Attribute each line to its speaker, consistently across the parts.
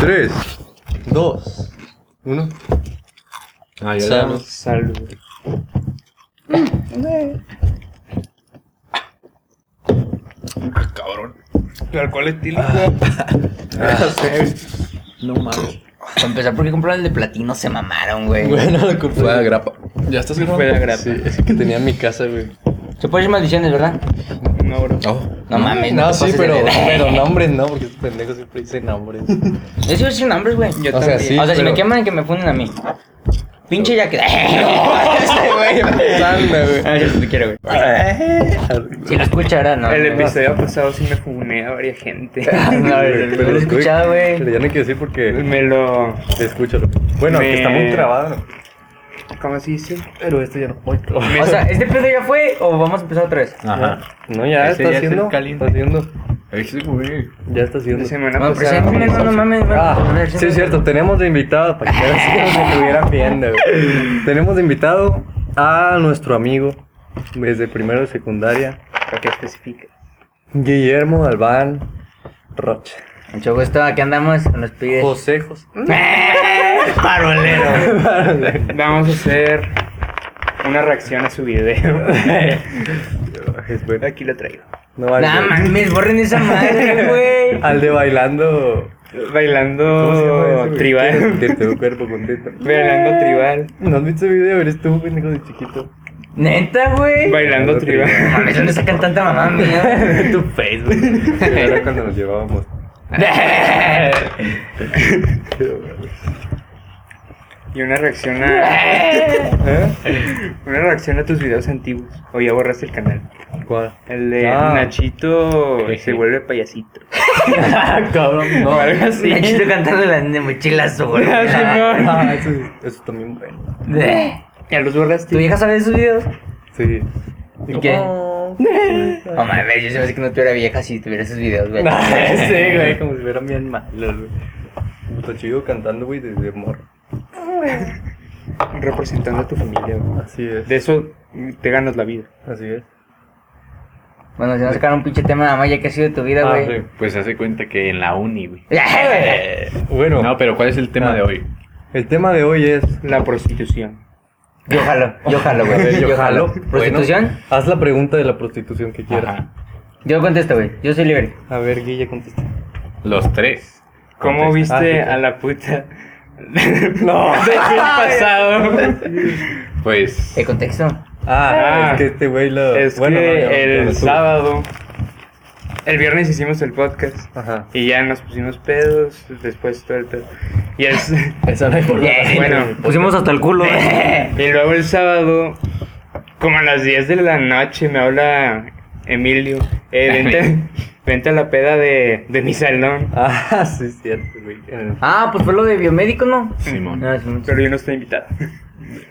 Speaker 1: 3, 2, 1. Ah, ya
Speaker 2: Salud.
Speaker 1: damos.
Speaker 3: Salud.
Speaker 2: Ah, cabrón.
Speaker 3: Pero ¿cuál estilo, güey?
Speaker 4: Ah,
Speaker 1: Ah,
Speaker 2: No mames.
Speaker 4: Para empezar, ¿por qué compraron el de platino? Se mamaron, güey.
Speaker 1: Bueno, lo compré.
Speaker 2: Fue a grapa.
Speaker 1: ¿Ya estás
Speaker 3: Fue
Speaker 1: grabando?
Speaker 3: la grapa.
Speaker 1: Sí, es que tenía en mi casa, güey.
Speaker 4: Se puede decir maldiciones, ¿verdad?
Speaker 3: No, bro.
Speaker 2: Oh.
Speaker 4: No mames,
Speaker 1: No,
Speaker 4: no, te
Speaker 1: sí,
Speaker 4: pases de
Speaker 1: pero,
Speaker 4: verga.
Speaker 1: pero nombres no, porque estos pendejos siempre dicen nombres.
Speaker 4: Yo sí voy a decir nombres, güey.
Speaker 3: Yo
Speaker 1: o sea,
Speaker 3: también.
Speaker 1: sí.
Speaker 4: o sea, si
Speaker 1: pero-
Speaker 4: me queman, que me funden a mí. Pinche ya que. Ese güey.
Speaker 1: Anda, güey.
Speaker 4: Ah, yo te quiero, güey. Si lo escuchara, no.
Speaker 3: El
Speaker 4: no, no.
Speaker 3: episodio pasado sí me funé a varias gente.
Speaker 4: Ah, No, no, no lo he escuchado,
Speaker 1: Pero
Speaker 4: güey.
Speaker 1: ya no hay que decir porque.
Speaker 3: me lo.
Speaker 1: Escúchalo. Bueno,
Speaker 3: Me-
Speaker 1: que está muy trabado. ¿no?
Speaker 3: ¿Cómo se dice?
Speaker 1: Pero
Speaker 4: este
Speaker 1: esto ya no.
Speaker 4: O sea, ¿este pedo ya fue o vamos a empezar otra vez?
Speaker 2: Ajá.
Speaker 1: Ah, no, ya
Speaker 2: Ese
Speaker 1: está
Speaker 2: ya es
Speaker 1: haciendo.
Speaker 2: el caliente.
Speaker 1: Está haciendo.
Speaker 2: Ese güey.
Speaker 1: Ya está haciendo.
Speaker 3: La semana
Speaker 4: Bueno,
Speaker 3: pasada.
Speaker 4: preséntame, no, no mames. bueno, pues, eh, a
Speaker 1: Ah,
Speaker 4: ver,
Speaker 1: sí es cierto, tenemos de invitado, para que vean si nos estuvieran viendo, güey. Tenemos de invitado a nuestro amigo, desde primero de secundaria,
Speaker 3: ¿Para qué especifica?
Speaker 1: Guillermo Albán Rocha.
Speaker 4: Mucho gusto, aquí andamos. Nos pide.
Speaker 1: José José.
Speaker 4: Parolero.
Speaker 3: Vamos a hacer una reacción a su video.
Speaker 1: Es bueno.
Speaker 3: Aquí lo traigo.
Speaker 1: No
Speaker 4: No
Speaker 1: vale.
Speaker 4: mames, borren esa madre, güey.
Speaker 1: Al de bailando. ¿cómo se llama ese,
Speaker 3: Bailando
Speaker 1: güey? Quiero
Speaker 3: Oh, tribal.
Speaker 1: sentirte un cuerpo contento.
Speaker 3: Bailando tribal.
Speaker 1: ¿No has visto ese video? Eres tú, pendejo de chiquito.
Speaker 4: Neta, güey.
Speaker 3: Bailando
Speaker 4: No
Speaker 3: tribal.
Speaker 4: mames, ¿dónde sacan tanta mamá mía?
Speaker 1: De tu Facebook. Era cuando nos llevábamos.
Speaker 3: Y una reacción a.
Speaker 1: ¿Eh?
Speaker 3: Una reacción a tus videos antiguos. O ya borraste el canal.
Speaker 1: ¿Cuál?
Speaker 3: El de
Speaker 1: Ah.
Speaker 3: Nachito se vuelve payasito.
Speaker 1: Cabrón, no.
Speaker 3: Algo así.
Speaker 4: Sí. Nachito cantando la de mochila azul.
Speaker 1: Ah, eso, eso también bueno.
Speaker 3: Ya los
Speaker 4: ¿Tu
Speaker 3: borraste.
Speaker 4: vieja sabe de esos videos?
Speaker 1: Sí.
Speaker 4: ¿Y qué? No mames, yo se me hace que no tuviera vieja si tuviera esos videos, güey.
Speaker 1: sí, güey, como si fueran bien malos, güey. Puto chido cantando, güey, desde morro.
Speaker 3: Representando a tu familia. güey.
Speaker 1: Así es.
Speaker 3: De eso te ganas la vida.
Speaker 1: Así es.
Speaker 4: Bueno, si no sacaron un pinche tema nada más, ya que ha sido de tu vida,
Speaker 1: Ah,
Speaker 4: güey.
Speaker 2: Pues hace cuenta que en la uni, güey.
Speaker 1: sí. Bueno,
Speaker 2: No, pero ¿cuál es el tema
Speaker 1: Ah.
Speaker 2: de hoy?
Speaker 1: el tema de hoy es.
Speaker 3: La prostitución.
Speaker 4: Yo jalo, yo jalo,
Speaker 1: A ver,
Speaker 4: güey. Yo jalo.
Speaker 1: Bueno,
Speaker 4: ¿Prostitución?
Speaker 1: haz la pregunta de la prostitución que quieras.
Speaker 2: Ajá.
Speaker 4: Yo contesto, güey. Yo soy libre.
Speaker 1: A ver, Guille, contesta.
Speaker 2: Los tres.
Speaker 3: ¿Cómo
Speaker 2: Contesta.
Speaker 3: viste
Speaker 1: Ah, sí.
Speaker 3: a la puta? No, de qué pasado.
Speaker 2: Pues.
Speaker 4: El contexto.
Speaker 1: Ah,
Speaker 3: Ah,
Speaker 1: es que este güey lo.
Speaker 3: Es
Speaker 1: no,
Speaker 3: que
Speaker 1: ya, ya
Speaker 3: el
Speaker 1: lo tuvo.
Speaker 3: sábado, el viernes hicimos el podcast
Speaker 1: Ajá.
Speaker 3: y ya nos pusimos pedos, después todo el pedo. Y, es-
Speaker 1: Esa no hay forma.
Speaker 3: bueno,
Speaker 4: Pusimos hasta el culo.
Speaker 3: y luego el sábado, como a las 10 de la noche, me habla Emilio, eh, vente, vente a la peda de, de mi salón,
Speaker 1: Ah, sí, es cierto, güey. Eh,
Speaker 4: Ah, pues fue lo de biomédico, ¿no?
Speaker 2: Simón.
Speaker 4: No, Simón.
Speaker 3: pero yo no estoy invitado.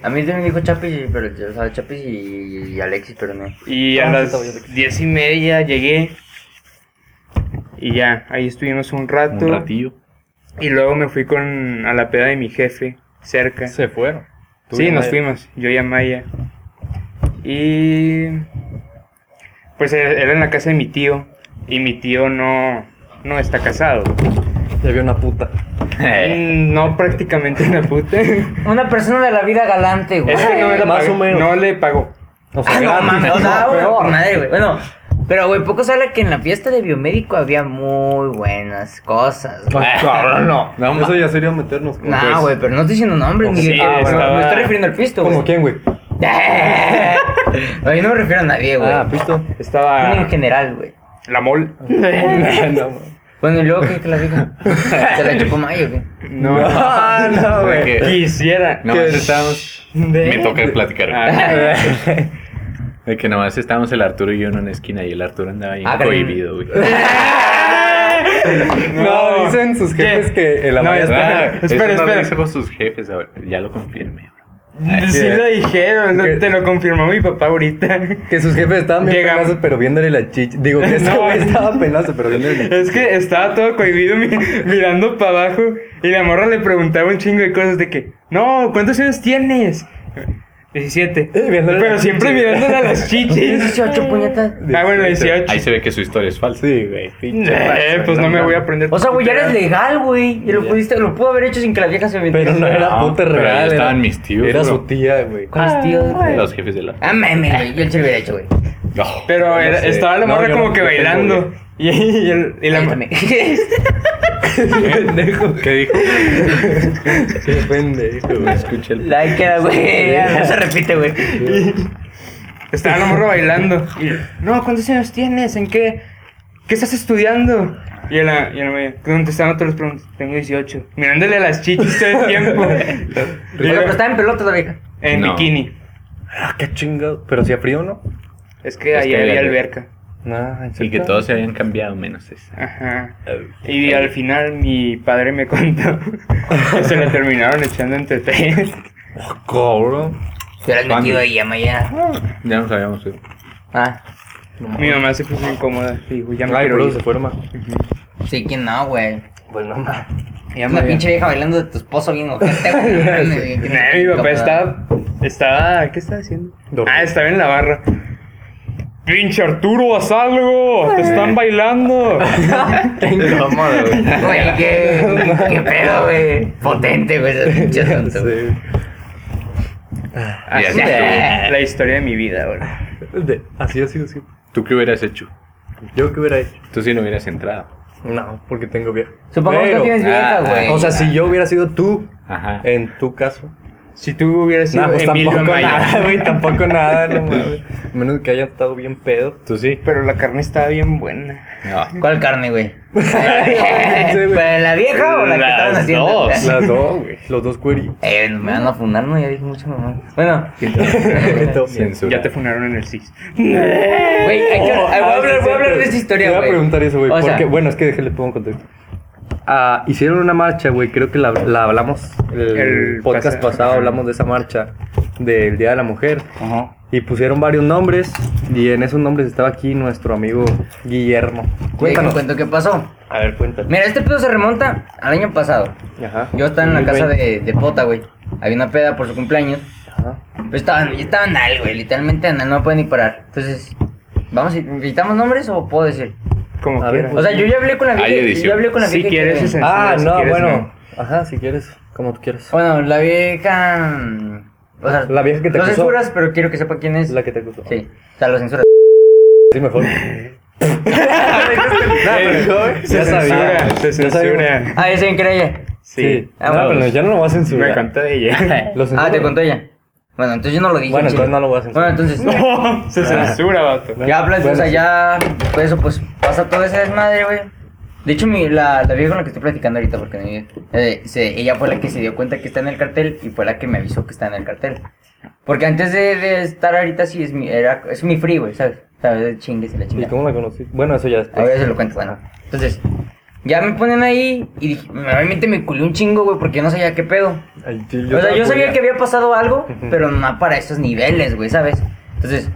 Speaker 4: A mí también me dijo Chapis, pero, o sea, Chapis y, y Alexis, pero no.
Speaker 3: Y
Speaker 1: Ah,
Speaker 3: a
Speaker 1: sí,
Speaker 3: las
Speaker 1: estaba yo.
Speaker 3: 10 y media llegué y ya, ahí estuvimos un rato.
Speaker 2: Un ratillo.
Speaker 3: Y luego me fui con a la peda de mi jefe, cerca.
Speaker 1: Se fueron. Tú
Speaker 3: Sí,
Speaker 1: y
Speaker 3: nos
Speaker 1: Maya.
Speaker 3: fuimos, yo y Amaya. Y pues e- era en la casa de mi tío y mi tío no no está casado.
Speaker 1: Ya había una puta. Eh.
Speaker 3: Mm, No prácticamente una puta. Es
Speaker 4: Una persona de la vida galante, güey.
Speaker 3: que no, le
Speaker 1: más
Speaker 3: pagó-
Speaker 1: o menos.
Speaker 3: no le pagó.
Speaker 1: O sea,
Speaker 4: Ah, no
Speaker 1: gratis,
Speaker 4: mames, o sea,
Speaker 1: no,
Speaker 4: güey,
Speaker 1: peor.
Speaker 4: madre, güey. Bueno, pero, güey, poco se habla que en la fiesta de biomédico había muy buenas cosas. güey.
Speaker 1: Ah, cabrón, no.
Speaker 2: No, ma-
Speaker 1: Eso ya sería meternos con
Speaker 4: Nah, güey, pues, pero no estoy diciendo
Speaker 1: pues
Speaker 4: nombres, ni
Speaker 3: Sí,
Speaker 4: Ah, bueno,
Speaker 3: estaba-
Speaker 4: me estoy refiriendo al pisto,
Speaker 1: ¿Cómo
Speaker 4: güey.
Speaker 1: quién, güey?
Speaker 4: no, yo no me refiero a nadie, güey.
Speaker 1: Ah, pisto.
Speaker 3: Estaba
Speaker 4: En general, güey.
Speaker 3: la mol.
Speaker 1: no, no.
Speaker 4: Bueno, y luego, ¿qué, qué la dijo? Se la chupó Mayo, güey.
Speaker 3: No.
Speaker 1: Ah, no,
Speaker 2: Fue
Speaker 1: güey.
Speaker 2: que-
Speaker 3: Quisiera.
Speaker 2: Nomás estábamos. Me toca platicar.
Speaker 3: Ah,
Speaker 2: De que nomás estábamos el Arturo y yo en una esquina y el Arturo andaba ahí
Speaker 4: Ah, pero-
Speaker 2: cohibido, güey.
Speaker 1: No, dicen sus jefes que el
Speaker 3: No,
Speaker 1: Amaya
Speaker 3: espera,
Speaker 2: Ah,
Speaker 1: está...
Speaker 2: eso
Speaker 3: espera,
Speaker 2: no lo
Speaker 3: espera.
Speaker 2: hizo con sus jefes, a ver, ya lo confirmé.
Speaker 3: Sí
Speaker 1: que-
Speaker 3: lo dijeron, no
Speaker 1: que-
Speaker 3: te lo confirmó mi papá ahorita.
Speaker 1: Que sus jefes estaban bien
Speaker 3: Llegamos.
Speaker 1: penosos, pero viéndole la chicha. Digo, que este
Speaker 3: No.
Speaker 1: güey estaba penoso, pero viéndole la
Speaker 3: Es que estaba todo cohibido mi- mirando para abajo y la morra le preguntaba un chingo de cosas de que, no, ¿cuántos años tienes? 17.
Speaker 1: Eh, viéndole
Speaker 3: Pero
Speaker 1: las
Speaker 3: siempre
Speaker 1: chichis.
Speaker 3: mirándole a las chichis.
Speaker 4: 18 puñetas.
Speaker 3: Ah, bueno, 18.
Speaker 2: Ahí se ve que su historia es falsa.
Speaker 1: Sí, güey. pinche
Speaker 3: Eh,
Speaker 1: falso,
Speaker 3: pues no me voy a aprender.
Speaker 4: O sea, güey, ya eres legal, güey. Y lo
Speaker 1: Ya.
Speaker 4: pudiste, lo pudo haber hecho sin que la vieja se metiera.
Speaker 1: Pero no era
Speaker 2: No,
Speaker 1: puta
Speaker 2: pero
Speaker 1: real.
Speaker 2: ahí
Speaker 1: era-
Speaker 2: estaban mis tíos,
Speaker 1: Era
Speaker 2: bro.
Speaker 1: su tía, güey.
Speaker 4: Con los tíos, güey.
Speaker 2: Los jefes de la.
Speaker 4: Ah, meme, güey. Yo el hubiera hecho, güey.
Speaker 2: No.
Speaker 3: Pero
Speaker 1: No
Speaker 3: era-
Speaker 1: sé.
Speaker 3: estaba la
Speaker 1: No,
Speaker 3: morra
Speaker 1: yo
Speaker 3: como
Speaker 1: no-
Speaker 3: que
Speaker 1: yo tengo,
Speaker 3: bailando. Y, y el- y la
Speaker 4: Yo
Speaker 3: morra.
Speaker 4: también.
Speaker 2: ¿Qué dijo?
Speaker 1: Qué pendejo,
Speaker 2: No
Speaker 1: güey.
Speaker 2: escuché el.
Speaker 4: La queda, güey. Ya se repite, güey.
Speaker 3: Estaba la morra bailando. Y, no, ¿cuántos años tienes? ¿En qué? ¿Qué estás estudiando? Y en la, y en la media, contestando todas las preguntas. Tengo 18. Mirándole a las chichis todo el tiempo. Y
Speaker 4: Pero
Speaker 3: era-
Speaker 4: estaba en pelota la vieja.
Speaker 3: en
Speaker 2: No.
Speaker 3: bikini.
Speaker 1: Ah, qué chingado. Pero si a frío, ¿no?
Speaker 3: Es que
Speaker 2: Es
Speaker 3: ahí
Speaker 2: que ahí
Speaker 3: había
Speaker 2: había-
Speaker 3: alberca.
Speaker 1: Nah, en
Speaker 2: Y que
Speaker 1: serio.
Speaker 2: todos se habían cambiado menos esa.
Speaker 3: Ajá. Y al final mi padre me contó que se la terminaron echando entre tres.
Speaker 1: Oh, cabrón.
Speaker 4: Te hubieras
Speaker 2: ¿Cuándo?
Speaker 4: metido ahí, ama ya.
Speaker 2: Ya nos habíamos ido.
Speaker 4: Ah,
Speaker 3: Mi mamá se puso incómoda y dijo, ya me
Speaker 1: Ay,
Speaker 3: quiero
Speaker 1: bro,
Speaker 3: ir.
Speaker 1: se fueron más.
Speaker 4: sí, ¿quién no, güey?
Speaker 1: Pues no más.
Speaker 3: Ya
Speaker 4: Una
Speaker 3: me voy.
Speaker 4: pinche vieja bailando de tu esposo bien ojete, güey. Mames, güey.
Speaker 3: Nah, mi papá
Speaker 4: Incómoda.
Speaker 3: estaba, estaba, ¿qué estaba haciendo?
Speaker 1: Dormido.
Speaker 3: Ah, estaba en la barra. Pinche Arturo, haz algo, te están bailando.
Speaker 1: Qué incómodo, güey.
Speaker 4: Güey, qué, qué pedo, güey. Potente, güey, ese pinche asunto. güey.
Speaker 1: Sí.
Speaker 3: Así
Speaker 2: Ya
Speaker 4: sé.
Speaker 3: es la historia de mi vida ahora.
Speaker 1: De- Así ha sido siempre.
Speaker 2: ¿Tú qué hubieras hecho?
Speaker 1: ¿Yo qué hubiera hecho?
Speaker 2: Tú sí no hubieras entrado.
Speaker 1: No, porque tengo vieja.
Speaker 4: Supongamos que
Speaker 1: Pero-
Speaker 4: tienes vieja,
Speaker 2: ah,
Speaker 4: güey.
Speaker 1: O sea, si yo hubiera sido tú,
Speaker 2: Ajá.
Speaker 1: en tu caso.
Speaker 3: Si tú hubieras sido
Speaker 1: Nah, pues
Speaker 3: Emilio
Speaker 1: tampoco
Speaker 3: Amaya.
Speaker 1: nada, güey, tampoco nada, no mames. A menos que haya estado bien pedo.
Speaker 2: ¿Tú sí?
Speaker 3: Pero la carne estaba bien buena.
Speaker 2: No.
Speaker 4: ¿Cuál carne, güey?
Speaker 1: sé, güey.
Speaker 4: ¿Pues la vieja o la que
Speaker 2: Las
Speaker 4: estaban haciendo?
Speaker 2: dos.
Speaker 1: Las dos, güey. Los dos cueritos.
Speaker 4: Eh, me van a funar, no, ya dije mucho mamá. Bueno,
Speaker 2: Censura.
Speaker 3: Ya te funaron en el CIS.
Speaker 4: güey, hay
Speaker 1: Oh,
Speaker 4: que- ay, voy, a hablar, voy a hablar de esta historia,
Speaker 1: ah, Te
Speaker 4: güey.
Speaker 1: voy a preguntar eso, güey.
Speaker 4: O sea,
Speaker 1: Porque, bueno, es que déjale, pongo en contexto. Ah, hicieron una marcha, güey. Creo que la, la hablamos. El,
Speaker 3: El
Speaker 1: podcast
Speaker 3: pasado.
Speaker 1: pasado hablamos de esa marcha del Día de la Mujer.
Speaker 4: Ajá.
Speaker 1: Y pusieron varios nombres. Y en esos nombres estaba aquí nuestro amigo Guillermo.
Speaker 4: Güey, te
Speaker 1: Cuéntanos.
Speaker 4: cuento qué pasó.
Speaker 1: A ver, cuéntanos.
Speaker 4: Mira, este pedo se remonta al año pasado.
Speaker 1: Ajá.
Speaker 4: Yo estaba en la casa
Speaker 1: 2020.
Speaker 4: de, de Pota, güey. Había una peda por su cumpleaños.
Speaker 1: Ajá.
Speaker 4: Pero estaban, estaban al, güey. Literalmente anal, no pueden ni parar. Entonces, vamos, a- ¿invitamos nombres o puedo decir?
Speaker 3: Como
Speaker 1: A ver, pues,
Speaker 3: quieras.
Speaker 4: O sea, yo ya hablé con la
Speaker 2: Hay
Speaker 4: vieja. Yo
Speaker 2: edición.
Speaker 4: ya hablé con la
Speaker 3: Si
Speaker 4: vieja. que-
Speaker 3: quieres, es en-
Speaker 1: Ah,
Speaker 3: Si
Speaker 1: no,
Speaker 3: quieres,
Speaker 1: bueno. Ajá, si quieres. Como tú quieras.
Speaker 4: Bueno, la vieja. mm, O sea,
Speaker 1: La vieja que te
Speaker 4: Lo
Speaker 1: acusó.
Speaker 4: censuras, pero quiero que sepa quién es.
Speaker 1: La que te gustó.
Speaker 4: Sí, o sea, lo censuras.
Speaker 1: Sí, mejor.
Speaker 3: se
Speaker 1: ya sabía.
Speaker 3: censura, se
Speaker 1: Ya sabía.
Speaker 3: censura.
Speaker 4: Ah, ya saben que era ella.
Speaker 1: Sí.
Speaker 3: Sí.
Speaker 1: Ah, no, pero ya no lo voy a censurar.
Speaker 3: Me contó ella.
Speaker 1: Lo censuro.
Speaker 4: Ah, te contó ella. Bueno, entonces yo no lo dije.
Speaker 1: Bueno,
Speaker 4: en Chile.
Speaker 1: entonces no lo voy a censurar.
Speaker 4: Bueno, entonces.
Speaker 3: No,
Speaker 1: Ah.
Speaker 3: se censura, vato.
Speaker 1: No.
Speaker 4: Ya hablas,
Speaker 1: Bueno,
Speaker 4: o sea,
Speaker 1: sí.
Speaker 4: ya. Por eso, pues pasa todo ese desmadre, güey. De hecho, mi, la, la vieja con la que estoy platicando ahorita, porque mi- eh, se- ella fue la que se dio cuenta que está en el cartel y fue la que me avisó que está en el cartel. Porque antes de, de estar ahorita, sí, es mi, era, es mi free, güey, ¿sabes? ¿Sabes? De Chingues y la
Speaker 1: ¿Y
Speaker 4: chingada.
Speaker 1: cómo la conocí? Bueno, eso ya después.
Speaker 4: Ahora se lo cuento, bueno. Entonces, ya me ponen ahí y dije, obviamente me culé un chingo, güey, porque yo no sabía qué pedo.
Speaker 1: Ay, sí,
Speaker 4: o sea,
Speaker 1: estaba
Speaker 4: yo sabía
Speaker 1: culiado.
Speaker 4: que había pasado algo,
Speaker 1: Ujú.
Speaker 4: pero no para esos niveles, güey, ¿sabes? Entonces,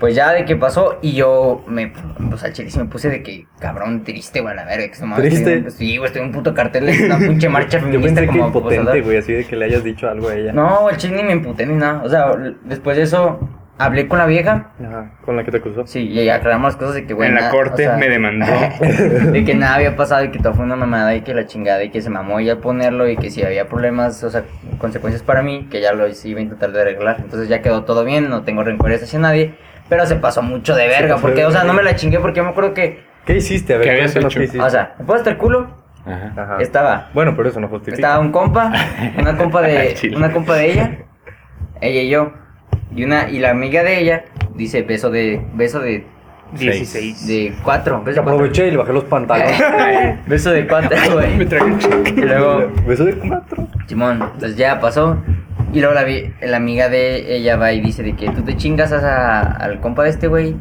Speaker 4: pues ya de qué pasó y yo me, pues al chile sí me puse de que, cabrón, triste, güey, a la verga, que se
Speaker 1: ¿Triste?
Speaker 4: Sí, güey, estoy en un puto cartel, es una pinche marcha
Speaker 1: Yo
Speaker 4: feminista
Speaker 1: pensé que
Speaker 4: como
Speaker 1: impotente,
Speaker 4: acosador.
Speaker 1: güey, así de que le hayas dicho algo a ella.
Speaker 4: No, el chile ni me emputé ni nada. O sea, l- después de eso, hablé con la vieja.
Speaker 1: Ajá, con la que te acusó.
Speaker 4: Sí, y aclaramos las cosas de que, güey.
Speaker 3: En la
Speaker 4: nada,
Speaker 3: corte
Speaker 4: o sea,
Speaker 3: me demandó.
Speaker 4: de que nada había pasado y que todo fue una mamada y que la chingada y que se mamó ella ponerlo y que si había problemas, o sea, consecuencias para mí, que ya lo hice, iba a intentar de arreglar. Entonces ya quedó todo bien, no tengo rencores hacia nadie, pero se pasó mucho de verga,
Speaker 1: pasó
Speaker 4: porque,
Speaker 1: de
Speaker 4: o sea,
Speaker 1: verga.
Speaker 4: no me la chingué porque yo me acuerdo que,
Speaker 1: ¿Qué hiciste? A ver,
Speaker 2: ¿Qué habías
Speaker 1: cuéntanos
Speaker 2: hecho?
Speaker 1: qué hiciste.
Speaker 4: o sea, ¿me puedo hasta el culo?
Speaker 2: Ajá.
Speaker 1: Ajá.
Speaker 4: Estaba,
Speaker 1: Bueno, pero eso no justifica.
Speaker 4: estaba un compa, una compa de,
Speaker 2: Al chile.
Speaker 4: una compa de ella, ella y yo, y una, y la amiga de ella dice beso de, beso de,
Speaker 3: 16.
Speaker 4: de cuatro, beso de cuatro.
Speaker 1: Aproveché y le bajé los
Speaker 4: Eh.
Speaker 1: pantalones.
Speaker 4: Beso de cuatro, güey.
Speaker 3: tragué un chico.
Speaker 4: Y luego,
Speaker 1: Beso de cuatro.
Speaker 4: Simón, entonces ya pasó. Y luego la, vi- la amiga de ella va y dice de que tú te chingas a- al compa de este güey.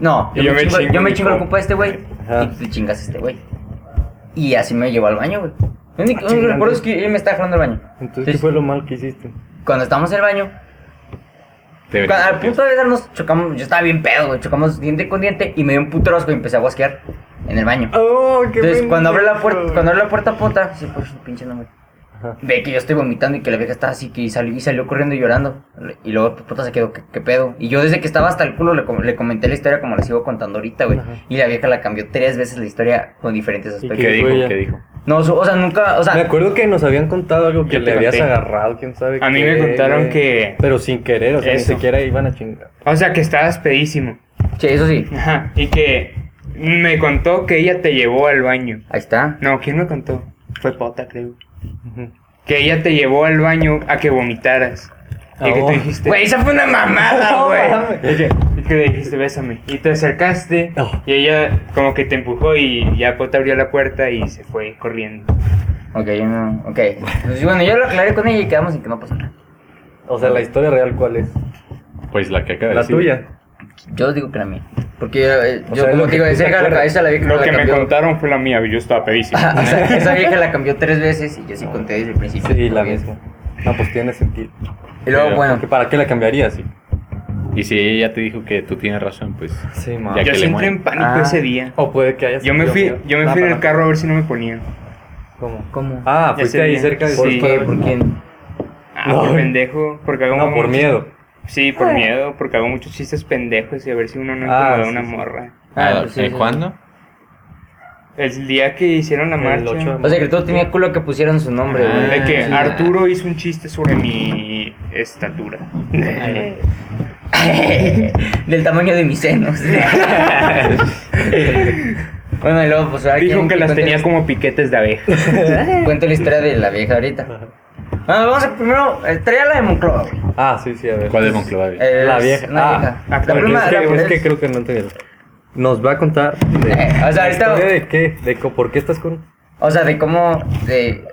Speaker 4: No,
Speaker 3: Y yo me chingo
Speaker 4: yo
Speaker 3: a
Speaker 4: me
Speaker 3: mi
Speaker 4: chingo
Speaker 3: compa.
Speaker 4: al compa de este güey
Speaker 1: Ajá.
Speaker 4: y tú te chingas a este güey. Y así me llevó al baño, güey. Lo
Speaker 3: Ah,
Speaker 4: único lo único que
Speaker 1: chingando.
Speaker 4: recuerdo es que ella me estaba jalando al baño.
Speaker 1: Entonces, ¿qué fue lo mal que hiciste?
Speaker 4: Cuando estábamos en el baño,
Speaker 2: Te
Speaker 4: cuando-
Speaker 2: verías
Speaker 4: al punto de besarnos, chocamos, yo estaba bien pedo, güey, chocamos diente con diente y me dio un puto asco y empecé a guasquear en el baño.
Speaker 3: Ah,
Speaker 1: Oh, qué
Speaker 4: Entonces, cuando abre la puerta, cuando abre la puerta pota, sí, por su pinche nombre.
Speaker 1: Ajá.
Speaker 4: Ve que yo estoy vomitando y que la vieja estaba así que y salió, y salió corriendo y llorando. Y luego pues, puta se quedó, ¿qué, qué pedo? Y yo desde que estaba hasta el culo le, com- le comenté la historia como la sigo contando ahorita, güey.
Speaker 1: Ajá.
Speaker 4: Y la vieja la cambió tres veces la historia con diferentes
Speaker 1: ¿Y
Speaker 4: aspectos.
Speaker 2: ¿Qué
Speaker 1: ¿Qué
Speaker 2: dijo?
Speaker 1: fue ella?
Speaker 2: ¿Qué dijo?
Speaker 4: No, su- o sea, nunca, o sea,
Speaker 1: Me acuerdo que nos habían contado algo que
Speaker 2: Yo te
Speaker 1: le habías
Speaker 2: conté.
Speaker 1: agarrado, quién sabe.
Speaker 3: A mí me
Speaker 1: qué,
Speaker 3: contaron
Speaker 1: güey.
Speaker 3: que-
Speaker 1: Pero sin querer, o sea,
Speaker 3: Eso.
Speaker 1: ni siquiera iban a chingar.
Speaker 3: O sea, que estabas pedísimo.
Speaker 4: che, eso sí,
Speaker 3: Ajá. Y que me contó que ella te llevó al baño.
Speaker 4: ahí está.
Speaker 3: No, ¿quién me contó? Fue Pota, creo.
Speaker 1: Ujú.
Speaker 3: Que ella te llevó al baño a que vomitaras. Y que
Speaker 1: Oh.
Speaker 3: te dijiste.
Speaker 4: Güey, esa fue una
Speaker 3: Ah,
Speaker 4: mamada, güey.
Speaker 1: Oye,
Speaker 3: Y que le dijiste, bésame. Y te acercaste.
Speaker 1: No.
Speaker 3: Y ella como que te empujó y ya Pota abrió la puerta y se fue corriendo.
Speaker 4: Ok, yo no, ok. Pues, bueno, yo lo aclaré con ella y quedamos en que no pasó nada.
Speaker 1: O sea, la historia real, ¿cuál es?
Speaker 2: Pues la que acaba de
Speaker 1: La
Speaker 2: decir.
Speaker 1: tuya.
Speaker 4: Yo digo que la mía. Porque yo, eh,
Speaker 1: O
Speaker 4: yo
Speaker 1: sea,
Speaker 4: como
Speaker 1: lo
Speaker 4: te
Speaker 1: que
Speaker 4: digo,
Speaker 1: tú
Speaker 4: esa
Speaker 1: te
Speaker 4: vieja la,
Speaker 1: acuerdas.
Speaker 4: esa la vieja
Speaker 3: Lo
Speaker 4: la
Speaker 3: que me
Speaker 4: cambió.
Speaker 3: contaron fue la mía, yo estaba pedísimo.
Speaker 1: Ah,
Speaker 4: o sea, esa vieja la cambió tres veces y yo sí conté desde el principio.
Speaker 1: Sí, la
Speaker 4: Obvio.
Speaker 1: misma. Ah. No, pues tiene sentido.
Speaker 4: Y luego,
Speaker 2: Pero,
Speaker 4: bueno,
Speaker 1: Porque ¿Para qué la cambiaría sí?
Speaker 2: Y si ella te dijo que tú tienes razón, pues.
Speaker 1: Sí,
Speaker 2: ma.
Speaker 1: Ya
Speaker 3: Yo
Speaker 2: que le
Speaker 3: siempre
Speaker 2: mueven.
Speaker 3: en pánico
Speaker 4: Ah.
Speaker 3: ese día.
Speaker 1: O puede que haya
Speaker 3: Yo me
Speaker 1: sido
Speaker 3: fui,
Speaker 1: mío.
Speaker 3: yo me
Speaker 1: Ah,
Speaker 3: fui
Speaker 1: para
Speaker 3: en el
Speaker 1: nada.
Speaker 3: carro a ver si no me ponían.
Speaker 1: ¿Cómo?
Speaker 4: ¿cómo?
Speaker 1: Ah,
Speaker 3: Ya
Speaker 1: fuiste
Speaker 3: sé
Speaker 1: ahí
Speaker 3: bien.
Speaker 1: cerca de
Speaker 4: ¿Por
Speaker 3: sí.
Speaker 4: qué? ¿Por quién?
Speaker 3: Ah,
Speaker 1: No.
Speaker 3: por pendejo, porque hago
Speaker 1: No,
Speaker 3: mucho-
Speaker 1: por miedo.
Speaker 3: Sí, por miedo, porque hago muchos chistes pendejos y a ver si uno no
Speaker 1: Ah,
Speaker 3: incomoda a
Speaker 1: sí,
Speaker 3: una
Speaker 1: sí.
Speaker 3: morra.
Speaker 4: Ah,
Speaker 2: Ah,
Speaker 4: pues sí,
Speaker 2: ¿eh,
Speaker 4: sí.
Speaker 2: ¿Cuándo?
Speaker 3: El día que hicieron la
Speaker 1: El
Speaker 3: marcha,
Speaker 1: ocho de
Speaker 4: O sea, que todo tenía culo que pusieron su nombre,
Speaker 2: Ah,
Speaker 4: güey.
Speaker 3: de que
Speaker 4: Sí.
Speaker 3: Arturo hizo un chiste sobre mi estatura.
Speaker 4: Del tamaño de mis senos. bueno, y luego, pues ahora
Speaker 3: Dijo
Speaker 4: quieren
Speaker 3: que las
Speaker 4: cuente
Speaker 3: tenía
Speaker 4: la-
Speaker 3: como piquetes de abeja.
Speaker 4: Cuento la historia de la vieja ahorita. Bueno, vamos a primero. Eh, traía la de Moncloa, güey.
Speaker 1: Ah, sí, sí, a ver.
Speaker 2: ¿Cuál de Monclova? güey?
Speaker 4: Eh,
Speaker 1: La
Speaker 4: es
Speaker 1: vieja.
Speaker 4: una
Speaker 1: ah,
Speaker 4: vieja.
Speaker 1: ah,
Speaker 4: La
Speaker 1: porque
Speaker 4: prima
Speaker 1: es,
Speaker 4: la
Speaker 1: que, es
Speaker 4: mujer-
Speaker 1: que creo que no entendieron. Nos va a contar de,
Speaker 4: Eh, o sea,
Speaker 1: la
Speaker 4: ahorita-
Speaker 1: historia de qué, de co- por qué estás con...
Speaker 4: O sea, de cómo. De,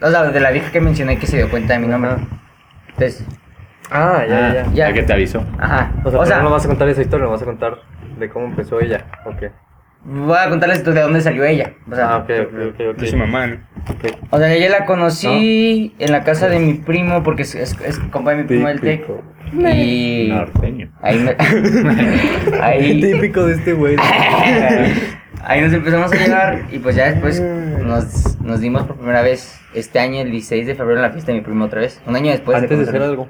Speaker 4: o sea, de la vieja que mencioné que se dio cuenta de mi nombre. Entonces,
Speaker 1: Ah, ya,
Speaker 2: Ah,
Speaker 1: ya.
Speaker 4: ya.
Speaker 2: La que te avisó.
Speaker 4: ajá.
Speaker 1: O sea, pero no vas a contar esa historia, no vas a contar de cómo empezó ella. Ok.
Speaker 4: voy a contarles de dónde salió ella. O sea,
Speaker 1: Ah, ok, ok, ok. ok.
Speaker 3: De su mamá, ¿no?
Speaker 1: Ok.
Speaker 4: o sea, ella la conocí en la casa de mi primo, porque es, es, es compa de mi primo del TEC.
Speaker 1: Típico.
Speaker 4: Y.
Speaker 2: Norteño.
Speaker 4: Ahí me. ahí.
Speaker 1: Típico de este güey.
Speaker 4: Ahí nos empezamos a llevar y pues ya después nos, nos dimos por primera vez este año, el 16 de febrero, en la fiesta de mi primo otra vez. Un año después
Speaker 1: Antes de hacer
Speaker 4: conocernos.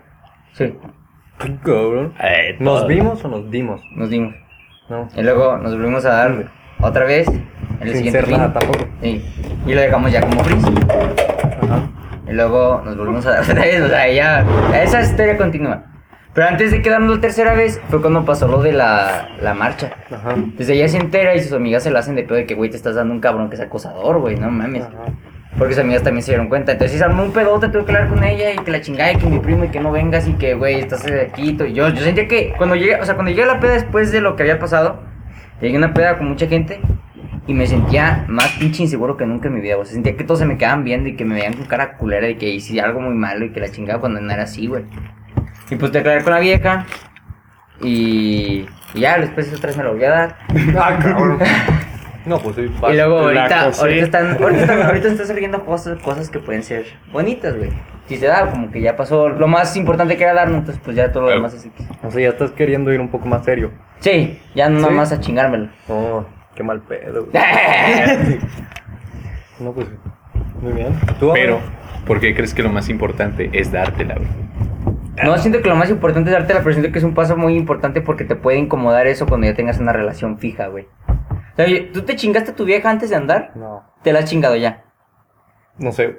Speaker 1: algo.
Speaker 4: Sí,
Speaker 1: Cabrón.
Speaker 2: Eh,
Speaker 1: ¿Nos
Speaker 2: todo.
Speaker 1: vimos o nos dimos?
Speaker 4: nos dimos.
Speaker 1: No.
Speaker 4: Y luego nos volvimos a dar otra vez en el
Speaker 1: Sin
Speaker 4: siguiente
Speaker 1: ser
Speaker 4: fin.
Speaker 1: nada tampoco.
Speaker 4: Sí. Y lo dejamos ya como fris.
Speaker 1: Ajá.
Speaker 4: Y luego nos volvimos a dar otra vez. O sea, ya. Esa historia continúa. Pero antes de quedarnos la tercera vez, fue cuando pasó lo de la, la marcha.
Speaker 1: Ajá.
Speaker 4: Desde ella se entera y sus amigas se la hacen de pedo de que, güey, te estás dando un cabrón que es acosador, güey, no mames.
Speaker 1: Ajá.
Speaker 4: Porque sus amigas también se dieron cuenta. Entonces sí se armó un pedote, tuve que hablar con ella y que la chingada y que mi primo y que no vengas y que, güey, estás aquí. tú- y Yo, yo sentía que cuando llegué, o sea, cuando llegué a la peda después de lo que había pasado, llegué a una peda con mucha gente y me sentía más pinche inseguro que nunca en mi vida. O sea, sentía que todos se me quedaban viendo y que me veían con cara culera y que hice algo muy malo y que la chingada cuando no era así, güey. Y pues te aclaré con la vieja y, y ya, después otra vez me lo voy a dar.
Speaker 1: Ah, cabrón. No, pues soy
Speaker 4: Y luego
Speaker 3: La
Speaker 4: ahorita,
Speaker 3: cosé.
Speaker 4: ahorita están, ahorita están, ahorita están surgiendo cosas, cosas que pueden ser bonitas, güey. Si se da, como que ya pasó lo más importante que era darnos, entonces pues ya todo lo
Speaker 2: Claro.
Speaker 4: demás es X.
Speaker 1: O sea, ya estás queriendo ir un poco más serio.
Speaker 4: Sí, ya no
Speaker 1: ¿Sí?
Speaker 4: más a chingármelo.
Speaker 1: Oh, qué mal pedo. güey. No, pues. Muy bien. ¿Tú,
Speaker 2: Pero,
Speaker 1: Abraham?
Speaker 2: ¿por qué crees que lo más importante es dártela, güey?
Speaker 4: No, siento que lo más importante es darte la presión, que es un paso muy importante porque te puede incomodar eso cuando ya tengas una relación fija, güey. O sea, yo- tú te chingaste a tu vieja antes de andar,
Speaker 1: No.
Speaker 4: te la has chingado ya.
Speaker 1: No sé.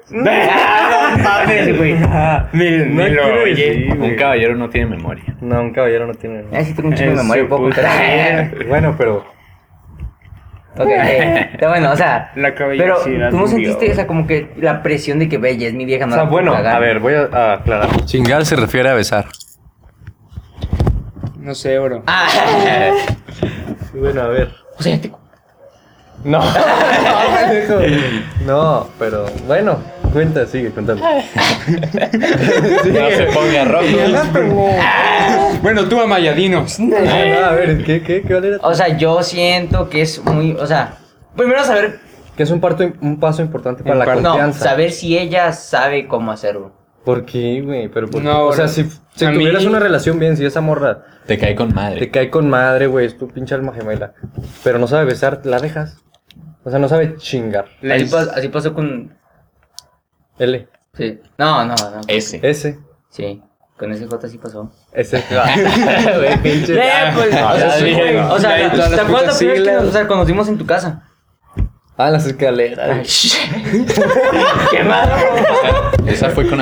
Speaker 3: mames, güey.
Speaker 1: Ah,
Speaker 3: Ni-
Speaker 1: no
Speaker 3: ni
Speaker 1: quiero
Speaker 3: lo
Speaker 1: decir,
Speaker 3: oye.
Speaker 2: Un
Speaker 1: güey.
Speaker 2: caballero no tiene memoria.
Speaker 1: No, un caballero no tiene.
Speaker 4: Ay, sí tengo un chingo de
Speaker 3: Eso,
Speaker 4: memoria, puedo
Speaker 3: puta.
Speaker 4: contar.
Speaker 1: Bueno, pero.
Speaker 4: Ok, eh, está bueno, o sea,
Speaker 3: La
Speaker 4: pero
Speaker 3: caballerosidad
Speaker 4: tú no
Speaker 3: murió.
Speaker 4: sentiste, o sea, como que la presión de que bella es mi vieja,
Speaker 1: O
Speaker 4: no
Speaker 1: sea,
Speaker 4: la puedo
Speaker 1: Ah, bueno,
Speaker 4: cagar"?
Speaker 1: a ver, voy a, a aclarar.
Speaker 2: Chingar se refiere a besar.
Speaker 3: No sé, bro.
Speaker 4: Ah,
Speaker 1: Sí, Bueno, a ver.
Speaker 4: o sea, ya te-
Speaker 1: No. No, pendejo. no, pero bueno. Cuenta, sigue contando.
Speaker 2: No se ponga rojo.
Speaker 3: Bueno, tú, Amayadinos.
Speaker 1: Ah, a ver, ¿qué, qué, qué vale?
Speaker 4: o sea, yo siento que es muy, o sea, primero saber,
Speaker 1: Que es un, parto, un paso importante para
Speaker 3: Un
Speaker 1: la
Speaker 3: parto.
Speaker 4: no,
Speaker 1: confianza.
Speaker 4: saber si ella sabe cómo hacerlo.
Speaker 1: ¿Por qué, güey? Pero por
Speaker 3: No,
Speaker 1: qué? O sea,
Speaker 3: bro.
Speaker 1: si, si
Speaker 3: A mí-
Speaker 1: tuvieras una relación bien, si esa morra
Speaker 2: Te cae con madre.
Speaker 1: te cae con madre, güey, es tu pinche alma gemela, pero no sabe besar, la dejas. O sea, no sabe chingar.
Speaker 4: Así, pas- así pasó con,
Speaker 1: L.
Speaker 4: Sí. No, no, no.
Speaker 2: Ese.
Speaker 1: Ese.
Speaker 4: Sí. Con ese J sí pasó.
Speaker 1: Ese.
Speaker 2: Güey, pinche-
Speaker 4: Eh, pues,
Speaker 2: Ah,
Speaker 4: o sea,
Speaker 2: sí,
Speaker 4: sí,
Speaker 2: güey.
Speaker 4: o sea,
Speaker 3: Ahí todas
Speaker 4: ¿te
Speaker 3: las
Speaker 4: acuerdas
Speaker 3: putas
Speaker 4: la primera vez que
Speaker 3: siglas.
Speaker 4: nos, o sea, conocimos en tu casa?
Speaker 1: Ah, las escaleras.
Speaker 4: ¡Qué malo!
Speaker 2: Esa fue con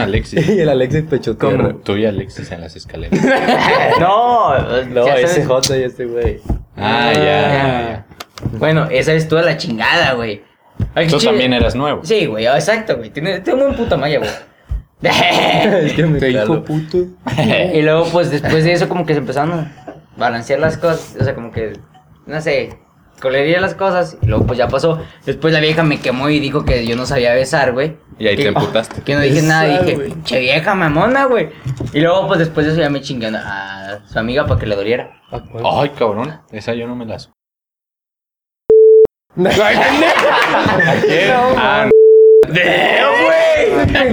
Speaker 2: Alexis.
Speaker 1: y el Alexis Pechotero.
Speaker 2: Como tú y Alexis en las escaleras.
Speaker 4: No,
Speaker 1: No,
Speaker 4: ya sabes.
Speaker 1: ese J y ese güey.
Speaker 2: Ah, ya.
Speaker 4: Bueno, esa es toda la chingada, güey. Ay,
Speaker 2: Tú
Speaker 4: chi-
Speaker 2: también eras nuevo.
Speaker 4: Sí, güey, ah, exacto, güey. Tiene- Tengo un puta malla, güey.
Speaker 1: Es que me
Speaker 2: Te dijo
Speaker 1: caló.
Speaker 2: puto.
Speaker 4: y luego, pues, después de eso, como que se empezaron a balancear las cosas. O sea, como que, no sé, colería las cosas. Y luego, pues, ya pasó. Después la vieja me quemó y dijo que yo no sabía besar, güey.
Speaker 2: Y ahí
Speaker 4: Que-
Speaker 2: te emputaste.
Speaker 4: Que no dije nada.
Speaker 1: Besar,
Speaker 4: Dije,
Speaker 1: güey.
Speaker 4: pinche vieja mamona, güey. Y luego, pues, después de eso ya me chingué a su amiga para que le doliera.
Speaker 2: Ay, cabrón. Esa yo no me la su. Ah,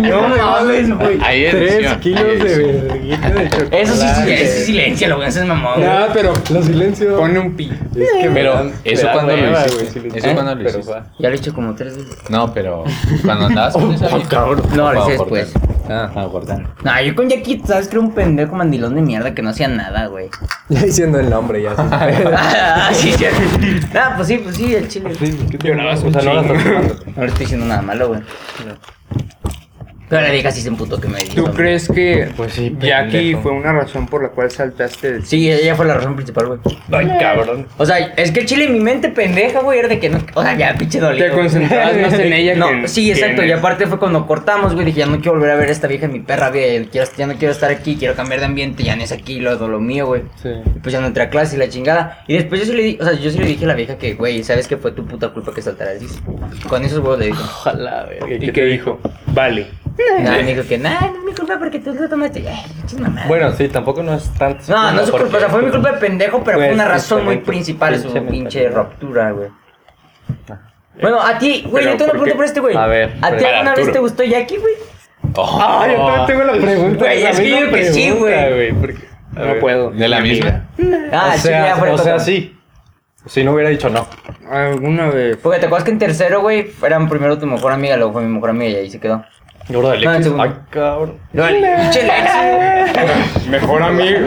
Speaker 4: No mames,
Speaker 1: güey.
Speaker 2: Ahí es
Speaker 1: Tres
Speaker 2: edición, ahí
Speaker 1: kilos
Speaker 2: es
Speaker 1: de
Speaker 2: edición.
Speaker 1: verguita de chocolate.
Speaker 4: Eso sí, sí, ese silencio, lo voy a hacer mamón, güey.
Speaker 3: Nada, pero
Speaker 1: Lo silencio.
Speaker 3: pone un pi.
Speaker 1: Es que me
Speaker 2: Pero,
Speaker 1: dan-
Speaker 2: ¿eso
Speaker 1: me da
Speaker 2: cuándo lo
Speaker 1: hueva,
Speaker 2: hiciste?
Speaker 1: güey, si les-
Speaker 2: ¿Eso
Speaker 1: ¿Eh?
Speaker 2: cuándo lo
Speaker 1: Pero
Speaker 2: hiciste?
Speaker 1: va.
Speaker 4: Ya lo he hecho como tres veces.
Speaker 2: no, pero cuando andabas con esa vieja-
Speaker 4: No, lo hice
Speaker 2: Ah, Gordán.
Speaker 4: después.
Speaker 2: Ah, ah, Gordán.
Speaker 4: No, yo con Jackie, ¿sabes? Que era un pendejo mandilón de mierda que no hacía nada, güey.
Speaker 1: Ya diciendo el nombre ya.
Speaker 4: ah, sí, sí. Ah, pues sí, pues sí, el chile.
Speaker 1: Llorabas un chingo.
Speaker 4: No le estoy diciendo nada malo, güey. Pero la vieja sí se emputó que me dijo.
Speaker 3: ¿Tú crees que
Speaker 1: Pues sí,
Speaker 3: Jackie
Speaker 1: pendejo.
Speaker 3: fue una razón por la cual saltaste del
Speaker 4: Sí, ella fue la razón principal, güey.
Speaker 1: Ay, cabrón.
Speaker 4: O sea, es que el chile en mi mente pendeja, güey, era de que no. O sea, ya, pinche dolido.
Speaker 3: Te concentrabas más en ella
Speaker 4: no,
Speaker 3: que en-
Speaker 4: Sí,
Speaker 3: que
Speaker 4: exacto.
Speaker 3: en
Speaker 4: Y
Speaker 3: él.
Speaker 4: aparte fue cuando cortamos, güey. Dije, ya no quiero volver a ver a esta vieja en mi perra, güey. Ya, quiero- ya no quiero estar aquí, quiero cambiar de ambiente. Ya no es aquí lo, lo mío, güey.
Speaker 1: Sí.
Speaker 4: Y pues ya no entré a clase y la chingada. Y después yo sí le dije, o sea, yo sí le dije a la vieja que, güey, ¿sabes que fue tu puta culpa que saltaras? Dice, Con esos huevos le dije.
Speaker 1: Ojalá, güey.
Speaker 3: ¿Y qué dijo? Vale.
Speaker 4: Nada, me dijo que, nah, no es mi culpa porque tú lo tomaste. Ay, chis mamada.
Speaker 1: Bueno, sí, tampoco no es tanto. su
Speaker 4: no, no es su
Speaker 1: porque-
Speaker 4: culpa, o sea, fue mi culpa de pendejo, pero
Speaker 1: Pues,
Speaker 4: fue una razón muy
Speaker 1: justamente,
Speaker 4: principal su
Speaker 1: pinche
Speaker 4: pinche
Speaker 1: mentalidad. Ah.
Speaker 4: ruptura, güey. Bueno, a ti, güey,
Speaker 3: Pero, ¿por
Speaker 4: yo tengo una pregunta
Speaker 3: qué?
Speaker 4: por este, güey.
Speaker 1: A ver,
Speaker 4: ¿A ti
Speaker 2: para
Speaker 4: alguna vez
Speaker 2: Arturo.
Speaker 4: te gustó Jackie, güey?
Speaker 2: Oh.
Speaker 1: Ah, yo también tengo la pregunta.
Speaker 4: Güey,
Speaker 1: la
Speaker 4: es que
Speaker 1: misma
Speaker 4: yo que sí,
Speaker 1: pregunta,
Speaker 4: güey.
Speaker 1: porque- a
Speaker 3: No
Speaker 1: ver.
Speaker 3: puedo.
Speaker 2: ¿De la
Speaker 3: Mi amiga.
Speaker 2: misma?
Speaker 4: Ah,
Speaker 1: o
Speaker 4: sí, ya
Speaker 1: sea,
Speaker 4: fue
Speaker 1: o sea,
Speaker 4: todo.
Speaker 1: sí. Si no hubiera dicho no.
Speaker 3: Alguna vez.
Speaker 4: Porque te acuerdas que en tercero, güey, eran primero tu mejor amiga, luego fue mi mejor amiga y ahí se quedó.
Speaker 1: Yo creo de
Speaker 4: No, en
Speaker 1: Alexis.
Speaker 4: segundo.
Speaker 1: Ay, cabrón.
Speaker 4: No, el pinche Lexi.
Speaker 3: Mejor amigo.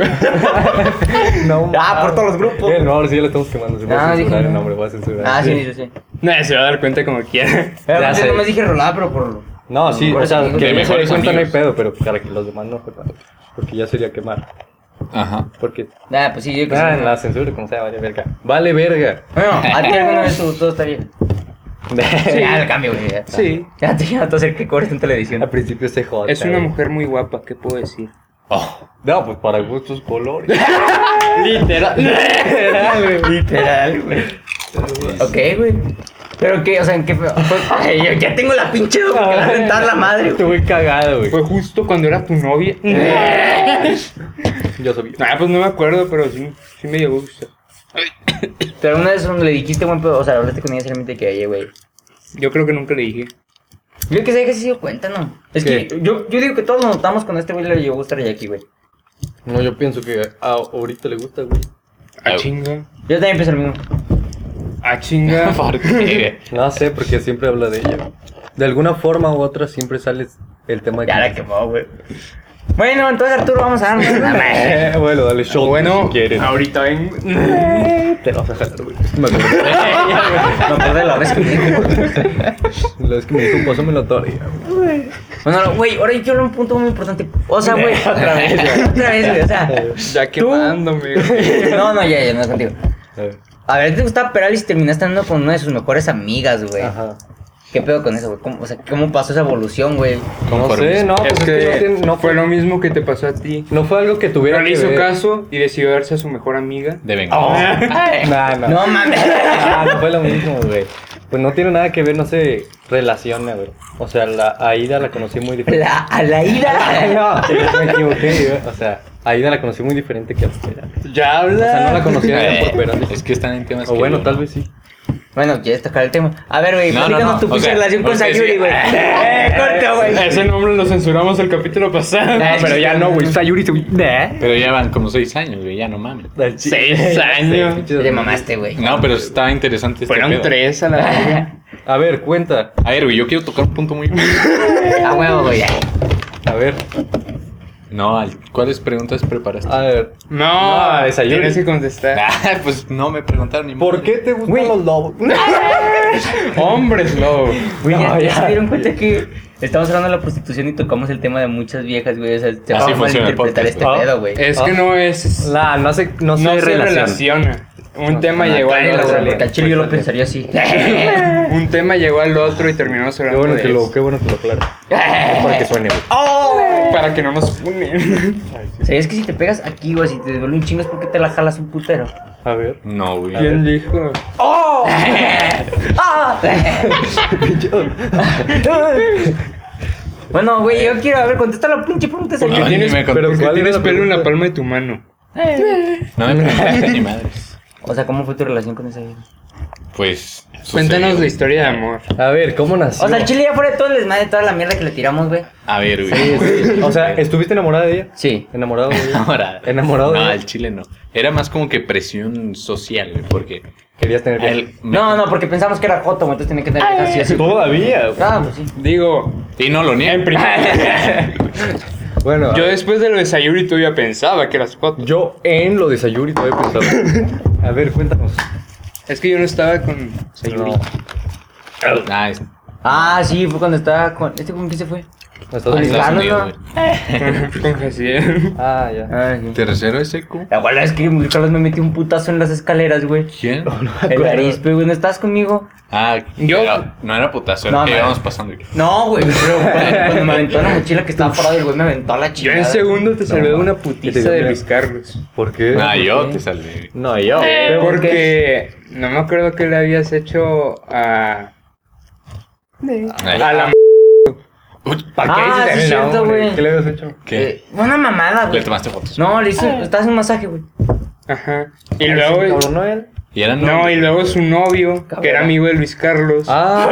Speaker 1: No,
Speaker 4: Ah, por todos los grupos.
Speaker 1: Eh, no, ahora sí ya lo estamos quemando. Se puede
Speaker 4: Ah,
Speaker 1: censurar
Speaker 4: dije-
Speaker 1: el nombre, voy a censurar.
Speaker 4: Ah, sí, sí, sí.
Speaker 3: Nadie se va a dar cuenta como quiera.
Speaker 4: Pero
Speaker 1: Ya
Speaker 4: antes
Speaker 1: sé.
Speaker 4: no me dije rolada, pero por.
Speaker 1: No, sí,
Speaker 4: Por
Speaker 1: o sea,
Speaker 4: eso
Speaker 1: que
Speaker 2: de
Speaker 1: me se dé
Speaker 2: mejores
Speaker 1: cuenta no hay
Speaker 2: amigos.
Speaker 1: pedo, pero para que los demás no, ¿verdad? porque ya sería quemar.
Speaker 2: Ajá.
Speaker 1: Porque,
Speaker 4: Nah, pues sí, yo que
Speaker 1: ah,
Speaker 4: sí.
Speaker 1: en la censura, como sea, vale verga. Vale verga.
Speaker 4: Bueno, a ti alguna vez te gustó esta vieja. Ya, el cambio, güey. ya.
Speaker 3: Sí.
Speaker 4: Ya te ya no te hacer que corres en televisión.
Speaker 1: Al principio se jode.
Speaker 3: Es una mujer muy guapa, ¿qué puedo decir?
Speaker 2: Oh.
Speaker 1: No, pues para gustos colores.
Speaker 4: Literal, güey. Literal, güey.
Speaker 1: pues,
Speaker 4: Ok, güey. Pero qué, o sea, en qué fue. fue- Ay, yo ya tengo la pinche duda porque va a sentar la madre, güey.
Speaker 1: Estuve cagado, güey.
Speaker 3: Fue justo cuando era tu novia. Eh.
Speaker 1: Yo soy.
Speaker 3: Ah, pues no me acuerdo, pero sí, sí me llegó a gustar.
Speaker 4: Pero alguna vez un- le dijiste, buen pedo, o sea, hablaste con ella seriamente que, oye, güey.
Speaker 3: Yo creo que nunca le dije.
Speaker 4: Yo que sé que se dio cuenta, ¿no? Es
Speaker 1: ¿Qué?
Speaker 4: que yo, yo digo que todos nos notamos con este güey le llegó a gustar a Jackie, güey.
Speaker 1: No, yo pienso que a- ahorita le gusta, güey.
Speaker 3: A
Speaker 2: Au.
Speaker 3: Ah, chinga.
Speaker 4: Yo también pienso lo mismo.
Speaker 3: A chinga.
Speaker 2: ¿Por qué?
Speaker 1: No sé, porque siempre habla de ella. De alguna forma u otra siempre sale el tema de
Speaker 4: Ya la quemó, güey. Bueno, entonces Arturo, vamos a darnos.
Speaker 1: Eh, bueno, dale show.
Speaker 3: Bueno,
Speaker 1: si quieres.
Speaker 3: ahorita ven.
Speaker 1: Te vas a jalar, güey. Me acuerdo.
Speaker 4: Me acordé de la vez que me dijo.
Speaker 1: La vez que me dijo, pásame la tarea, güey.
Speaker 4: Bueno, no, güey, ahora yo quiero hablar de un punto muy importante. O sea, güey. Otra vez, güey. Otra vez, güey. O sea.
Speaker 3: Ya quemándome.
Speaker 4: No, no, ya, ya, no es contigo.
Speaker 1: A ver.
Speaker 4: A ver, te gustaba Perales y terminaste andando con una de sus mejores amigas, güey.
Speaker 1: Ajá.
Speaker 4: ¿Qué pedo con eso, güey? ¿Cómo, o sea, ¿cómo pasó esa evolución, güey?
Speaker 1: No sé, no, pues
Speaker 3: Es
Speaker 1: es que no,
Speaker 3: que
Speaker 1: tiene- no
Speaker 3: Este, fue
Speaker 1: fue,
Speaker 3: lo mismo que te pasó a ti.
Speaker 1: no fue algo que tuviera
Speaker 3: Pero le
Speaker 1: que
Speaker 3: hizo
Speaker 1: ver.
Speaker 3: caso y decidió darse a su mejor amiga.
Speaker 2: De
Speaker 4: Oh.
Speaker 2: venganza.
Speaker 1: Nah, nah.
Speaker 4: No mames.
Speaker 1: Ah, no fue lo mismo, güey. Pues no tiene nada que ver, no se relaciona, güey. O sea, la Aida la conocí muy diferente.
Speaker 4: La, a la ida.
Speaker 1: No, me equivoqué, güey. O sea, Aida la conocí muy diferente que a Pera.
Speaker 2: Ya habla.
Speaker 1: O sea, no la conocía ella por Perales.
Speaker 2: Eh, Es que están en temas
Speaker 1: O
Speaker 2: que
Speaker 1: bueno,
Speaker 2: yo
Speaker 1: tal
Speaker 2: no.
Speaker 1: vez sí.
Speaker 4: Bueno, quieres tocar el tema. A ver, güey,
Speaker 2: No, no,
Speaker 4: platícanos
Speaker 2: no,
Speaker 4: tu
Speaker 2: o
Speaker 4: pinche
Speaker 2: sea,
Speaker 4: relación con
Speaker 2: porque sí.
Speaker 4: Sayuri, güey. Eh, corto, güey.
Speaker 3: Ese nombre lo censuramos el capítulo pasado.
Speaker 4: Ah,
Speaker 1: Pero ya no, güey. Está Yuri. tú- ¿Eh?
Speaker 2: Pero ya van como seis años, güey, ya no mames.
Speaker 3: Seis años.
Speaker 4: Te mamaste, güey.
Speaker 2: No, pero estaba interesante este
Speaker 3: Fueron
Speaker 2: pedo.
Speaker 3: tres a la verga.
Speaker 1: A ver, cuenta.
Speaker 2: A ver, güey, yo quiero tocar un punto muy...
Speaker 4: A huevo, güey.
Speaker 1: A ver.
Speaker 2: No, al- ¿cuáles preguntas preparaste?
Speaker 1: A ver.
Speaker 3: No,
Speaker 1: No, esa yo-
Speaker 3: tienes que contestar.
Speaker 2: Ah, pues no me preguntaron ni
Speaker 1: ¿Por
Speaker 2: madre.
Speaker 1: qué te gustan
Speaker 4: Güey.
Speaker 1: los lobos?
Speaker 3: Hombres lobo.
Speaker 4: Güey, ya,
Speaker 1: No,
Speaker 4: ya
Speaker 1: ya.
Speaker 4: se dieron cuenta que estamos hablando de la prostitución y tocamos el tema de muchas viejas, güey. O sea, se va
Speaker 2: Así
Speaker 4: a
Speaker 2: funciona el
Speaker 4: malinterpretar
Speaker 2: podcast, Ah. Eh,
Speaker 4: este
Speaker 1: ¿no?
Speaker 4: pedo, güey.
Speaker 3: Es que no es.
Speaker 1: Nah, no sé, no sé
Speaker 3: no se
Speaker 1: relación.
Speaker 3: relaciona. Un
Speaker 4: No,
Speaker 3: tema
Speaker 4: no,
Speaker 3: llegó
Speaker 4: trae
Speaker 3: al
Speaker 4: la
Speaker 3: otro.
Speaker 4: Porque al chile yo lo
Speaker 2: Pues,
Speaker 4: pensaría así.
Speaker 2: eh.
Speaker 3: Un tema llegó al otro y terminó
Speaker 1: Qué
Speaker 3: hablando
Speaker 1: bueno
Speaker 3: de
Speaker 1: que lo,
Speaker 3: eso.
Speaker 1: qué bueno que lo aclaras.
Speaker 4: Eh.
Speaker 1: Para que suene, güey.
Speaker 3: Para que no nos funen.
Speaker 4: ¿Sabías que si te pegas aquí, güey, si te duele un chingo es porque te la jalas un putero?
Speaker 1: A ver.
Speaker 2: No, güey.
Speaker 3: ¿Quién dijo?
Speaker 4: Bueno, güey, yo quiero, a ver, contesta la pinche pregunta. esa
Speaker 2: Porque
Speaker 4: mierda.
Speaker 2: tiene-
Speaker 3: Tienes,
Speaker 2: me
Speaker 1: contesté.
Speaker 3: pero porque
Speaker 1: ¿Cuál era
Speaker 3: tienes
Speaker 1: la
Speaker 3: pelo en la
Speaker 1: pregunta?
Speaker 3: palma de tu mano.
Speaker 2: No me preguntaste ni madres.
Speaker 4: O sea, ¿cómo fue tu relación con esa vieja?
Speaker 2: Pues... sucedió.
Speaker 3: Cuéntanos la historia de amor.
Speaker 1: A ver, ¿cómo nació?
Speaker 4: O sea, el chile ya fuera de todo el desmadre, toda la mierda que le tiramos, güey.
Speaker 2: A ver, güey.
Speaker 1: O sea, ¿estuviste enamorada de ella?
Speaker 4: Sí.
Speaker 1: Enamorado de ella.
Speaker 2: Ahora-
Speaker 1: Enamorado de
Speaker 2: No,
Speaker 1: ella.
Speaker 2: al chile no. Era más como que presión social, güey, porque...
Speaker 1: Querías tener
Speaker 2: a él-
Speaker 4: No, no, porque pensamos que era joto, güey, entonces tenía que tener así, así.
Speaker 1: Todavía, güey.
Speaker 4: Ah, pues sí.
Speaker 3: Digo,
Speaker 2: Y no lo
Speaker 3: en
Speaker 2: niego.
Speaker 3: primer
Speaker 1: Bueno,
Speaker 3: Yo después de lo de Sayuri todavía pensaba que eras foto.
Speaker 1: yo en lo de Sayuri todavía pensaba. A ver, cuéntanos.
Speaker 3: Es que yo no estaba con Sayuri.
Speaker 1: No.
Speaker 2: Ah, es-
Speaker 4: Ah, sí, fue cuando estaba con. ¿Este con quién se fue?
Speaker 1: ¿A Estados
Speaker 4: Ay,
Speaker 1: Unidos?
Speaker 4: Claro,
Speaker 2: Estados Unidos,
Speaker 4: no.
Speaker 2: güey.
Speaker 3: con Jaciel.
Speaker 1: Ah, ya.
Speaker 4: Ah, sí.
Speaker 2: Tercero es Ecu.
Speaker 4: La verdad es que Carlos me metió un putazo en las escaleras, güey.
Speaker 2: ¿Quién?
Speaker 4: El arispe, güey, ¿no estás conmigo?
Speaker 2: Ah,
Speaker 3: Yo-
Speaker 2: pero no era putazo, era
Speaker 4: No,
Speaker 2: que
Speaker 4: no.
Speaker 2: íbamos pasando.
Speaker 4: No, güey, pero cuando, cuando me aventó la mochila que estaba parada, el güey me aventó la
Speaker 3: Yo
Speaker 4: chingada.
Speaker 3: en segundo te salvé de una
Speaker 1: Que te
Speaker 3: putiza
Speaker 1: dio
Speaker 3: de
Speaker 1: miedo.
Speaker 3: Luis Carlos.
Speaker 1: ¿Por qué?
Speaker 2: Ah, yo
Speaker 4: qué?
Speaker 2: te salvé.
Speaker 1: No, yo.
Speaker 4: Eh, ¿por
Speaker 3: Porque no me acuerdo qué le habías hecho a.
Speaker 2: Ay,
Speaker 3: A la.
Speaker 2: uy,
Speaker 1: ¿Para qué
Speaker 4: Ah,
Speaker 1: dices
Speaker 4: sí,
Speaker 1: el
Speaker 4: cierto,
Speaker 1: nombre?
Speaker 4: güey.
Speaker 1: ¿Qué le habías hecho?
Speaker 2: ¿Qué?
Speaker 4: Eh, Una mamada,
Speaker 2: Le
Speaker 4: güey.
Speaker 2: tomaste fotos.
Speaker 4: No, le hice, estás en un masaje, güey.
Speaker 3: Ajá. Y
Speaker 1: ¿Ese
Speaker 3: luego.
Speaker 1: cabrón no él?
Speaker 2: Y eran
Speaker 3: No, y luego su novio, que era amigo de Luis Carlos.
Speaker 1: Ah,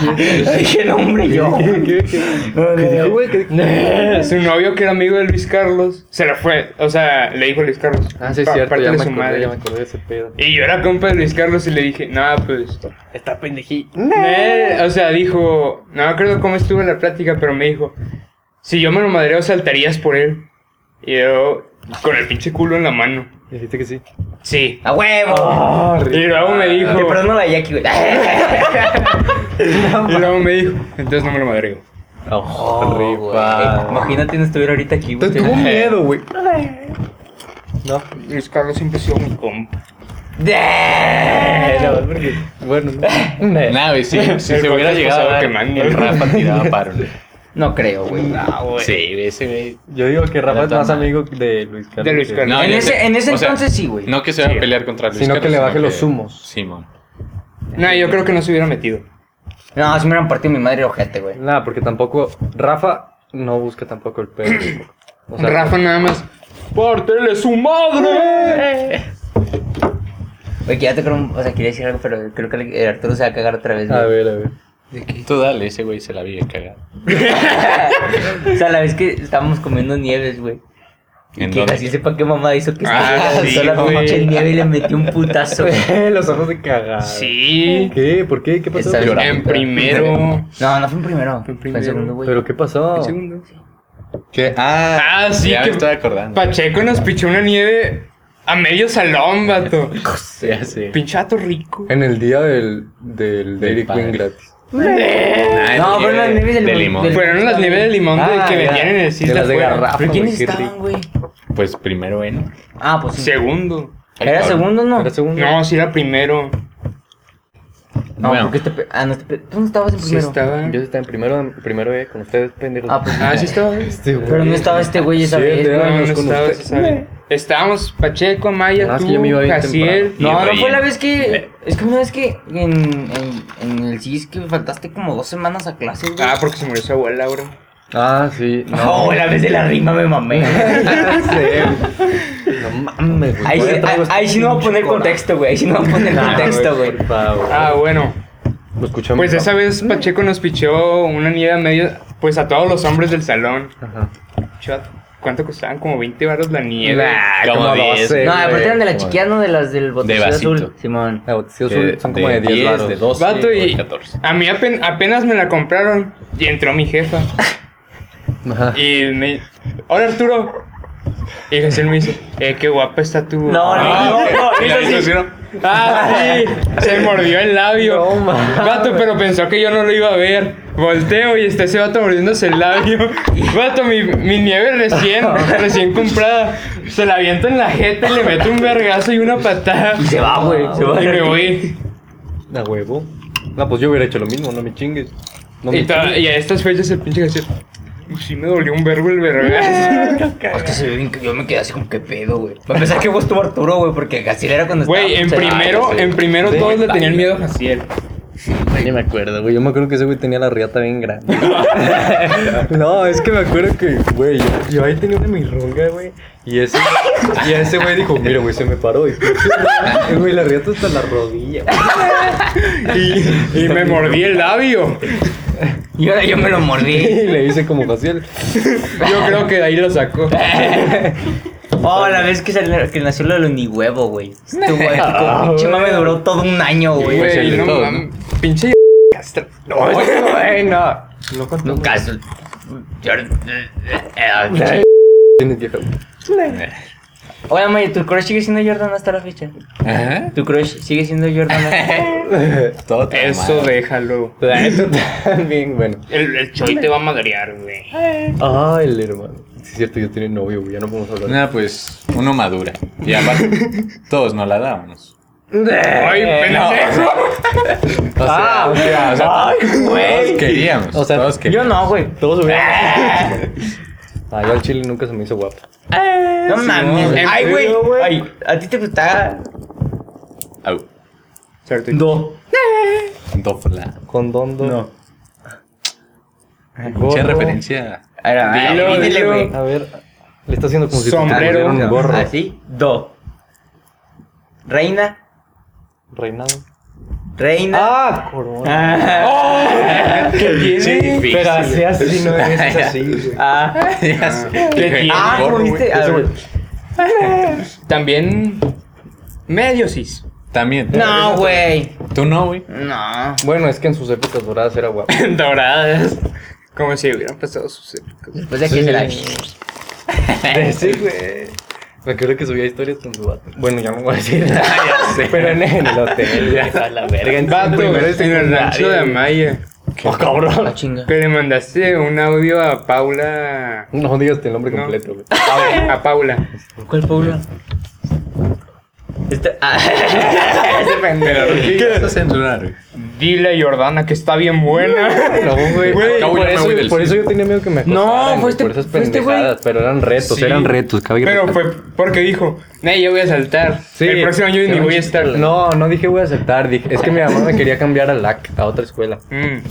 Speaker 4: Dije, no, hombre, yo.
Speaker 1: ¿qué, qué, qué? ¿Qué dijo, güey? ¿Qué dijo?
Speaker 3: Su novio, que era amigo de Luis Carlos, se le fue. O sea, le dijo a Luis Carlos.
Speaker 1: Ah, sí, es
Speaker 3: "Pa-
Speaker 1: cierto,
Speaker 3: pártele
Speaker 1: ya me,
Speaker 3: su
Speaker 1: acordé,
Speaker 3: madre.
Speaker 1: ya me acordé de ese pedo.
Speaker 3: Y yo era compa de Luis Carlos y le dije, no, pues.
Speaker 1: Está pendejito.
Speaker 3: eh", O sea, dijo, no me acuerdo cómo estuvo la plática, pero me dijo, si yo me lo madreo, saltarías por él. Y yo, con el pinche culo en la mano.
Speaker 1: Dijiste que sí.
Speaker 3: Sí.
Speaker 4: ¡A huevo!
Speaker 1: Ah.
Speaker 3: Y luego me dijo,
Speaker 4: Te perdono la Jackie, güey.
Speaker 3: y luego me dijo, entonces no me lo madreo.
Speaker 1: Oh,
Speaker 4: Güey, Eh, Imagínate no estuviera ahorita aquí,
Speaker 1: Te
Speaker 4: güey.
Speaker 1: tuvo miedo, güey. No.
Speaker 3: Luis Carlos siempre ha sido mi compa.
Speaker 4: De-
Speaker 1: No, porque, bueno, no.
Speaker 2: Nada, güey, sí, si
Speaker 3: El
Speaker 2: se hubiera
Speaker 3: podcast
Speaker 2: llegado a
Speaker 3: pasado
Speaker 2: dar,
Speaker 3: que mande.
Speaker 2: el Rafa tiraba paro, güey.
Speaker 4: No creo, güey.
Speaker 2: Sí, güey, ese güey.
Speaker 1: Yo digo que Rafa
Speaker 2: Era
Speaker 1: es más
Speaker 2: tan-
Speaker 1: amigo de Luis Carlos.
Speaker 3: De Luis
Speaker 1: que-
Speaker 3: Carlos. No,
Speaker 4: en,
Speaker 2: yo
Speaker 4: ese,
Speaker 2: sé.
Speaker 4: en ese
Speaker 2: O sea,
Speaker 4: entonces sí, güey.
Speaker 2: No que se va a pelear contra Luis
Speaker 1: Sino que
Speaker 2: Carlos,
Speaker 1: le baje los zumos.
Speaker 2: Simón.
Speaker 3: No, yo creo que no se hubiera metido.
Speaker 4: No, si me hubieran partido mi madre ojete, güey.
Speaker 1: Nada, porque tampoco. Rafa no busca tampoco el pedo. tampoco. O sea,
Speaker 3: Rafa nada más, ¡pártele su madre!
Speaker 4: Oye, que ya te creo, o sea, quería decir algo, pero creo que el- el Arturo se va a cagar otra vez,
Speaker 1: A
Speaker 4: güey.
Speaker 1: ver, a ver.
Speaker 2: Tú dale, ese güey se la había cagado.
Speaker 4: O sea, la vez que estábamos comiendo nieves, güey.
Speaker 2: ¿En
Speaker 4: Que
Speaker 2: dónde?
Speaker 4: así sepa qué mamá hizo que
Speaker 3: Ah,
Speaker 4: estuviera
Speaker 3: sí,
Speaker 4: sola
Speaker 3: güey.
Speaker 4: pinche nieve y le metió un putazo. güey.
Speaker 1: Los ojos de cagada.
Speaker 3: Sí.
Speaker 1: ¿Qué? ¿Por qué? ¿Qué pasó?
Speaker 4: Está bien.
Speaker 3: En primero.
Speaker 4: No, no fue un primero. Fue
Speaker 3: Fue un
Speaker 4: en segundo,
Speaker 3: primero.
Speaker 4: güey.
Speaker 1: ¿Pero qué pasó?
Speaker 3: Segundo.
Speaker 2: ¿Qué? Ah,
Speaker 3: Ah, sí,
Speaker 2: ya
Speaker 3: que-
Speaker 2: me estoy acordando.
Speaker 3: Pacheco nos pichó una nieve a medio salón, vato.
Speaker 2: Ya sé.
Speaker 3: Pinchato rico.
Speaker 1: En el día del, del Dairy Queen
Speaker 2: padre.
Speaker 1: gratis.
Speaker 4: No, fueron las nieves del
Speaker 2: eh, de
Speaker 4: mon-
Speaker 2: limón.
Speaker 4: del-
Speaker 3: Fueron las nieves de limón de
Speaker 1: Ah,
Speaker 3: que
Speaker 1: ya.
Speaker 3: vendían en el
Speaker 1: De
Speaker 3: Cisla
Speaker 1: las de
Speaker 3: afuera.
Speaker 1: garrafa.
Speaker 4: ¿Pero
Speaker 1: güey,
Speaker 4: quiénes
Speaker 1: qué
Speaker 4: estaban,
Speaker 1: rico.
Speaker 4: güey?
Speaker 2: Pues primero, ¿eh? ¿no?
Speaker 4: Ah, pues sí.
Speaker 3: Segundo.
Speaker 2: Ay,
Speaker 4: ¿Era
Speaker 2: cabrón.
Speaker 4: segundo no?
Speaker 1: ¿Era segundo?
Speaker 3: No, sí era primero.
Speaker 4: No,
Speaker 2: Bueno.
Speaker 4: porque este... pe- Ah, no, este... pe- ¿Tú no estabas en
Speaker 3: Sí
Speaker 4: primero?
Speaker 3: estaba.
Speaker 1: Yo estaba en primero, primero eh, con ustedes, pendejos.
Speaker 4: Ah, pues
Speaker 3: Ah, sí estaba.
Speaker 1: Este, güey.
Speaker 4: Pero no estaba este güey esa
Speaker 1: Siete
Speaker 4: vez, güey.
Speaker 3: No, no
Speaker 1: años con
Speaker 3: estaba,
Speaker 1: ustedes.
Speaker 3: ¿sabes? Estábamos Pacheco,
Speaker 1: Ah,
Speaker 3: Maya,
Speaker 1: es
Speaker 3: tú,
Speaker 1: que yo me iba bien
Speaker 3: Jaciel.
Speaker 2: temprano.
Speaker 4: No,
Speaker 2: Y
Speaker 4: no fue
Speaker 2: relleno.
Speaker 4: la vez que.
Speaker 2: Eh.
Speaker 4: Es que una vez que en, en, en el CIS que faltaste como dos semanas a clases, güey.
Speaker 3: Ah, porque se murió su abuela, bro.
Speaker 1: Ah, sí.
Speaker 4: no, la vez de la rima me mamé.
Speaker 1: No sé, güey. No mames, güey.
Speaker 4: Ahí, sí-
Speaker 1: Todavía traigo
Speaker 4: ahí-
Speaker 1: este
Speaker 4: ahí sí no va a poner
Speaker 1: pinche
Speaker 4: contexto, güey. Ahí sí no va a poner
Speaker 1: coraje.
Speaker 4: contexto, güey.
Speaker 1: Por favor.
Speaker 3: Ah, bueno.
Speaker 1: Lo escuchamos.
Speaker 3: Pues esa vez Pacheco nos pichó una nieve a medio, Pues a todos los hombres del salón.
Speaker 1: Ajá.
Speaker 3: Chato, ¿Cuánto costaban? Como 20 baros la nieve.
Speaker 2: Ah,
Speaker 1: Como
Speaker 2: como
Speaker 1: 10,
Speaker 2: 10.
Speaker 1: güey.
Speaker 4: No, aparte eran de la
Speaker 2: Como-
Speaker 4: chiquilla, no de las del botecillo
Speaker 2: vasito.
Speaker 4: azul. Simón.
Speaker 1: La botella azul son como de 10 baros.
Speaker 2: de 12,
Speaker 3: Vato,
Speaker 2: o de
Speaker 3: y-
Speaker 2: 14.
Speaker 3: A mí apen- apenas me la compraron y entró mi jefa.
Speaker 1: Ajá.
Speaker 3: Y me hola Arturo. Y Jesús me dice, eh, qué guapa está tu...
Speaker 4: No, no,
Speaker 3: Ah,
Speaker 4: no,
Speaker 3: ok. Y la discusión, Ah, sí, se mordió el labio.
Speaker 1: No, mames.
Speaker 3: vato, pero pensó que yo no lo iba a ver. Volteo y está ese vato mordiéndose el labio. Vato, mi, mi nieve recién, recién comprada. Se la aviento en la jeta y le meto un vergazo y una patada.
Speaker 4: Y se va, güey. Se va.
Speaker 3: Y me voy.
Speaker 1: A huevo. No, pues yo hubiera hecho lo mismo, no me chingues. No me
Speaker 3: y, toda- y a estas fechas el pinche Jesús... "Uy, Sí me dolió un verbo el vergazo.
Speaker 4: Hostia, se ve bien que yo me quedé así como que pedo, güey. Para empezar que vos estuvo Arturo, güey, porque Gaciel era cuando
Speaker 3: Güey, en
Speaker 4: estaba-
Speaker 3: primero, en primero
Speaker 4: Sí,
Speaker 3: todos le
Speaker 4: vale.
Speaker 3: tenían miedo a Jaciel.
Speaker 1: chingues. Ni me acuerdo, güey. Yo me acuerdo que ese güey tenía la riata bien grande. no, es que me acuerdo que, güey, yo, yo ahí tenía una mirronga, güey. Y ese, y ese güey dijo, mira, güey, se me paró. Y, güey, la riata hasta la rodilla.
Speaker 3: Y, y me mordí el labio.
Speaker 4: Y ahora yo me lo mordí.
Speaker 1: Y le hice como facial.
Speaker 3: Yo creo que de ahí lo sacó.
Speaker 4: Oh, la vez que, salió, que nació lo del unihuevo, güey. Este güey, como pinche mame duró todo un año, güey.
Speaker 2: Pues el
Speaker 3: Güey,
Speaker 2: de
Speaker 3: no
Speaker 2: todos,
Speaker 3: mames. Pinche castra.
Speaker 1: No, ese güey, no. No contamos.
Speaker 4: Nunca. su- yo- eh,
Speaker 1: Tienes vieja.
Speaker 2: Eh.
Speaker 4: Oye, Maya, tu crush sigue siendo Jordan hasta la fecha.
Speaker 2: Ajá.
Speaker 4: Tu crush sigue siendo Jordan hasta
Speaker 2: Todo
Speaker 3: Eso déjalo.
Speaker 1: Tú también, bueno.
Speaker 3: El, el Choy te va a madrear, güey.
Speaker 1: Ay, el hermano. Sí, es cierto, yo tenía novio, güey. Ya no podemos hablar.
Speaker 2: Nada, pues uno madura. Y aparte, todos no la dábamos.
Speaker 3: Ay, pendejo.
Speaker 2: O sea,
Speaker 1: Ah,
Speaker 2: o sea, o sea,
Speaker 4: Ay, güey.
Speaker 2: todos queríamos.
Speaker 1: O sea,
Speaker 2: todos
Speaker 4: Yo
Speaker 2: queríamos.
Speaker 4: no, güey.
Speaker 1: Todos hubiéramos. Ah, yo al chile nunca se me hizo guapo.
Speaker 4: No mames.
Speaker 3: ¿en
Speaker 4: Ay, güey.
Speaker 3: serio, güey?
Speaker 4: Ay, ¿a ti te gustaba?
Speaker 2: Au.
Speaker 3: Cierto.
Speaker 1: No.
Speaker 2: Dofla.
Speaker 1: Con dondo. No. Ah,
Speaker 2: Mucha referencia.
Speaker 4: A ver, a ver,
Speaker 3: Dilo,
Speaker 4: dile,
Speaker 3: dilo.
Speaker 4: güey.
Speaker 1: A ver, le está haciendo como
Speaker 3: Sombrero.
Speaker 1: si te pusiera un gorro.
Speaker 4: Así, do. Reina,
Speaker 1: Reinado.
Speaker 4: reina.
Speaker 1: Ah, corona.
Speaker 3: ¿Qué tiene?
Speaker 2: difícil.
Speaker 1: Pero así, así, no es así, güey.
Speaker 4: Ah,
Speaker 2: Ya sé.
Speaker 3: tiene?
Speaker 4: ah,
Speaker 2: Gorro, güey.
Speaker 4: ¿viste? A
Speaker 1: Ese
Speaker 4: ver.
Speaker 1: güey.
Speaker 3: También. Mediosis.
Speaker 2: También.
Speaker 4: No, güey.
Speaker 2: Tú no, güey.
Speaker 4: No.
Speaker 1: Bueno, es que en sus épocas doradas era guapo.
Speaker 3: Doradas. Como si hubieran pasado sus épocas.
Speaker 4: Pues aquí se la.
Speaker 1: Sí, güey. Me acuerdo que subía historias con su vato. Bueno, ya no voy a decir nada. Pero en, en el hotel, ya a la verga. en
Speaker 3: Vato,
Speaker 1: primero y
Speaker 3: en el rancho de
Speaker 1: secundaria.
Speaker 3: Amaya.
Speaker 1: Oh, cabrón.
Speaker 4: La chinga.
Speaker 3: Que le mandaste un audio a Paula.
Speaker 1: No digas el nombre
Speaker 3: No.
Speaker 1: completo, güey.
Speaker 3: A Paula.
Speaker 4: ¿Cuál Paula? Esta. Ah. Ese pendejo.
Speaker 2: ¿Qué vas a censurar, güey?
Speaker 3: Dile a Jordana que está bien buena.
Speaker 1: No, güey.
Speaker 3: Güey,
Speaker 2: Cabo, ya
Speaker 1: por,
Speaker 2: me
Speaker 1: eso,
Speaker 2: voy del
Speaker 1: por
Speaker 2: cine.
Speaker 1: eso yo tenía miedo que me
Speaker 4: No,
Speaker 1: acosaran, güey,
Speaker 4: fue este-
Speaker 1: por esas
Speaker 4: fue este güey.
Speaker 1: pendejadas, pero eran retos,
Speaker 3: Sí.
Speaker 1: eran retos, cabe
Speaker 3: Pero
Speaker 1: recalcar.
Speaker 3: fue porque dijo, "Ney, yo voy a saltar.
Speaker 1: Sí.
Speaker 3: El próximo año ni voy a estar.
Speaker 1: No, no dije voy a aceptar, dije, es que mi mamá me quería cambiar a LAC, a otra escuela.
Speaker 3: Mm.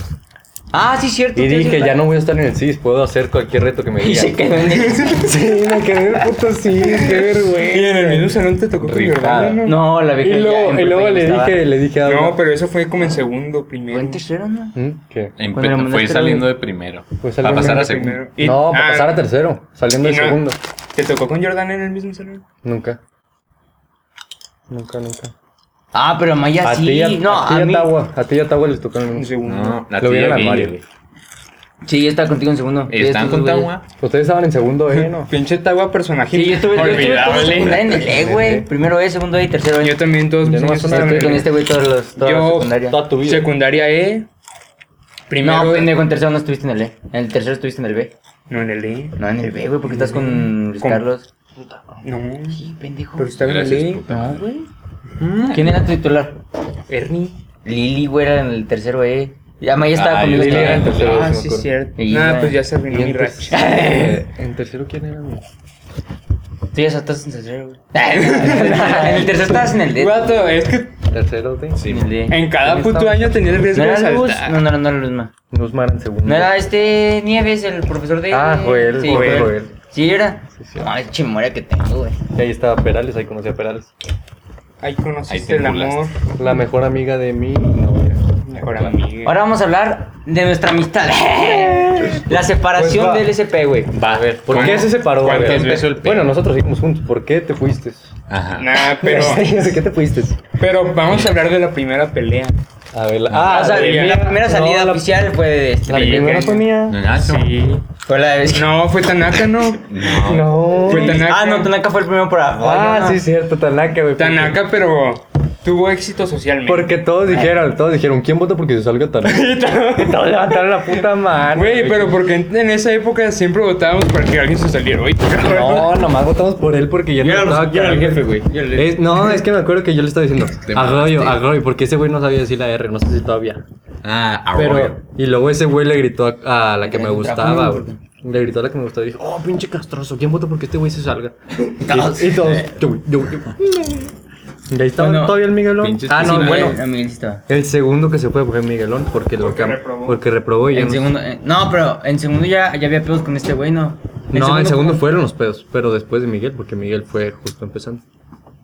Speaker 4: Ah, sí, cierto.
Speaker 1: Y
Speaker 4: te
Speaker 1: dije,
Speaker 4: decía-
Speaker 1: ya no voy a estar en el CIS, puedo hacer cualquier reto que me
Speaker 4: Y se
Speaker 1: digan.
Speaker 4: quedó en el.
Speaker 1: Sí, me quedé en el puto CIS, qué
Speaker 3: Y en el menú salón te tocó con
Speaker 1: Rifada.
Speaker 3: Jordana, ¿no?
Speaker 4: No, la vieja.
Speaker 1: Y luego,
Speaker 4: ya,
Speaker 1: y luego le
Speaker 4: estaba-
Speaker 1: dije, le dije a
Speaker 3: No,
Speaker 1: Aura,
Speaker 3: pero eso fue como en segundo,
Speaker 4: ¿Fue en
Speaker 3: primero.
Speaker 4: tercero, no?
Speaker 1: ¿Mm? ¿Qué?
Speaker 2: En-
Speaker 4: Cuando le mandaste
Speaker 2: Fue
Speaker 4: el-
Speaker 2: saliendo de primero.
Speaker 1: Fue
Speaker 2: a
Speaker 1: saliendo
Speaker 2: pasar
Speaker 1: de
Speaker 2: a segundo.
Speaker 3: Primero. Y-
Speaker 1: no, para
Speaker 3: ah,
Speaker 1: pasar a tercero, saliendo
Speaker 3: y
Speaker 1: del
Speaker 3: no-
Speaker 1: segundo.
Speaker 3: ¿Te tocó con Jordana en el mismo salón?
Speaker 1: Nunca. Nunca, nunca.
Speaker 4: Ah, pero Maya
Speaker 1: A ti y
Speaker 4: sí.
Speaker 1: a,
Speaker 4: No,
Speaker 1: a ti y
Speaker 4: a
Speaker 1: a
Speaker 4: mí.
Speaker 1: Tawa, a ti y a Tawa les tocó el
Speaker 3: En
Speaker 1: mismo.
Speaker 3: segundo.
Speaker 2: No, la
Speaker 1: Lo vieron
Speaker 2: tía
Speaker 1: al
Speaker 2: Billy,
Speaker 1: Mario.
Speaker 2: güey.
Speaker 4: Sí, yo estaba contigo en segundo. Este, Sí,
Speaker 2: ¿Están
Speaker 4: estos
Speaker 2: con
Speaker 4: dos güeyes.
Speaker 2: Tagua?
Speaker 1: Ustedes estaban en segundo E, ¿no?
Speaker 3: Pinche Tagua personaje.
Speaker 4: Sí, yo estuve, yo estuve toda la secundaria
Speaker 3: Olvidable.
Speaker 4: en el E, güey. Primero E, segundo E y tercero E.
Speaker 3: Yo también todos mis
Speaker 1: nomás
Speaker 3: años
Speaker 1: una
Speaker 3: estaban
Speaker 4: Estuve
Speaker 3: en
Speaker 4: con
Speaker 3: el- E.
Speaker 4: este güey todos los, toda la
Speaker 3: Yo
Speaker 4: secundaria.
Speaker 1: toda tu vida.
Speaker 3: secundaria E. Primero E.
Speaker 4: No, pendejo, en tercero no estuviste en el E. En el tercero estuviste en el B.
Speaker 3: No, en el E.
Speaker 4: No, en el B, güey, porque estás con Luis
Speaker 3: Con-
Speaker 4: Carlos.
Speaker 3: No.
Speaker 4: Sí, pendejo.
Speaker 3: Pero estaba en el
Speaker 2: Gracias,
Speaker 3: E. Mm,
Speaker 2: puta.
Speaker 4: No, güey. ¿Quién era tu titular?
Speaker 3: Ernie.
Speaker 4: Lili, güey, era en el tercero E. Ya Maya estaba
Speaker 2: Ah,
Speaker 4: conmigo.
Speaker 1: Lili
Speaker 4: en
Speaker 1: era
Speaker 4: el
Speaker 1: en
Speaker 4: E.
Speaker 1: tercero. sí
Speaker 3: Ah,
Speaker 1: me
Speaker 3: sí,
Speaker 1: acuerdo.
Speaker 3: cierto.
Speaker 4: Y
Speaker 3: Nada,
Speaker 4: ya.
Speaker 3: pues ya se arruinó
Speaker 1: Y
Speaker 3: mi
Speaker 1: en tercero-
Speaker 3: racha.
Speaker 1: ¿En tercero quién era, güey?
Speaker 4: Tú ya saltaste en tercero, güey. en el tercero estabas en el D.
Speaker 3: Guato, es que
Speaker 1: Tercero, de
Speaker 2: Sí,
Speaker 4: En el D.
Speaker 3: en cada puto año tenía el
Speaker 4: ¿No
Speaker 3: riesgo de
Speaker 4: era Luz?
Speaker 3: saltar.
Speaker 4: No, no, no, no, Luz, no.
Speaker 1: Guzmán en segundo.
Speaker 4: No era este Nieves, el profesor de.
Speaker 1: Ah, Joel,
Speaker 4: Sí,
Speaker 1: Joel,
Speaker 4: Joel.
Speaker 1: Joel.
Speaker 4: Sí, era.
Speaker 1: Sí, sí.
Speaker 4: No, es chimora que tengo, güey.
Speaker 1: Y ahí estaba Perales, ahí conocí a Perales.
Speaker 3: Ahí
Speaker 2: Ahí
Speaker 3: conociste
Speaker 2: te
Speaker 3: el amor.
Speaker 2: burlaste.
Speaker 1: La mejor amiga de mi novia.
Speaker 3: Mejor amiga.
Speaker 4: Ahora vamos a hablar de nuestra amistad. La separación
Speaker 1: Pues va.
Speaker 4: del SP, güey.
Speaker 2: Va, a ver,
Speaker 1: ¿Por
Speaker 2: ¿cómo?
Speaker 1: qué se separó? güey?
Speaker 2: ¿Cuántas veces el pe-
Speaker 1: Bueno, nosotros seguimos juntos. ¿Por qué te fuiste?
Speaker 2: Ajá.
Speaker 3: Nah, pero,
Speaker 1: ¿De qué te fuiste?
Speaker 3: pero vamos a hablar de la primera pelea.
Speaker 1: A ver, la-
Speaker 4: Ah, o sea,
Speaker 3: de-
Speaker 4: la primera
Speaker 1: no,
Speaker 4: salida
Speaker 1: la-
Speaker 4: oficial fue de este.
Speaker 1: La
Speaker 3: Sí,
Speaker 1: primera
Speaker 3: güey.
Speaker 1: fue mía.
Speaker 2: Nonazo.
Speaker 3: Sí.
Speaker 4: Fue la de.
Speaker 3: No, fue Tanaka, ¿no?
Speaker 2: No.
Speaker 1: No.
Speaker 3: Fue Tanaka.
Speaker 4: Ah, no, Tanaka fue el primero por abajo.
Speaker 1: Ah,
Speaker 4: no.
Speaker 1: sí, cierto, Tanaka, güey. porque-
Speaker 3: Tanaka, pero tuvo éxito socialmente.
Speaker 1: Porque todos dijeron, todos dijeron, ¿quién vota porque se salga Tanaka? Y todos levantaron la puta mano.
Speaker 3: Güey, pero porque en, en esa época siempre votábamos para que alguien se saliera. Oye,
Speaker 1: No, nomás votamos por él porque ya
Speaker 3: Yo era
Speaker 1: no
Speaker 3: los-
Speaker 1: estaba
Speaker 3: yo era el
Speaker 1: cagando.
Speaker 3: jefe, güey. Yo era el-
Speaker 1: Es- No, es que me acuerdo que yo le estaba diciendo
Speaker 2: Te
Speaker 1: Arroyo,
Speaker 2: mamaste.
Speaker 1: Arroyo, porque ese güey no sabía decir la R, no sé si todavía.
Speaker 2: Ah,
Speaker 1: Pero,
Speaker 2: Arroyo.
Speaker 1: y luego ese güey le gritó a, a la que me
Speaker 4: Trapo,
Speaker 1: gustaba,
Speaker 4: no
Speaker 1: güey. Le gritó a la que me gustaba y dijo, oh, pinche castroso, ¿quién vota porque este güey se salga?
Speaker 4: Todos.
Speaker 1: Y, y todos, yo, yo, yo. Y ahí estaba
Speaker 4: Bueno,
Speaker 1: todavía el Miguelón.
Speaker 2: pinches
Speaker 1: Ah, no,
Speaker 2: piscinas.
Speaker 1: bueno.
Speaker 4: A mí listo.
Speaker 1: El segundo que se fue fue Miguelón porque, lo
Speaker 3: Porque
Speaker 1: cam-
Speaker 3: reprobó.
Speaker 1: Porque reprobó y ya
Speaker 4: En
Speaker 1: no-
Speaker 4: segundo, eh, no, pero en segundo ya, ya había pedos con este güey, ¿no?
Speaker 1: No, en segundo fueron los pedos, pero después de Miguel, porque Miguel fue justo empezando.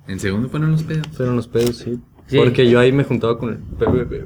Speaker 2: En segundo fueron los pedos.
Speaker 1: Fueron los pedos, sí.
Speaker 4: Sí.
Speaker 1: Porque yo ahí me juntaba con el PPP.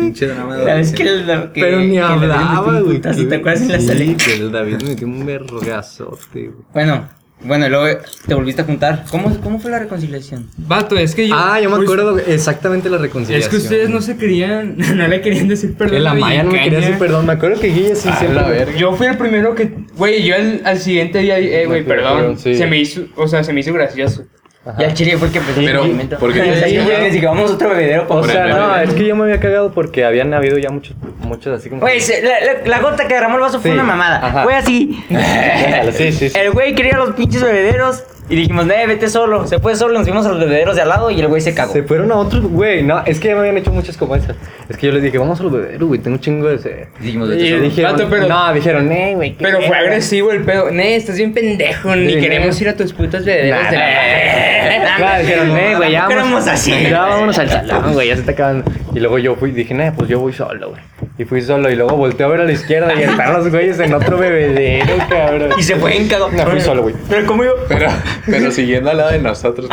Speaker 2: Pinche drama de
Speaker 4: La vez que,
Speaker 2: adolescente.
Speaker 4: el- que
Speaker 1: Pero ni
Speaker 4: que el David metió
Speaker 1: hablaba,
Speaker 4: un
Speaker 1: güey.
Speaker 4: putazo,
Speaker 1: qué
Speaker 4: ¿Te acuerdas en la
Speaker 1: sí,
Speaker 4: salida?
Speaker 1: que El David me metió un vergazote, güey.
Speaker 4: Bueno, bueno, y luego te volviste a juntar. ¿Cómo, cómo fue la reconciliación?
Speaker 3: Vato, es que yo.
Speaker 1: Ah, yo me
Speaker 3: pues,
Speaker 1: acuerdo exactamente la
Speaker 3: Es
Speaker 1: reconciliación.
Speaker 3: que ustedes no se querían, no le querían decir perdón.
Speaker 1: En la
Speaker 3: a
Speaker 1: Maya no me quería
Speaker 3: Villicaña.
Speaker 1: decir perdón. Me acuerdo que Guille sí siempre.
Speaker 3: Yo fui el primero que, güey, yo al, al siguiente día, eh, güey,
Speaker 1: Me fui,
Speaker 3: perdón,
Speaker 1: perdón, sí.
Speaker 3: se me hizo, o sea, se me hizo gracioso.
Speaker 1: Ajá.
Speaker 4: Ya el chile fue el que empezó
Speaker 2: Pero,
Speaker 4: el movimiento.
Speaker 2: ¿por qué
Speaker 4: O sea,
Speaker 2: te
Speaker 4: yo
Speaker 2: habías
Speaker 4: les dije, vamos a otro bebedero para
Speaker 1: O sea,
Speaker 2: Por
Speaker 1: no,
Speaker 2: ejemplo.
Speaker 1: es que yo me había cagado porque habían habido ya muchos, muchos así como.
Speaker 4: Güey, se- la, la- la gota que derramó el vaso fue
Speaker 1: Sí,
Speaker 4: una mamada.
Speaker 1: ajá.
Speaker 4: Fue así.
Speaker 1: sí, sí, sí.
Speaker 4: El güey quería los pinches bebederos y dijimos, "Nee, vete solo." Se fue solo, nos fuimos a los bebederos de al lado y el güey se cagó.
Speaker 1: Se fueron a otros, güey, no, es que ya me habían hecho muchas como esas. Es que yo les dije, vamos a los bebederos, güey, tengo un chingo de sed.
Speaker 4: Dijimos,
Speaker 1: Y
Speaker 4: "Vete solo."
Speaker 1: dijeron,
Speaker 3: Vato, pero-
Speaker 1: no, dijeron, eh, güey, qué
Speaker 3: Pero fue
Speaker 1: verga".
Speaker 3: agresivo el pedo. Ne, estás bien pendejo, ni
Speaker 1: Sí, ne.
Speaker 3: queremos ir a tus putas bebederos
Speaker 1: Nah,
Speaker 3: de
Speaker 4: nah,
Speaker 1: Claro, dijeron, eh, güey, ya
Speaker 4: ¿Qué
Speaker 1: vamos.
Speaker 4: éramos así?
Speaker 1: Ya vámonos al salón, güey, ya se está acabando. Y luego yo fui, dije, nah, pues yo voy solo, güey. Y fui solo, y luego volteé a ver a la izquierda y están los güeyes en otro bebedero, cabrón.
Speaker 4: Y se fue en cagó.
Speaker 1: No, fui solo, güey.
Speaker 4: Pero cómo iba?
Speaker 2: Pero, pero siguiendo al lado de nosotros.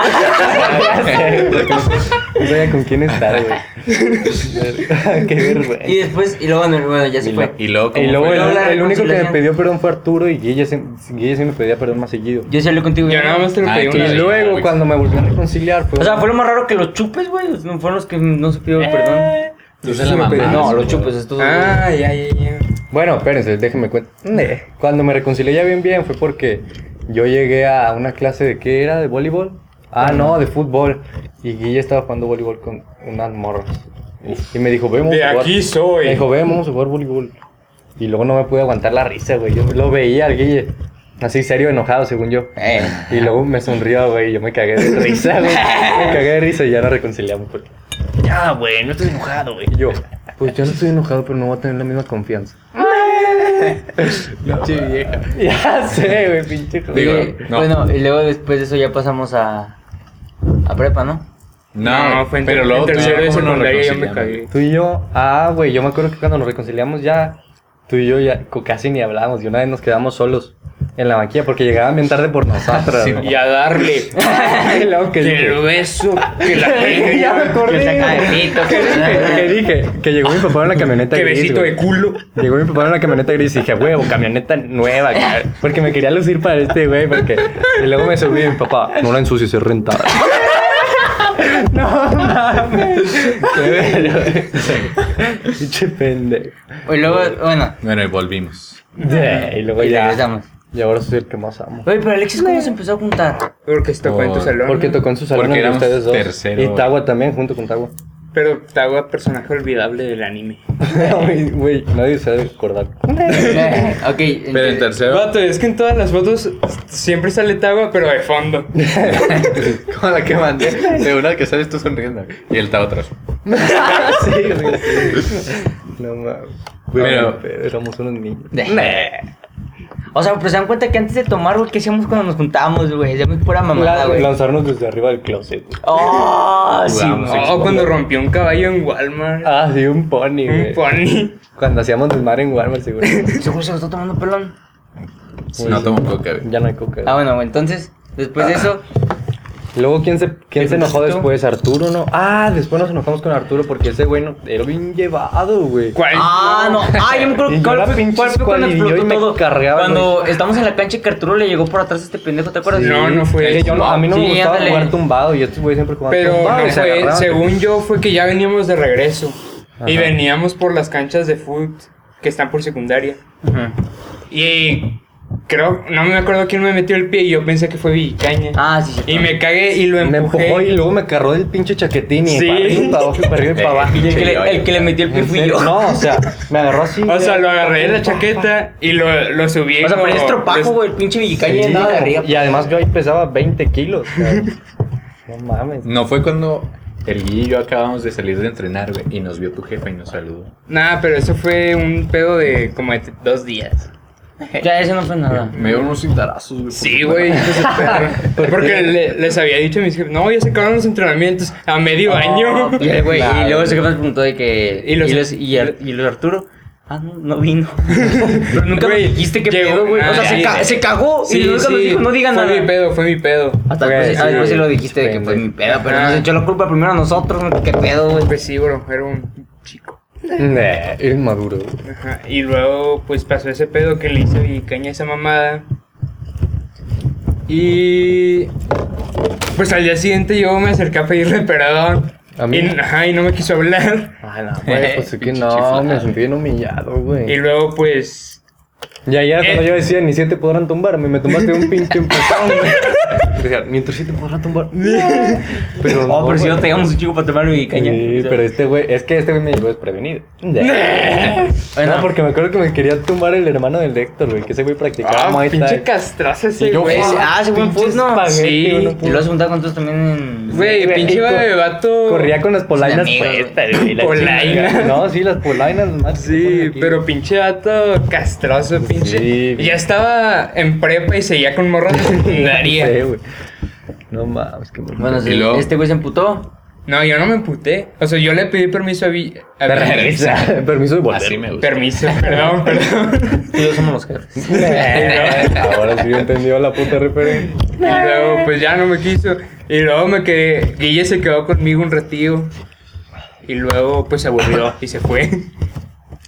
Speaker 1: No sabía con quién estar, güey. Qué vergüenza.
Speaker 4: Y después, y luego, bueno, bueno, ya se
Speaker 2: Y
Speaker 4: fue.
Speaker 2: lo- y luego, ¿cómo
Speaker 1: Y luego
Speaker 2: fue?
Speaker 1: el,
Speaker 4: Luego la
Speaker 1: el único que me
Speaker 4: reconciliación.
Speaker 1: pidió perdón fue Arturo y Guille sí, Guille sí me pedía perdón más seguido.
Speaker 4: Yo sí hablé contigo.
Speaker 3: Yo
Speaker 4: ¿no?
Speaker 3: nada más te lo
Speaker 2: Ah,
Speaker 3: pedí
Speaker 2: que
Speaker 3: una
Speaker 1: Y
Speaker 3: vez.
Speaker 1: luego
Speaker 2: güey.
Speaker 1: cuando me volvió a reconciliar fue...
Speaker 4: O sea, fue lo más raro que los chupes, güey. No fueron los que no se pidieron perdón.
Speaker 2: Tú se
Speaker 1: Sí,
Speaker 2: la
Speaker 1: me pedí-
Speaker 2: mamaste,
Speaker 4: No,
Speaker 2: güey.
Speaker 4: los chupes, estos.
Speaker 3: Ah, ya, ya, ya.
Speaker 1: Bueno, espérense, déjenme cuenta. Ne. Cuando me reconcilié ya bien bien fue porque yo llegué a una clase de qué era, de voleibol. Ah, no, de fútbol. Y Guille estaba jugando voleibol con unas morras. Y me dijo, vemos.
Speaker 3: De aquí soy.
Speaker 1: Me dijo, "Ven, vamos a jugar voleibol. Y luego no me pude aguantar la risa, güey. Yo lo veía al Guille. Así serio, enojado, según yo.
Speaker 4: Eh.
Speaker 1: Y luego me sonrió, güey. y Yo me cagué de risa, güey. Me cagué de risa y ya nos reconciliamos. Porque...
Speaker 4: Ya, güey, no estoy enojado, güey.
Speaker 1: Yo, pues yo no estoy enojado, pero no voy a tener la misma confianza.
Speaker 2: Pinche vieja.
Speaker 1: Ya sé, güey, pinche joder.
Speaker 2: Digo,
Speaker 4: Oye,
Speaker 2: no.
Speaker 4: eh, Bueno, y luego después de eso ya pasamos a. a prepa, ¿no?
Speaker 2: No,
Speaker 3: No, fue en-
Speaker 2: pero
Speaker 3: en
Speaker 2: luego tú y yo,
Speaker 3: tercero de
Speaker 2: ¿cómo nos
Speaker 3: secundaria yo me
Speaker 2: reconciliamos?
Speaker 3: cagué.
Speaker 1: Tú y yo, ah, güey, yo me acuerdo que cuando nos reconciliamos ya, tú y yo ya co- casi ni hablábamos. Y una vez nos quedamos solos en la banquilla porque llegaban bien tarde por nosotras.
Speaker 2: Sí,
Speaker 1: güey.
Speaker 3: Y a darle.
Speaker 1: Y luego que
Speaker 3: Que
Speaker 1: dije-
Speaker 3: el beso, que la
Speaker 1: que ya me
Speaker 3: pega,
Speaker 1: acordé.
Speaker 4: Que saca de
Speaker 1: güey.
Speaker 4: pito,
Speaker 1: Que
Speaker 4: que-
Speaker 1: dije, que dije, que llegó mi papá en la camioneta
Speaker 3: que
Speaker 1: gris,
Speaker 3: besito
Speaker 1: güey.
Speaker 3: de culo.
Speaker 1: Llegó mi papá en una camioneta gris y dije, huevo, camioneta nueva, cabrón. Porque me quería lucir para este güey, porque... Y luego me subí y mi papá, no la ensucies, es rentada. no mames. Qué verga, güey. Pinche pendejo.
Speaker 4: Y luego, bueno,
Speaker 2: Bueno, y volvimos.
Speaker 1: Yeah, y luego
Speaker 4: y
Speaker 1: ya...
Speaker 4: regresamos.
Speaker 1: Y ahora soy el que más amo.
Speaker 4: Oye, pero Alexis, ¿cómo se empezó a juntar?
Speaker 3: Oh, Porque esto fue en tu
Speaker 2: Por-
Speaker 3: salón.
Speaker 1: Porque tocó en su salón de
Speaker 2: Porque éramos
Speaker 1: ustedes dos.
Speaker 2: tercero.
Speaker 1: Y Tagua también, junto con Tagua.
Speaker 3: Pero Tawa, personaje olvidable del anime.
Speaker 1: Güey, Güey, nadie se ha de acordar.
Speaker 4: Eh, ok.
Speaker 2: Pero en tercero,
Speaker 3: Vato, es que en todas las fotos siempre sale Tawa, pero de fondo.
Speaker 2: como la que mandé, seguro que sales tú sonriendo. Y él está atrás.
Speaker 1: sí, güey. No mames. Güey,
Speaker 2: Pero-
Speaker 1: pero éramos unos niños.
Speaker 4: O sea, pero se dan cuenta que antes de tomar, güey, ¿qué hacíamos cuando nos juntábamos, güey? Hacíamos pura mamada, güey.
Speaker 1: Lanzarnos desde arriba del closet. güey.
Speaker 4: Oh, sí,
Speaker 2: Jugábamos,
Speaker 4: mo-
Speaker 2: sí.
Speaker 3: Oh, cuando rompió un caballo en Walmart.
Speaker 1: Ah, sí, un pony, güey.
Speaker 3: un pony.
Speaker 1: Cuando hacíamos desmar en Walmart, seguro.
Speaker 4: Seguro se lo está tomando pelón.
Speaker 2: No tomo coca, güey.
Speaker 1: ya no hay coca.
Speaker 3: Ah.
Speaker 4: Ah, bueno, güey, entonces, después de eso,
Speaker 1: Luego, ¿quién se, quién
Speaker 4: ¿Qué
Speaker 1: se enojó
Speaker 4: justo?
Speaker 1: después? ¿Arturo no? Ah, después nos enojamos con Arturo porque ese güey no, era bien llevado, güey.
Speaker 3: ¿Cuál?
Speaker 4: Ah, no. Ah, yo
Speaker 1: Y
Speaker 4: me acuerdo
Speaker 1: yo
Speaker 4: cuál
Speaker 1: la
Speaker 4: fue,
Speaker 1: pinche
Speaker 4: cuál fue cuando
Speaker 1: escuadra y yo
Speaker 4: explotó
Speaker 1: y me
Speaker 4: todo.
Speaker 1: cargaba,
Speaker 4: cuando estamos en la cancha y que Arturo le llegó por atrás a este pendejo, ¿te acuerdas?
Speaker 1: Sí,
Speaker 3: No, no fue
Speaker 1: es que
Speaker 3: eso.
Speaker 1: yo no- a mí no
Speaker 4: Sí,
Speaker 1: me gustaba
Speaker 4: ándale.
Speaker 1: jugar tumbado y estos güeyes siempre jugaban
Speaker 3: Pero
Speaker 1: tumbado.
Speaker 3: no
Speaker 1: y se
Speaker 3: fue,
Speaker 1: agarraban.
Speaker 3: según yo, fue que ya veníamos de regreso. Y
Speaker 1: Ajá.
Speaker 3: veníamos por las canchas de fútbol que están por secundaria. Y creo, no me acuerdo quién me metió el pie y yo pensé que fue Villicaña.
Speaker 4: Ah, sí, sí.
Speaker 3: y me cagué y lo
Speaker 1: Me
Speaker 3: empujé.
Speaker 1: empujó y luego me cargó del pinche chaquetín y
Speaker 3: Sí.
Speaker 1: para arriba y para abajo y para arriba y para abajo.
Speaker 4: Y el que,
Speaker 2: Sí,
Speaker 4: le, el que le metió el pie
Speaker 1: En
Speaker 4: fui
Speaker 1: serio,
Speaker 4: yo.
Speaker 1: No, o sea, me agarró así.
Speaker 3: O sea,
Speaker 1: güey.
Speaker 3: lo agarré de la chaqueta y lo, lo subí.
Speaker 4: O sea,
Speaker 3: como-
Speaker 4: parecía estropajo,
Speaker 3: lo-
Speaker 4: güey. El pinche Villicaña
Speaker 1: Sí,
Speaker 4: andaba de arriba.
Speaker 1: Y además yo ahí pesaba 20 kilos. o sea, no mames.
Speaker 2: No fue cuando el Gui y yo acabamos de salir de entrenar, güey, y nos vio tu jefa y nos saludó.
Speaker 3: Nah, pero eso fue un pedo de como de dos días.
Speaker 4: Ya, eso no fue nada.
Speaker 2: Me dio unos cintarazos, güey.
Speaker 3: Sí, güey. ese pedo. Porque le- les había dicho a mis jefes, no, ya se acabaron los entrenamientos a medio año.
Speaker 4: Ah, Y, el güey,
Speaker 1: Claro.
Speaker 4: y luego se me preguntó de que.
Speaker 3: Y
Speaker 4: Y
Speaker 3: los-
Speaker 4: los, y Ar- y los Arturo. Ah, no, no vino. Pero nunca me
Speaker 3: Güey,
Speaker 4: dijiste que
Speaker 3: llegó-
Speaker 4: pedo, güey. O sea,
Speaker 3: Ah,
Speaker 4: se,
Speaker 3: sí.
Speaker 4: ca- se cagó y nunca nos dijo, no digan
Speaker 3: fue
Speaker 4: nada.
Speaker 3: mi pedo, fue mi pedo.
Speaker 4: Hasta
Speaker 1: Güey,
Speaker 4: después, ah,
Speaker 1: sí,
Speaker 4: después sí
Speaker 1: güey.
Speaker 4: lo dijiste de que fue mi pedo, pero
Speaker 3: Ajá.
Speaker 4: nos echó la culpa primero a nosotros, güey, qué pedo, güey.
Speaker 3: Pues sí, bro, era un chico.
Speaker 1: Nah, eres maduro.
Speaker 3: Ajá, Y luego, pues pasó ese pedo que le hizo y caña esa mamada. Y. Pues al día siguiente yo me acerqué a pedirle perdón.
Speaker 1: ¿A mí?
Speaker 3: Y, ajá, y no me quiso hablar.
Speaker 1: Ah, no, güey, pues es que no,
Speaker 2: Chiflado.
Speaker 1: me sentí bien humillado,
Speaker 3: Y
Speaker 1: güey.
Speaker 3: luego, pues.
Speaker 1: Y ayer cuando
Speaker 3: Eh.
Speaker 1: yo decía, ni siete podrán tumbarme, me tumbaste un pinche empujón, güey. Decía, mientras siete podrán tumbar. pero
Speaker 4: Oh, pero si
Speaker 1: güey.
Speaker 4: no teníamos un chico para tomar mi caña.
Speaker 1: Sí, pero este güey, es que este güey me llegó desprevenido.
Speaker 3: Ah,
Speaker 4: Bueno.
Speaker 1: No, porque me acuerdo que me quería tumbar el hermano del Héctor, güey, que ese güey practicaba
Speaker 3: Ah,
Speaker 1: Muay Thai.
Speaker 3: pinche castrazo ese
Speaker 1: Y yo,
Speaker 3: güey.
Speaker 1: ah,
Speaker 4: Ese- ah, ese buen
Speaker 1: pinche
Speaker 4: fut, ¿no?
Speaker 1: espagueti,
Speaker 3: Sí.
Speaker 1: no
Speaker 4: Y
Speaker 1: pudo.
Speaker 4: lo has juntado con todos también en.
Speaker 3: Güey,
Speaker 1: güey,
Speaker 3: pinche
Speaker 1: y co-
Speaker 3: vato.
Speaker 1: Corría con las polainas
Speaker 4: amigos, güey.
Speaker 1: puestas, güey. la
Speaker 3: Polainas.
Speaker 1: chingada. No, sí, las polainas más.
Speaker 3: Sí, pero pinche vato castroso, pinche.
Speaker 1: Sí,
Speaker 3: ya estaba en prepa y seguía con morros de
Speaker 1: Sí,
Speaker 3: secundaria.
Speaker 1: güey. No mames, que
Speaker 4: Bueno, sí,
Speaker 2: Y luego-
Speaker 4: este güey se emputó.
Speaker 3: No, yo no me emputé. O sea, yo le pedí permiso a Vi. a Vi-
Speaker 1: Permiso de volver.
Speaker 2: Así me gusta.
Speaker 3: Permiso, perdón, perdón.
Speaker 4: Tú y yo somos los jefes.
Speaker 1: Ahora sí entendió la puta referencia.
Speaker 3: Y luego, pues ya no me quiso. Y luego me quedé. Guille se quedó conmigo un ratito. Y luego, pues se aburrió y se fue.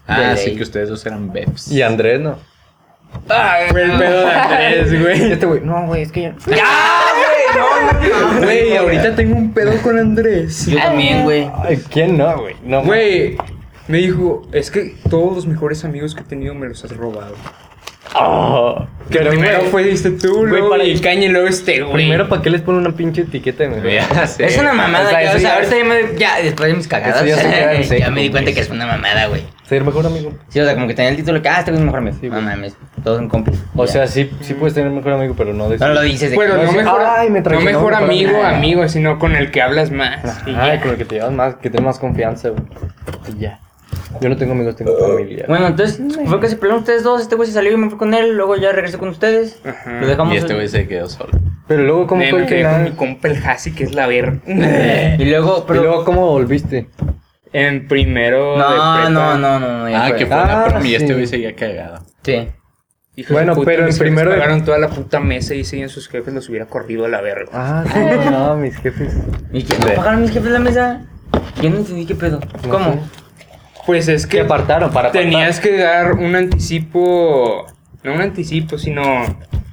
Speaker 2: Ah,
Speaker 4: De
Speaker 2: sí,
Speaker 4: ley.
Speaker 2: que ustedes dos eran bebs.
Speaker 1: Y Andrés, ¿no?
Speaker 3: Fue el pedo de Andrés,
Speaker 1: Y
Speaker 3: güey.
Speaker 1: Este güey, no, Ah, güey, es que yo...
Speaker 3: Güey, ahorita tengo un pedo con Andrés.
Speaker 4: Yo también, güey.
Speaker 1: Ay, ¿quién no, güey? No,
Speaker 3: Güey, me dijo, es que todos los mejores amigos que he tenido me los has robado.
Speaker 1: Oh,
Speaker 3: Que
Speaker 1: pero
Speaker 3: primero
Speaker 1: güey,
Speaker 3: fuiste tú,
Speaker 1: güey,
Speaker 3: luego
Speaker 1: para-
Speaker 3: el caña y luego este, güey.
Speaker 1: Primero, ¿para qué les pone una pinche etiqueta de mejor?
Speaker 2: Ya sé.
Speaker 4: Es una mamada,
Speaker 1: O sea,
Speaker 4: ya,
Speaker 1: eso
Speaker 4: o sea,
Speaker 1: ya-
Speaker 4: ahorita ya me. Ya, después de mis cagadas,
Speaker 1: Eso ya se queda en
Speaker 4: ya,
Speaker 1: seco,
Speaker 4: me di cuenta
Speaker 1: güey.
Speaker 4: que es una mamada, güey.
Speaker 1: Ser mejor amigo.
Speaker 4: Sí, o sea, como que tenía el título que, ah, este güey es mejor amigo.
Speaker 1: Sí,
Speaker 4: no
Speaker 1: güey.
Speaker 4: mames, todos son compis.
Speaker 1: O
Speaker 4: Ya.
Speaker 1: sea, sí, sí puedes tener mejor amigo, pero no decir...
Speaker 4: no lo dices de
Speaker 3: Bueno,
Speaker 4: que.
Speaker 3: no
Speaker 1: sí.
Speaker 3: mejor,
Speaker 1: Ay, me
Speaker 3: no
Speaker 1: traicionó,
Speaker 3: mejor
Speaker 1: mejor
Speaker 3: amigo,
Speaker 1: amigo.
Speaker 3: amigo, sino con el que hablas más. Y
Speaker 1: Ay,
Speaker 3: ya.
Speaker 1: con el que te llevas más, que tienes más confianza, güey. Y ya. Yo no tengo amigos, tengo familia.
Speaker 4: Bueno, entonces fue que se pelearon ustedes dos, este güey se salió y me fui con él, luego ya regresé con ustedes.
Speaker 3: Ajá.
Speaker 4: Lo dejamos.
Speaker 2: Y este güey se quedó solo.
Speaker 1: Pero luego, ¿cómo
Speaker 3: Me
Speaker 1: fue el
Speaker 3: quedé con mi
Speaker 1: final?
Speaker 3: compa el Hasi, que es la ver.
Speaker 4: Y luego,
Speaker 1: Y
Speaker 4: pero.
Speaker 1: luego, ¿cómo volviste?
Speaker 3: en primero de
Speaker 4: no,
Speaker 3: prepa.
Speaker 4: no, no, no, no. ya
Speaker 2: Ah,
Speaker 4: fue.
Speaker 2: que fue
Speaker 1: Ah,
Speaker 2: una prom y
Speaker 1: sí.
Speaker 2: este güey seguía cagado.
Speaker 4: Sí.
Speaker 3: Hijos de
Speaker 1: Bueno,
Speaker 3: puta,
Speaker 1: pero
Speaker 3: mis
Speaker 1: en
Speaker 3: jefes
Speaker 1: primero de-
Speaker 3: pagaron toda la puta mesa y si en sus jefes los hubiera corrido a la verga.
Speaker 1: Ah, sí, no, mis jefes.
Speaker 4: ¿Y qué? ¿No pagaron mis jefes la mesa? Yo no entendí qué pedo.
Speaker 1: No
Speaker 4: ¿Cómo?
Speaker 1: sé.
Speaker 3: Pues es que
Speaker 1: Que apartaron para apartar.
Speaker 3: tenías que dar un anticipo, no un anticipo, sino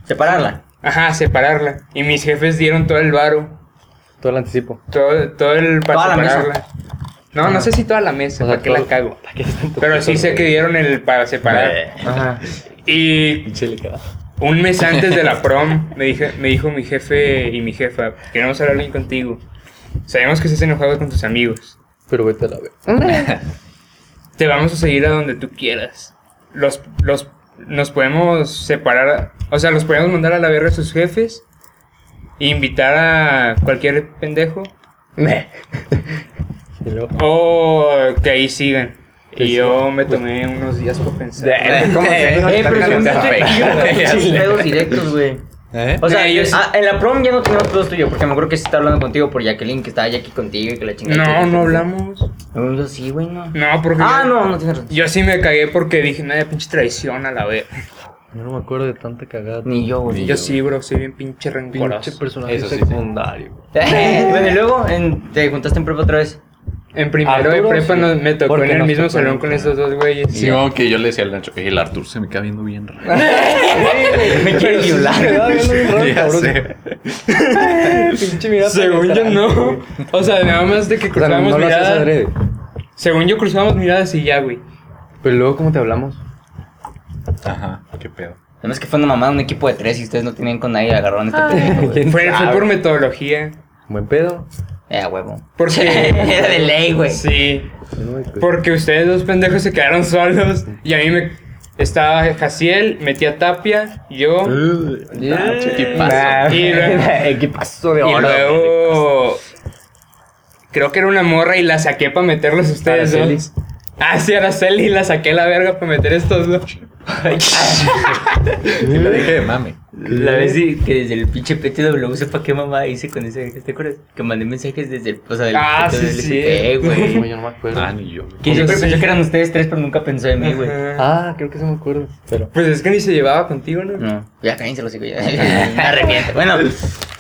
Speaker 4: Separarla.
Speaker 3: Ajá, separarla. Y mis jefes dieron todo el varo.
Speaker 1: Todo el anticipo.
Speaker 3: Todo, todo el para
Speaker 4: Toda la mesa.
Speaker 3: separarla. No, no sé si toda la mesa,
Speaker 1: O sea,
Speaker 3: para que
Speaker 1: todo-
Speaker 3: la cago.
Speaker 1: ¿Para qué tanto
Speaker 3: Pero sí sé que dieron el para
Speaker 1: Eh.
Speaker 3: separar.
Speaker 1: Ajá.
Speaker 3: Y un mes antes de la prom me, dije, me dijo mi jefe y mi jefa, queremos hablar bien contigo. Sabemos que estás enojado con tus amigos.
Speaker 1: Pero vete a la ver.
Speaker 3: Te vamos a seguir a donde tú quieras. Los, los, nos podemos separar, o sea, los podemos mandar a la verga a sus jefes e invitar a cualquier pendejo
Speaker 4: Eh,
Speaker 1: Y luego...
Speaker 3: Oh, que ahí sigan.
Speaker 1: Que
Speaker 3: Y
Speaker 1: sí.
Speaker 3: yo me tomé unos días para pensar.
Speaker 1: ¿Cómo
Speaker 4: Eh, pero
Speaker 1: se
Speaker 4: según yo,
Speaker 2: Está fake.
Speaker 4: yo no
Speaker 3: este
Speaker 4: tenía
Speaker 2: Sí.
Speaker 4: pedos directos, güey.
Speaker 2: ¿Eh?
Speaker 4: O sea,
Speaker 3: Nah, yo sí.
Speaker 4: ah, en la prom ya no teníamos pedos tuyos, porque me acuerdo que se está hablando contigo por Jacqueline, que estaba Jackie contigo y que la chingada.
Speaker 3: No, no hablamos.
Speaker 4: Según yo sí, güey, no.
Speaker 3: No, porque.
Speaker 4: Ah,
Speaker 3: yo-
Speaker 4: no, no tienes razón.
Speaker 3: Yo sí me cagué porque dije, nada, pinche traición a la vez.
Speaker 1: Yo no me acuerdo de tanta cagada.
Speaker 4: Ni yo, güey.
Speaker 2: Ni
Speaker 3: Yo sí, bro, soy bien pinche rencoroso.
Speaker 1: Pinche personaje
Speaker 2: Eso sí.
Speaker 1: secundario.
Speaker 4: bueno, y luego en- te juntaste en prepa otra vez.
Speaker 3: En primero de
Speaker 1: Arturo,
Speaker 3: prepa
Speaker 1: sí.
Speaker 3: nos- me tocó
Speaker 1: Porque
Speaker 3: en el
Speaker 1: nos
Speaker 3: mismo
Speaker 1: tocó
Speaker 3: salón
Speaker 1: en-
Speaker 3: con esos dos güeyes.
Speaker 2: Sí, como que yo le decía al Nacho, "Ey, el Artur se me queda viendo bien raro.
Speaker 4: Me quiere violar.
Speaker 2: Ya
Speaker 1: cabrón.
Speaker 2: sé.
Speaker 1: Pinche mirada.
Speaker 3: Según yo no. O sea, nada más de que
Speaker 1: Pero no
Speaker 3: cruzábamos
Speaker 1: lo haces
Speaker 3: miradas.
Speaker 1: adrede.
Speaker 3: Según yo cruzábamos miradas y ya, güey.
Speaker 1: Pero luego, ¿cómo te hablamos?
Speaker 2: Ajá, qué pedo.
Speaker 4: Además que fue una mamada, un equipo de tres y ustedes no tenían con nadie, agarraron este pendejo, güey.
Speaker 1: ¿Quién
Speaker 3: Fue, fue
Speaker 1: sabe?
Speaker 3: por metodología.
Speaker 1: Buen pedo.
Speaker 4: Eh, a huevo.
Speaker 3: Porque
Speaker 4: Era de ley, güey.
Speaker 3: Sí.
Speaker 1: Yo no me acuerdo.
Speaker 3: Porque ustedes dos pendejos se quedaron solos. Y a mí me. Estaba Jaciel, metía Tapia, yo.
Speaker 2: Equipazo.
Speaker 3: Y luego-
Speaker 4: Equipazo Eh, de
Speaker 3: Y
Speaker 4: oro.
Speaker 3: luego. Creo que era una morra y la saqué para meterlos ustedes
Speaker 1: Araceli.
Speaker 3: dos. Ah, sí, Araceli, la saqué a la verga para meter estos dos.
Speaker 2: Y la dejé de mame.
Speaker 4: La vez de- que desde el pinche PTW sepa qué mamá hice con ese ¿te acuerdas? Que mandé mensajes desde el. O sea, del
Speaker 3: Ah, sí,
Speaker 4: PTW,
Speaker 3: sí.
Speaker 4: eh, güey.
Speaker 1: Yo no me acuerdo.
Speaker 2: Ah, ni yo.
Speaker 4: Que siempre
Speaker 3: Sí.
Speaker 4: pensó que eran ustedes tres, pero nunca pensó en mí, güey.
Speaker 3: Ajá.
Speaker 1: Ah, creo que se me acuerdo. Pero.
Speaker 3: Pues es que ni se llevaba contigo, ¿no?
Speaker 4: No, ya cállense los hijos, ya. Me arrepiento. Bueno,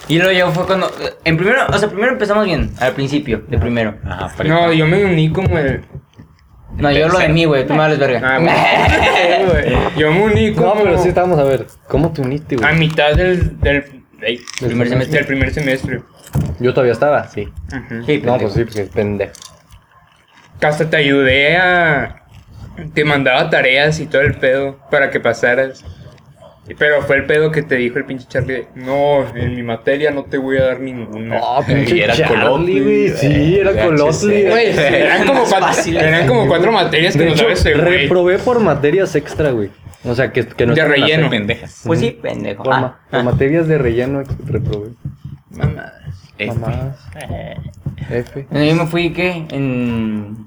Speaker 4: y luego yo fue cuando. En primero, o sea, primero empezamos bien, al principio, de primero.
Speaker 2: Ajá, prepa.
Speaker 3: No, yo me uní como el.
Speaker 4: No, yo lo de mí, güey, tú me vales verga.
Speaker 3: Ah, güey. Yo me uní
Speaker 1: No,
Speaker 3: como.
Speaker 1: pero sí estábamos a ver. ¿Cómo te uniste,
Speaker 3: A
Speaker 1: güey?
Speaker 3: mitad del. del ey,
Speaker 4: Primer semestre.
Speaker 3: Del primer semestre.
Speaker 1: Yo todavía estaba, sí.
Speaker 3: Ajá.
Speaker 4: Sí,
Speaker 1: No,
Speaker 4: pendejo.
Speaker 1: pues sí, porque es pendejo.
Speaker 3: Hasta te ayudé a. Te mandaba tareas y todo el pedo para que pasaras. Y- Pero fue el pedo que te dijo el pinche Charlie: de, No, en mi materia no te voy a dar ninguna.
Speaker 1: No,
Speaker 2: Y era Colotli,
Speaker 1: Ah, güey. Sí, era
Speaker 2: VHC.
Speaker 1: Colotli.
Speaker 3: Güey,
Speaker 1: güey.
Speaker 3: eran, como cuatro, eran como cuatro materias que
Speaker 1: De
Speaker 3: nos
Speaker 1: hecho,
Speaker 3: daba ese güey.
Speaker 1: reprobé por materias extra, güey. O sea, que, que no
Speaker 3: De
Speaker 1: estaban las
Speaker 3: relleno.
Speaker 2: pendejas.
Speaker 4: Pues sí, pendejo.
Speaker 1: Por,
Speaker 4: Ah,
Speaker 1: ma- por materias de relleno ex- reprobé.
Speaker 2: Ey,
Speaker 1: Mamadas. F.
Speaker 4: Bueno, yo me fui, ¿qué? En.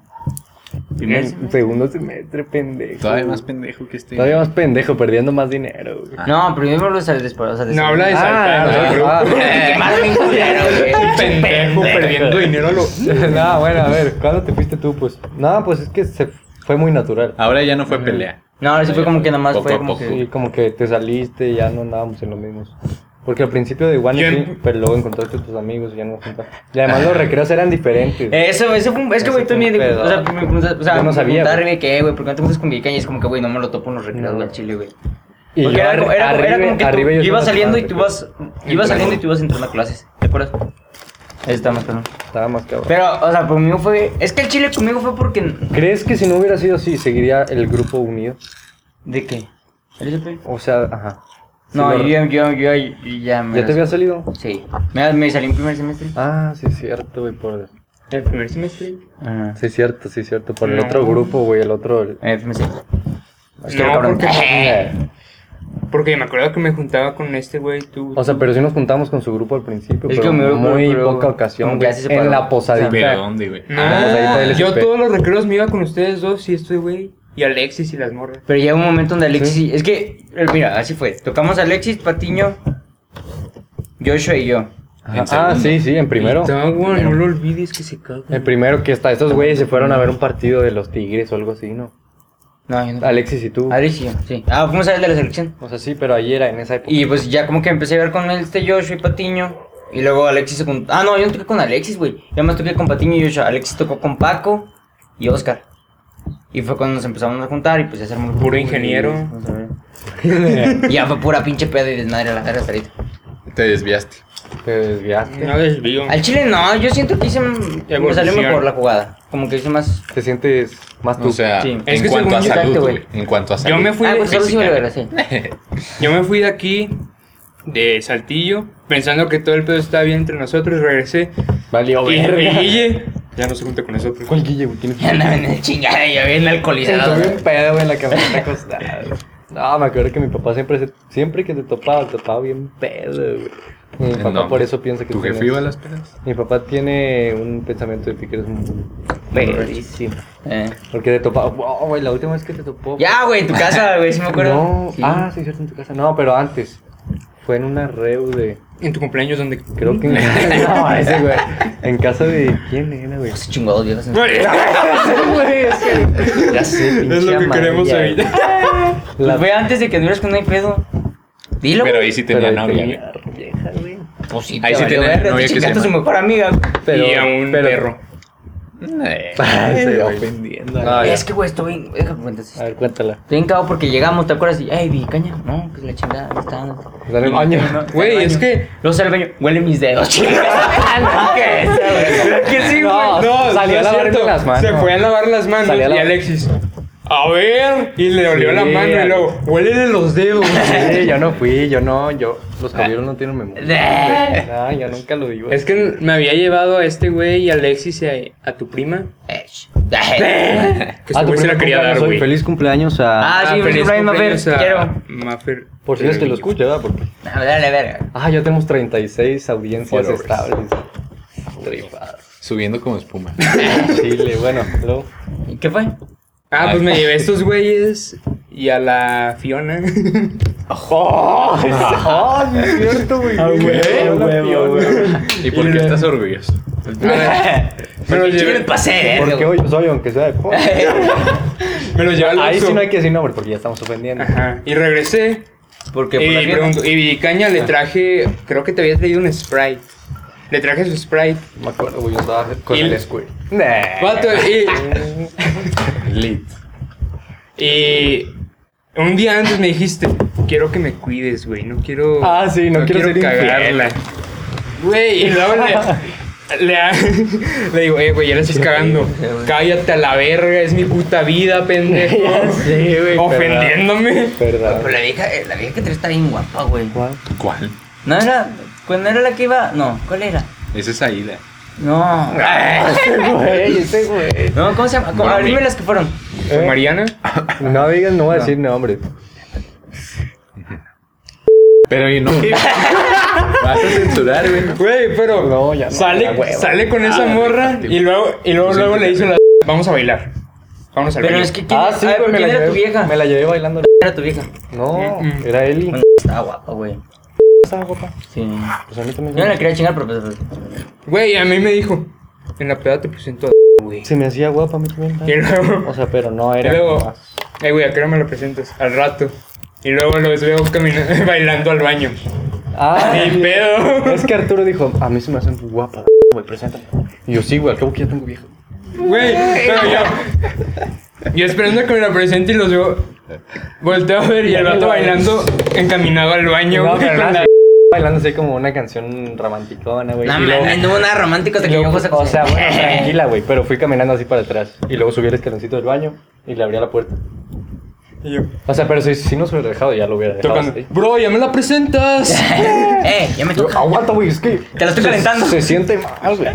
Speaker 4: Primer
Speaker 1: En
Speaker 4: semestre.
Speaker 1: segundo semestre, pendejo.
Speaker 2: Todavía más pendejo que este.
Speaker 1: Todavía más pendejo, perdiendo más dinero, güey.
Speaker 2: Ah.
Speaker 4: No, primero hablo de después. O sea, de
Speaker 3: No habla de
Speaker 4: Ah,
Speaker 3: saltar,
Speaker 1: no,
Speaker 3: del grupo.
Speaker 1: ah,
Speaker 4: eh, más bien culero, güey.
Speaker 3: pendejo perdiendo dinero a lo.
Speaker 1: no, bueno, a ver, ¿cuándo te fuiste tú, pues? No, pues es que se fue muy natural.
Speaker 2: Ahora ya no fue pelea.
Speaker 4: No, ahora sí fue como que nada más
Speaker 2: Poco
Speaker 4: fue
Speaker 2: a
Speaker 4: como
Speaker 2: poco.
Speaker 1: Y
Speaker 4: que.
Speaker 1: como que te saliste, ya no andábamos en los mismos. Porque al principio de One
Speaker 3: Yo
Speaker 1: sí,
Speaker 3: en-
Speaker 1: pero luego encontraste a tus amigos y ya no juntaste. Y además los recreos eran diferentes.
Speaker 4: Eso, eso fue un- Es que,
Speaker 1: Eso
Speaker 4: güey,
Speaker 1: fue un
Speaker 4: también.
Speaker 1: pedo.
Speaker 4: O sea, me preguntas. O sea,
Speaker 1: Yo no
Speaker 4: me
Speaker 1: sabía,
Speaker 4: preguntaron,
Speaker 1: güey.
Speaker 4: güey, que, güey, ¿por qué no te juntas con Vicaña? Y es como que, güey, no me lo topo en los recreos,
Speaker 1: No.
Speaker 4: güey, al chile, güey.
Speaker 1: y
Speaker 4: Porque era,
Speaker 1: arri-
Speaker 4: como- era, era
Speaker 1: arriba-
Speaker 4: como que tú
Speaker 1: arriba yo
Speaker 4: ibas
Speaker 1: solo
Speaker 4: saliendo y tú
Speaker 1: estaba,
Speaker 4: ibas, ibas saliendo y tú ibas entrando a clases, ¿te acuerdas? Eso está más claro.
Speaker 1: Estaba más cabrón.
Speaker 4: Pero, o sea, conmigo fue, es que el chile conmigo fue porque,
Speaker 1: ¿Crees que si no hubiera sido así, seguiría el grupo unido?
Speaker 4: ¿de qué? ¿El SP?
Speaker 1: O sea, ajá.
Speaker 4: No,
Speaker 1: Sí,
Speaker 4: yo,
Speaker 1: lo-
Speaker 4: ya- yo, yo, yo ya me...
Speaker 1: ¿Ya te había salido?
Speaker 4: Sí, me, me salí en primer semestre.
Speaker 1: Ah, sí, es cierto, güey. Por...
Speaker 3: El primer semestre.
Speaker 4: Ajá.
Speaker 1: Sí, es cierto, sí, es cierto. Por el
Speaker 3: No.
Speaker 1: otro grupo, güey, el otro. el-
Speaker 4: Eh, FMC.
Speaker 1: que
Speaker 3: No,
Speaker 1: cabrón.
Speaker 3: porque, porque me acuerdo que me juntaba con este güey, tú.
Speaker 1: O sea, pero sí nos juntamos con su grupo al principio,
Speaker 4: Es
Speaker 1: pero
Speaker 4: que mi grupo,
Speaker 1: muy
Speaker 4: pero-
Speaker 1: poca ocasión,
Speaker 4: como que ya
Speaker 1: güey,
Speaker 4: se separó.
Speaker 1: en la posadita.
Speaker 2: Pero ¿dónde, güey?
Speaker 3: No,
Speaker 1: Ah, pues ahí está el
Speaker 3: yo
Speaker 1: SP.
Speaker 3: todos los recreos me iba con ustedes dos y este güey y Alexis y las morras.
Speaker 4: Pero llega un momento donde Alexis, y- es que, eh, mira, así fue, tocamos a Alexis, Patiño, Joshua y yo.
Speaker 1: Ajá.
Speaker 2: En
Speaker 1: Ah,
Speaker 2: segundo.
Speaker 1: sí, sí, en primero.
Speaker 3: No, güey, no lo olvides que se caga.
Speaker 1: En primero que está, estos güeyes se fueron a ver un partido de los Tigres o algo así, ¿no?
Speaker 4: No, yo no.
Speaker 1: Alexis y tú.
Speaker 4: Alexis y yo, sí. Ah, fuimos a ver el de la selección.
Speaker 1: O sea, sí, pero ahí era en esa época.
Speaker 4: Y pues ya como que empecé a ver con él este Joshua y Patiño. Y luego Alexis se juntó. Ah, no, yo no toqué con Alexis, güey. Yo más toqué con Patiño y Joshua. Alexis tocó con Paco y Oscar. Y fue cuando nos empezamos a juntar y pues ya se armó el
Speaker 3: Puro
Speaker 4: grupo,
Speaker 3: ingeniero.
Speaker 4: güey, vamos a ver. Y ya fue pura pinche pedo y desmadre a la verga hasta ahorita.
Speaker 2: Te desviaste.
Speaker 1: Te desviaste.
Speaker 3: No desvío.
Speaker 4: Al chile no, yo siento que hice. Me salió
Speaker 3: Evolución.
Speaker 4: mejor la jugada. Como que hice más.
Speaker 1: Te sientes más tú.
Speaker 2: O sea,
Speaker 4: Sí.
Speaker 3: Es
Speaker 2: en
Speaker 3: que
Speaker 2: cuanto
Speaker 3: según
Speaker 2: a
Speaker 3: yo-
Speaker 2: salud,
Speaker 4: Exacto,
Speaker 2: güey. En cuanto a salud.
Speaker 3: Yo me fui
Speaker 4: Ah, pues
Speaker 3: de
Speaker 4: solo sí me lo verás, sí.
Speaker 3: Yo me fui de aquí de Saltillo pensando que todo el pedo estaba bien entre nosotros, regresé
Speaker 1: Valió,
Speaker 3: y el
Speaker 1: verga.
Speaker 3: Guille ya no se junta con nosotros.
Speaker 1: ¿Cuál Guille, güey? ¿Quién es?
Speaker 4: Ya andaban en el chingada, ya bien alcoholizado.
Speaker 1: Se subió un pedo, güey, en la camioneta acostada. güey. No, me acuerdo que mi papá siempre se- siempre que te topaba, te topaba bien pedo, güey. Y Mi
Speaker 2: En
Speaker 1: papá
Speaker 2: nombre.
Speaker 1: por eso piensa que
Speaker 2: Eh, pues, ¿Tu
Speaker 1: tú
Speaker 2: jefe
Speaker 1: tienes-
Speaker 2: iba a las pedas?
Speaker 1: Mi papá tiene un pensamiento de ti que eres un pedísimo.
Speaker 4: Eh.
Speaker 1: Porque te topaba, wow, güey, la última vez que te topó.
Speaker 4: Ya, güey, en tu casa, güey, sí me acuerdo.
Speaker 1: No,
Speaker 4: Sí.
Speaker 1: ah, sí, cierto, en tu casa. No, pero antes. Fue en una reu de.
Speaker 3: En tu cumpleaños donde
Speaker 1: Creo que en. no, ese, güey. En casa de. ¿Quién era, güey?
Speaker 3: Pues
Speaker 4: Se chingó a dos viejas en su
Speaker 3: Güey,
Speaker 1: Ya sé,
Speaker 3: es lo que queremos evitar.
Speaker 4: La...
Speaker 1: La-
Speaker 4: Pues Ve antes de que anduvieras con no hay pedo. Dilo.
Speaker 2: Pero ahí sí tenía
Speaker 1: Pero ahí
Speaker 2: novia.
Speaker 1: tenía
Speaker 2: güey.
Speaker 1: vieja, güey.
Speaker 4: Pues sí,
Speaker 2: ahí sí
Speaker 4: valió
Speaker 2: tenía
Speaker 4: verga, tú
Speaker 2: novia que se
Speaker 4: chingaste a su
Speaker 2: llama-
Speaker 4: mejor amiga. güey.
Speaker 1: Pero-
Speaker 3: y a un
Speaker 1: pero-
Speaker 3: perro.
Speaker 2: Eh,
Speaker 1: Ay,
Speaker 2: se
Speaker 1: sí,
Speaker 2: va
Speaker 1: güey.
Speaker 2: ofendiendo.
Speaker 1: No, Ah, ya.
Speaker 4: es que, güey, esto bien. Déjame cuentar
Speaker 1: A
Speaker 4: esto.
Speaker 1: ver, cuéntala.
Speaker 4: Bien cagado porque llegamos, ¿te acuerdas? Y, ay, vi caña. No, que la chingada, no está dando.
Speaker 1: Pues Dale un baño.
Speaker 4: Güey, es que. Lo sé al baño. Huele mis dedos, chingada. No, ¿Qué es, güey?
Speaker 3: Que sí,
Speaker 1: No,
Speaker 3: güey. No,
Speaker 1: salió
Speaker 3: no
Speaker 1: a
Speaker 3: es
Speaker 1: lavarme
Speaker 3: cierto.
Speaker 1: las manos.
Speaker 3: Se fue a lavar las manos
Speaker 1: Salió a
Speaker 3: y
Speaker 1: lavar-
Speaker 3: Alexis. A ver. Y le olió la mano y luego.
Speaker 1: huélele los dedos. Sí, yo no fui, yo no, yo. Los caballeros no tienen memoria.
Speaker 4: Eh,
Speaker 1: No, yo nunca lo digo.
Speaker 3: Es que me había llevado a este güey y a Alexis y a, a tu prima.
Speaker 4: eh.
Speaker 3: Que
Speaker 1: Ah,
Speaker 3: este güey se la quería dar, güey.
Speaker 1: Feliz cumpleaños a.
Speaker 4: Ah, sí, feliz cumpleaños, Mafer, quiero.
Speaker 3: Mafer.
Speaker 1: Por si es que lo escucha, ¿verdad? Porque.
Speaker 4: A ver, dale, verga.
Speaker 1: Ah, ya tenemos 36 audiencias
Speaker 2: Followers.
Speaker 1: estables.
Speaker 2: Subiendo como espuma.
Speaker 1: Chile, bueno, luego.
Speaker 4: ¿Y ¿Qué fue?
Speaker 3: Ah, pues me llevé a estos güeyes y a la Fiona.
Speaker 1: ¡Ah, sí es cierto, güey!
Speaker 3: Ah, güey,
Speaker 1: Qué
Speaker 3: güey,
Speaker 1: campeón,
Speaker 3: güey.
Speaker 1: güey.
Speaker 2: ¿Y por qué estás orgulloso?
Speaker 3: me los
Speaker 4: Yo me
Speaker 3: llevé,
Speaker 4: pasé, verga.
Speaker 1: Porque
Speaker 4: güey.
Speaker 1: hoy yo soy, aunque sea de po-
Speaker 3: me los llevé al
Speaker 1: Ahí
Speaker 3: Oxxo.
Speaker 1: sí no hay que decir nombre porque ya estamos ofendiendo.
Speaker 3: Ajá. Y regresé.
Speaker 4: Porque por la
Speaker 3: y,
Speaker 4: fiesta.
Speaker 3: pregunto, y Viricaña le traje, creo que te habías pedido un Sprite. Le traje su Sprite.
Speaker 1: Me acuerdo, güey, yo estaba con
Speaker 3: Y-
Speaker 1: el Squid. Nah.
Speaker 3: Vato, y,
Speaker 2: Lit.
Speaker 3: y un día antes me dijiste, quiero que me cuides, güey, no quiero...
Speaker 1: Ah, sí, no quiero ser infiel".
Speaker 3: Güey, y luego le, le, le digo, eh, güey, ya le estás cagando. Cállate a la verga, es mi puta vida, pendejo.
Speaker 1: Sí, güey.
Speaker 3: Ofendiéndome.
Speaker 1: Verdad.
Speaker 4: Pero la vieja, eh, la vieja que te está bien guapa, güey.
Speaker 1: ¿Cuál?
Speaker 2: ¿Cuál?
Speaker 4: No era. ¿Cuándo era la que iba? No, ¿cuál era?
Speaker 2: Esa es Aida.
Speaker 4: No.
Speaker 1: Güey, ese güey.
Speaker 4: No, ¿cómo se llama? ¿Cómo? A ver, dime las que fueron.
Speaker 1: ¿Eh?
Speaker 3: Mariana.
Speaker 1: No digas, no voy a decir nombre.
Speaker 2: Pero y no. ¿qué? Vas a censurar, güey.
Speaker 3: Güey, pero
Speaker 1: No, ya no,
Speaker 3: sale,
Speaker 1: la hueva.
Speaker 3: sale con esa
Speaker 2: Ah,
Speaker 3: morra y luego, y luego,
Speaker 2: Sí,
Speaker 3: luego
Speaker 2: sí,
Speaker 3: le
Speaker 2: sí.
Speaker 3: dice la vamos a bailar. Vamos al
Speaker 4: Pero
Speaker 3: baile.
Speaker 4: es que quién, a ver,
Speaker 1: Ah, güey,
Speaker 4: ¿quién era
Speaker 1: llevé-
Speaker 4: tu vieja?
Speaker 1: Me la llevé bailando.
Speaker 4: Era tu vieja.
Speaker 1: No,
Speaker 3: Mm.
Speaker 1: era Eli.
Speaker 4: Bueno, estaba guapa, güey.
Speaker 1: Estaba guapa.
Speaker 4: Sí. Yo
Speaker 1: Pues a mí
Speaker 4: no la
Speaker 1: también.
Speaker 4: quería chingar, pero pues.
Speaker 3: Güey, a mí me dijo, en la peda te presento a...
Speaker 1: Se me hacía guapa a mí también.
Speaker 3: Y luego,
Speaker 1: O sea, pero no
Speaker 3: y
Speaker 1: era.
Speaker 3: luego, eh, güey, ¿a qué hora me lo presentas? Al rato. Y luego los veo caminando, bailando al baño.
Speaker 1: Ah,
Speaker 3: Ni
Speaker 1: sí.
Speaker 3: pedo.
Speaker 1: Es que Arturo dijo, a mí se me hacen guapa, güey, preséntame. Y yo, sí, güey, al cabo que ya tengo vieja.
Speaker 3: Güey, pero yo... Yo esperando que me lo presente y los veo... Volteo a ver y el vato bailando encaminado al baño.
Speaker 1: No,
Speaker 3: güey,
Speaker 1: pero
Speaker 3: con
Speaker 1: nada.
Speaker 3: la-
Speaker 1: Bailando así como una canción romanticona, güey.
Speaker 4: No,
Speaker 1: Y luego-
Speaker 4: mames, no hubo nada romántico hasta que
Speaker 1: Yo,
Speaker 4: llegó José
Speaker 1: o
Speaker 4: José.
Speaker 1: sea, bueno, tranquila, güey, pero fui caminando así para atrás. Y luego subí el escaloncito del baño y le abría la puerta.
Speaker 3: Y yo,
Speaker 1: O sea, pero si, si no se hubiera dejado, ya lo hubiera dejado.
Speaker 3: tocando.
Speaker 1: así.
Speaker 3: Bro, ya me la presentas.
Speaker 4: Eh, ya me
Speaker 1: Yo,
Speaker 4: toca.
Speaker 1: aguanta, güey, es que. Te
Speaker 4: la estoy calentando.
Speaker 1: Se, siente mal, güey.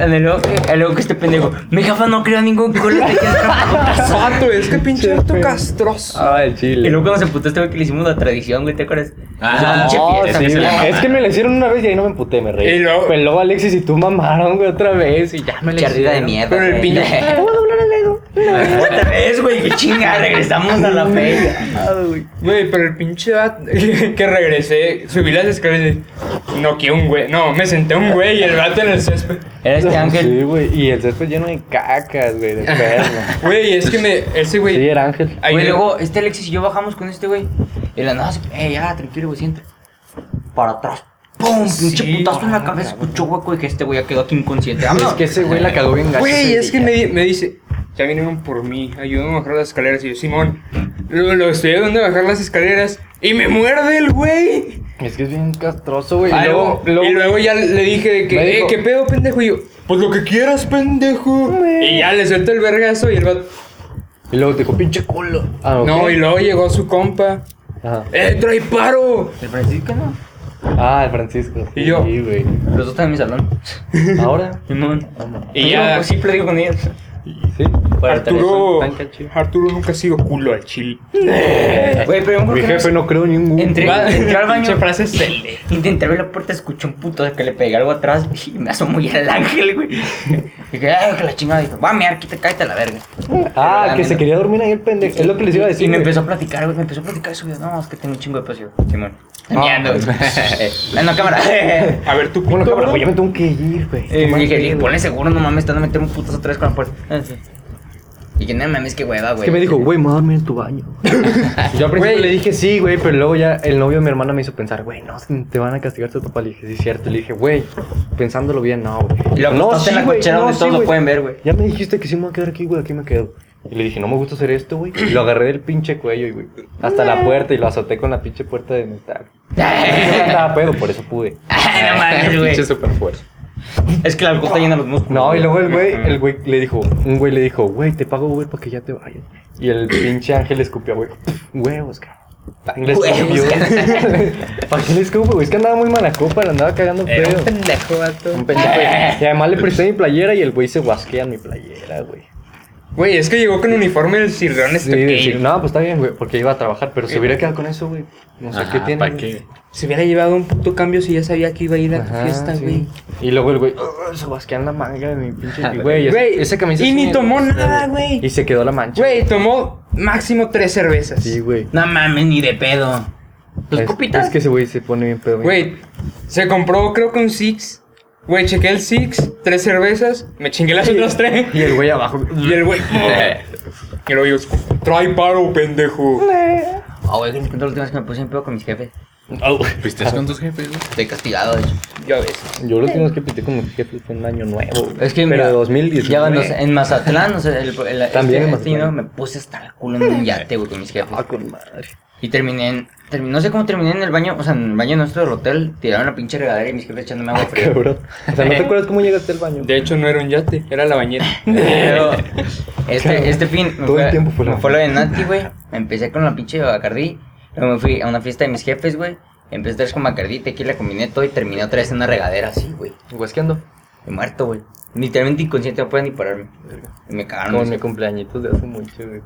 Speaker 4: En el ojo, el ojo que este pendejo. Mi jefa no creó ningún culo. te quedas trabajo.
Speaker 3: Vato, es que pinche vato
Speaker 1: Sí,
Speaker 3: castroso.
Speaker 1: Ay,
Speaker 4: Y
Speaker 1: chile.
Speaker 4: luego cuando se emputó este güey que le hicimos la tradición, güey, ¿te acuerdas?
Speaker 2: Ah,
Speaker 4: Esa
Speaker 1: No,
Speaker 4: pinche
Speaker 1: sí,
Speaker 4: fiesta,
Speaker 2: se la
Speaker 1: güey.
Speaker 2: mamaron.
Speaker 1: es que me la hicieron una vez y ahí no me emputé, me reí.
Speaker 3: Y luego-
Speaker 1: Pues luego Alexis y tú mamaron, güey, otra vez y ya me la
Speaker 4: Pinche arriba de
Speaker 1: hicieron.
Speaker 4: mierda. este
Speaker 3: Pero el
Speaker 4: güey.
Speaker 3: pinche-
Speaker 4: Otra vez, güey, qué chinga, regresamos a la feria.
Speaker 3: Güey, pero el pinche vato que regresé, subí las escaleras y no que un güey, no, me senté un güey y el vato en el césped.
Speaker 4: Era este
Speaker 1: Sí,
Speaker 4: ángel.
Speaker 1: güey, y el césped lleno de cacas, güey, de perro.
Speaker 3: Güey, es que me ese
Speaker 1: Sí,
Speaker 3: güey
Speaker 1: era Ángel.
Speaker 3: ahí
Speaker 4: Güey,
Speaker 3: le-
Speaker 4: luego este Alexis y yo bajamos con este güey. Y la nada, se- eh, ya, tranquilo, güey, siente. Para atrás. ¡Pum! Pinche
Speaker 3: Sí,
Speaker 4: putazo en la cabeza, escuchó hueco y que este güey ya quedó aquí inconsciente.
Speaker 1: Es
Speaker 4: Vámonos.
Speaker 1: que ese güey la cagó bien gacho
Speaker 3: Ah, Güey,
Speaker 1: ese
Speaker 3: es que
Speaker 1: día.
Speaker 3: me, di- me dice, ya vinieron por mí, ayúdame a bajar las escaleras. Y yo, Simón, lo, lo estoy ayudando a bajar las escaleras y me muerde el güey.
Speaker 1: Es que es bien castroso, güey.
Speaker 3: Ah,
Speaker 1: Y luego, luego-
Speaker 3: y luego ya le dije de que,
Speaker 1: Me
Speaker 3: eh,
Speaker 1: dijo-
Speaker 3: ¿qué pedo, pendejo? Y yo, pues lo que quieras, pendejo. Y ya le suelto el vergazo y el vato,
Speaker 1: y luego te dijo, pinche culo. Ah, ok.
Speaker 3: no, y luego llegó su compa.
Speaker 1: Ajá.
Speaker 3: ¡Eh, trae paro!
Speaker 4: El Francisco no.
Speaker 1: Ah, el Francisco.
Speaker 3: Y yo.
Speaker 1: Sí, güey.
Speaker 4: Los dos están en mi salón.
Speaker 1: Ahora.
Speaker 4: Simón.
Speaker 1: Vamos.
Speaker 3: Y ya-
Speaker 4: Yo siempre digo con ellos.
Speaker 1: Sí.
Speaker 3: Arturo,
Speaker 1: tan cachillo.
Speaker 3: Arturo nunca ha sido culo al chile.
Speaker 4: Güey, pero yo me
Speaker 1: Eh, Mi
Speaker 4: acuerdo que
Speaker 1: jefe no creo ningún.
Speaker 4: Entré,
Speaker 3: Va-
Speaker 4: entré al baño.
Speaker 3: Pinche frase cele.
Speaker 4: Intenté abrir la puerta, escuché un puto de que le pegué algo atrás y me asomó y era el ángel, güey. Dije, ay, que la chingada. Dije, va a mear, quita, cállate a la verga.
Speaker 1: Ah, que se quería dormir ahí el pendejo. Es lo que les iba a decir.
Speaker 4: Y me
Speaker 1: güey.
Speaker 4: empezó a platicar, güey. Me empezó a platicar eso. güey. No, es que tengo un chingo de pasión. Simón. Meando.
Speaker 1: pues.
Speaker 4: güey. no, cámara. Eh,
Speaker 3: A ver, tú
Speaker 1: Bueno,
Speaker 3: pito,
Speaker 1: cámara, güey, Eh, ya
Speaker 3: bro.
Speaker 1: me tengo que ir, güey.
Speaker 4: dije, dije, ponle seguro, no mames, te van a meter un putazo otra vez con la puerta. Ah, sí. Y que no mames, qué hueva, güey.
Speaker 1: Es que me dijo, güey, me voy a dormir en tu baño. Yo al principio le dije sí, güey, pero luego ya el novio de mi hermana me hizo pensar, güey, no, te van a castigar tu papá. Le dije, sí, cierto. Le dije, güey, pensándolo bien, no,
Speaker 4: Y
Speaker 1: güey.
Speaker 4: lo
Speaker 1: No,
Speaker 4: acostaste en la
Speaker 1: güey,
Speaker 4: cochera donde todos lo
Speaker 1: güey.
Speaker 4: pueden ver, güey.
Speaker 1: Ya me dijiste que sí me voy a quedar aquí, güey, aquí me quedo. Y le dije, no me gusta hacer esto, güey. Y lo agarré del pinche cuello, y, güey, hasta la puerta y lo azoté con la pinche puerta de metal. No estaba pedo, por eso pude.
Speaker 4: Ay, Ah, no mames, güey.
Speaker 2: Pinche super fuerza.
Speaker 4: Es que la alcohol está llena los músculos.
Speaker 1: No, y
Speaker 4: güey.
Speaker 1: luego el güey, el güey le dijo, un güey le dijo, güey, te pago Uber para que ya te vayas. Y el pinche ángel le escupió, güey, huevos, cabrón. Le
Speaker 4: Huevos,
Speaker 1: escupió.
Speaker 4: cabrón.
Speaker 1: ¿Para qué le escupo, güey? Es que andaba muy mala copa, le andaba
Speaker 3: Eh,
Speaker 1: cagando
Speaker 4: Era
Speaker 1: pedo.
Speaker 4: un pendejo, vato.
Speaker 1: Un pendejo. Y además le presté mi playera y el güey se guasquea mi playera, güey.
Speaker 3: Güey, es que llegó con uniforme del cirrón
Speaker 1: Sí,
Speaker 3: este. Eh,
Speaker 1: sí, no, pues está bien, güey, porque iba a trabajar, pero se hubiera quedado con eso, güey. No sé qué tiene.
Speaker 2: ¿Para
Speaker 1: güey.
Speaker 2: qué?
Speaker 3: Se hubiera llevado un puto cambio si ya sabía que iba a ir a tu
Speaker 1: Ajá,
Speaker 3: fiesta,
Speaker 1: sí.
Speaker 3: güey.
Speaker 1: Y luego el güey, "Ugh", se guasquean la manga de mi pinche. Güey, esa-
Speaker 3: Güey,
Speaker 1: esa camisa.
Speaker 3: y
Speaker 1: sí
Speaker 3: ni
Speaker 1: me
Speaker 3: tomó
Speaker 1: gusta,
Speaker 3: nada, güey.
Speaker 1: Y se quedó la mancha.
Speaker 3: Güey, tomó máximo tres cervezas.
Speaker 1: Sí, güey.
Speaker 4: No mames, ni de pedo. Pues
Speaker 1: Es-
Speaker 4: copitas.
Speaker 1: Es que ese güey se pone bien pedo.
Speaker 3: Güey, se compró creo que un Six. Güey, chequé el Six, tres cervezas, me chingué las otras tres.
Speaker 1: Y el güey abajo.
Speaker 3: Y el güey. "Oh,
Speaker 2: Eh,
Speaker 3: Y luego yo, trae paro, pendejo.
Speaker 4: Ah, güey, que les cuento la última vez que me puse en pedo con mis jefes.
Speaker 2: ¿Viste con tus jefes, güey?
Speaker 4: Estoy castigado, de hecho.
Speaker 3: Ya ves.
Speaker 1: Yo lo último que pité con mi jefe fue un año nuevo. güey.
Speaker 4: Es que
Speaker 1: Pero
Speaker 4: mira,
Speaker 1: de 2019.
Speaker 4: Ya van dos- en Mazatlán, o sea, el, el-
Speaker 1: También en
Speaker 4: este, este
Speaker 1: Mazatlán.
Speaker 4: año me puse hasta el culo en un yate, güey, con mis jefes.
Speaker 1: Ah, con madre.
Speaker 4: Y terminé en, termi- no sé cómo terminé en el baño, o sea, en el baño nuestro del hotel, tiraron la pinche regadera y mis jefes echándome
Speaker 1: Ah,
Speaker 4: agua fría.
Speaker 1: Cabrón. O sea, ¿no te acuerdas cómo llegaste al baño?
Speaker 3: De hecho, no era un yate, era la bañera.
Speaker 4: Pero este, este fin me
Speaker 1: Todo
Speaker 4: fue,
Speaker 1: el tiempo fue la
Speaker 4: me fue lo de Nati, güey. Empecé con la pinche Bacardí. Luego me fui a una fiesta de mis jefes, güey. Empecé tres con Bacardí, tequila, combiné todo y terminé otra vez en una regadera así, güey.
Speaker 1: Guasqueando.
Speaker 4: De muerto, güey. Literalmente inconsciente, no podía ni pararme. Y me cagaron.
Speaker 1: Con
Speaker 4: mis
Speaker 1: mi
Speaker 4: jefes.
Speaker 1: cumpleañitos de hace mucho, güey.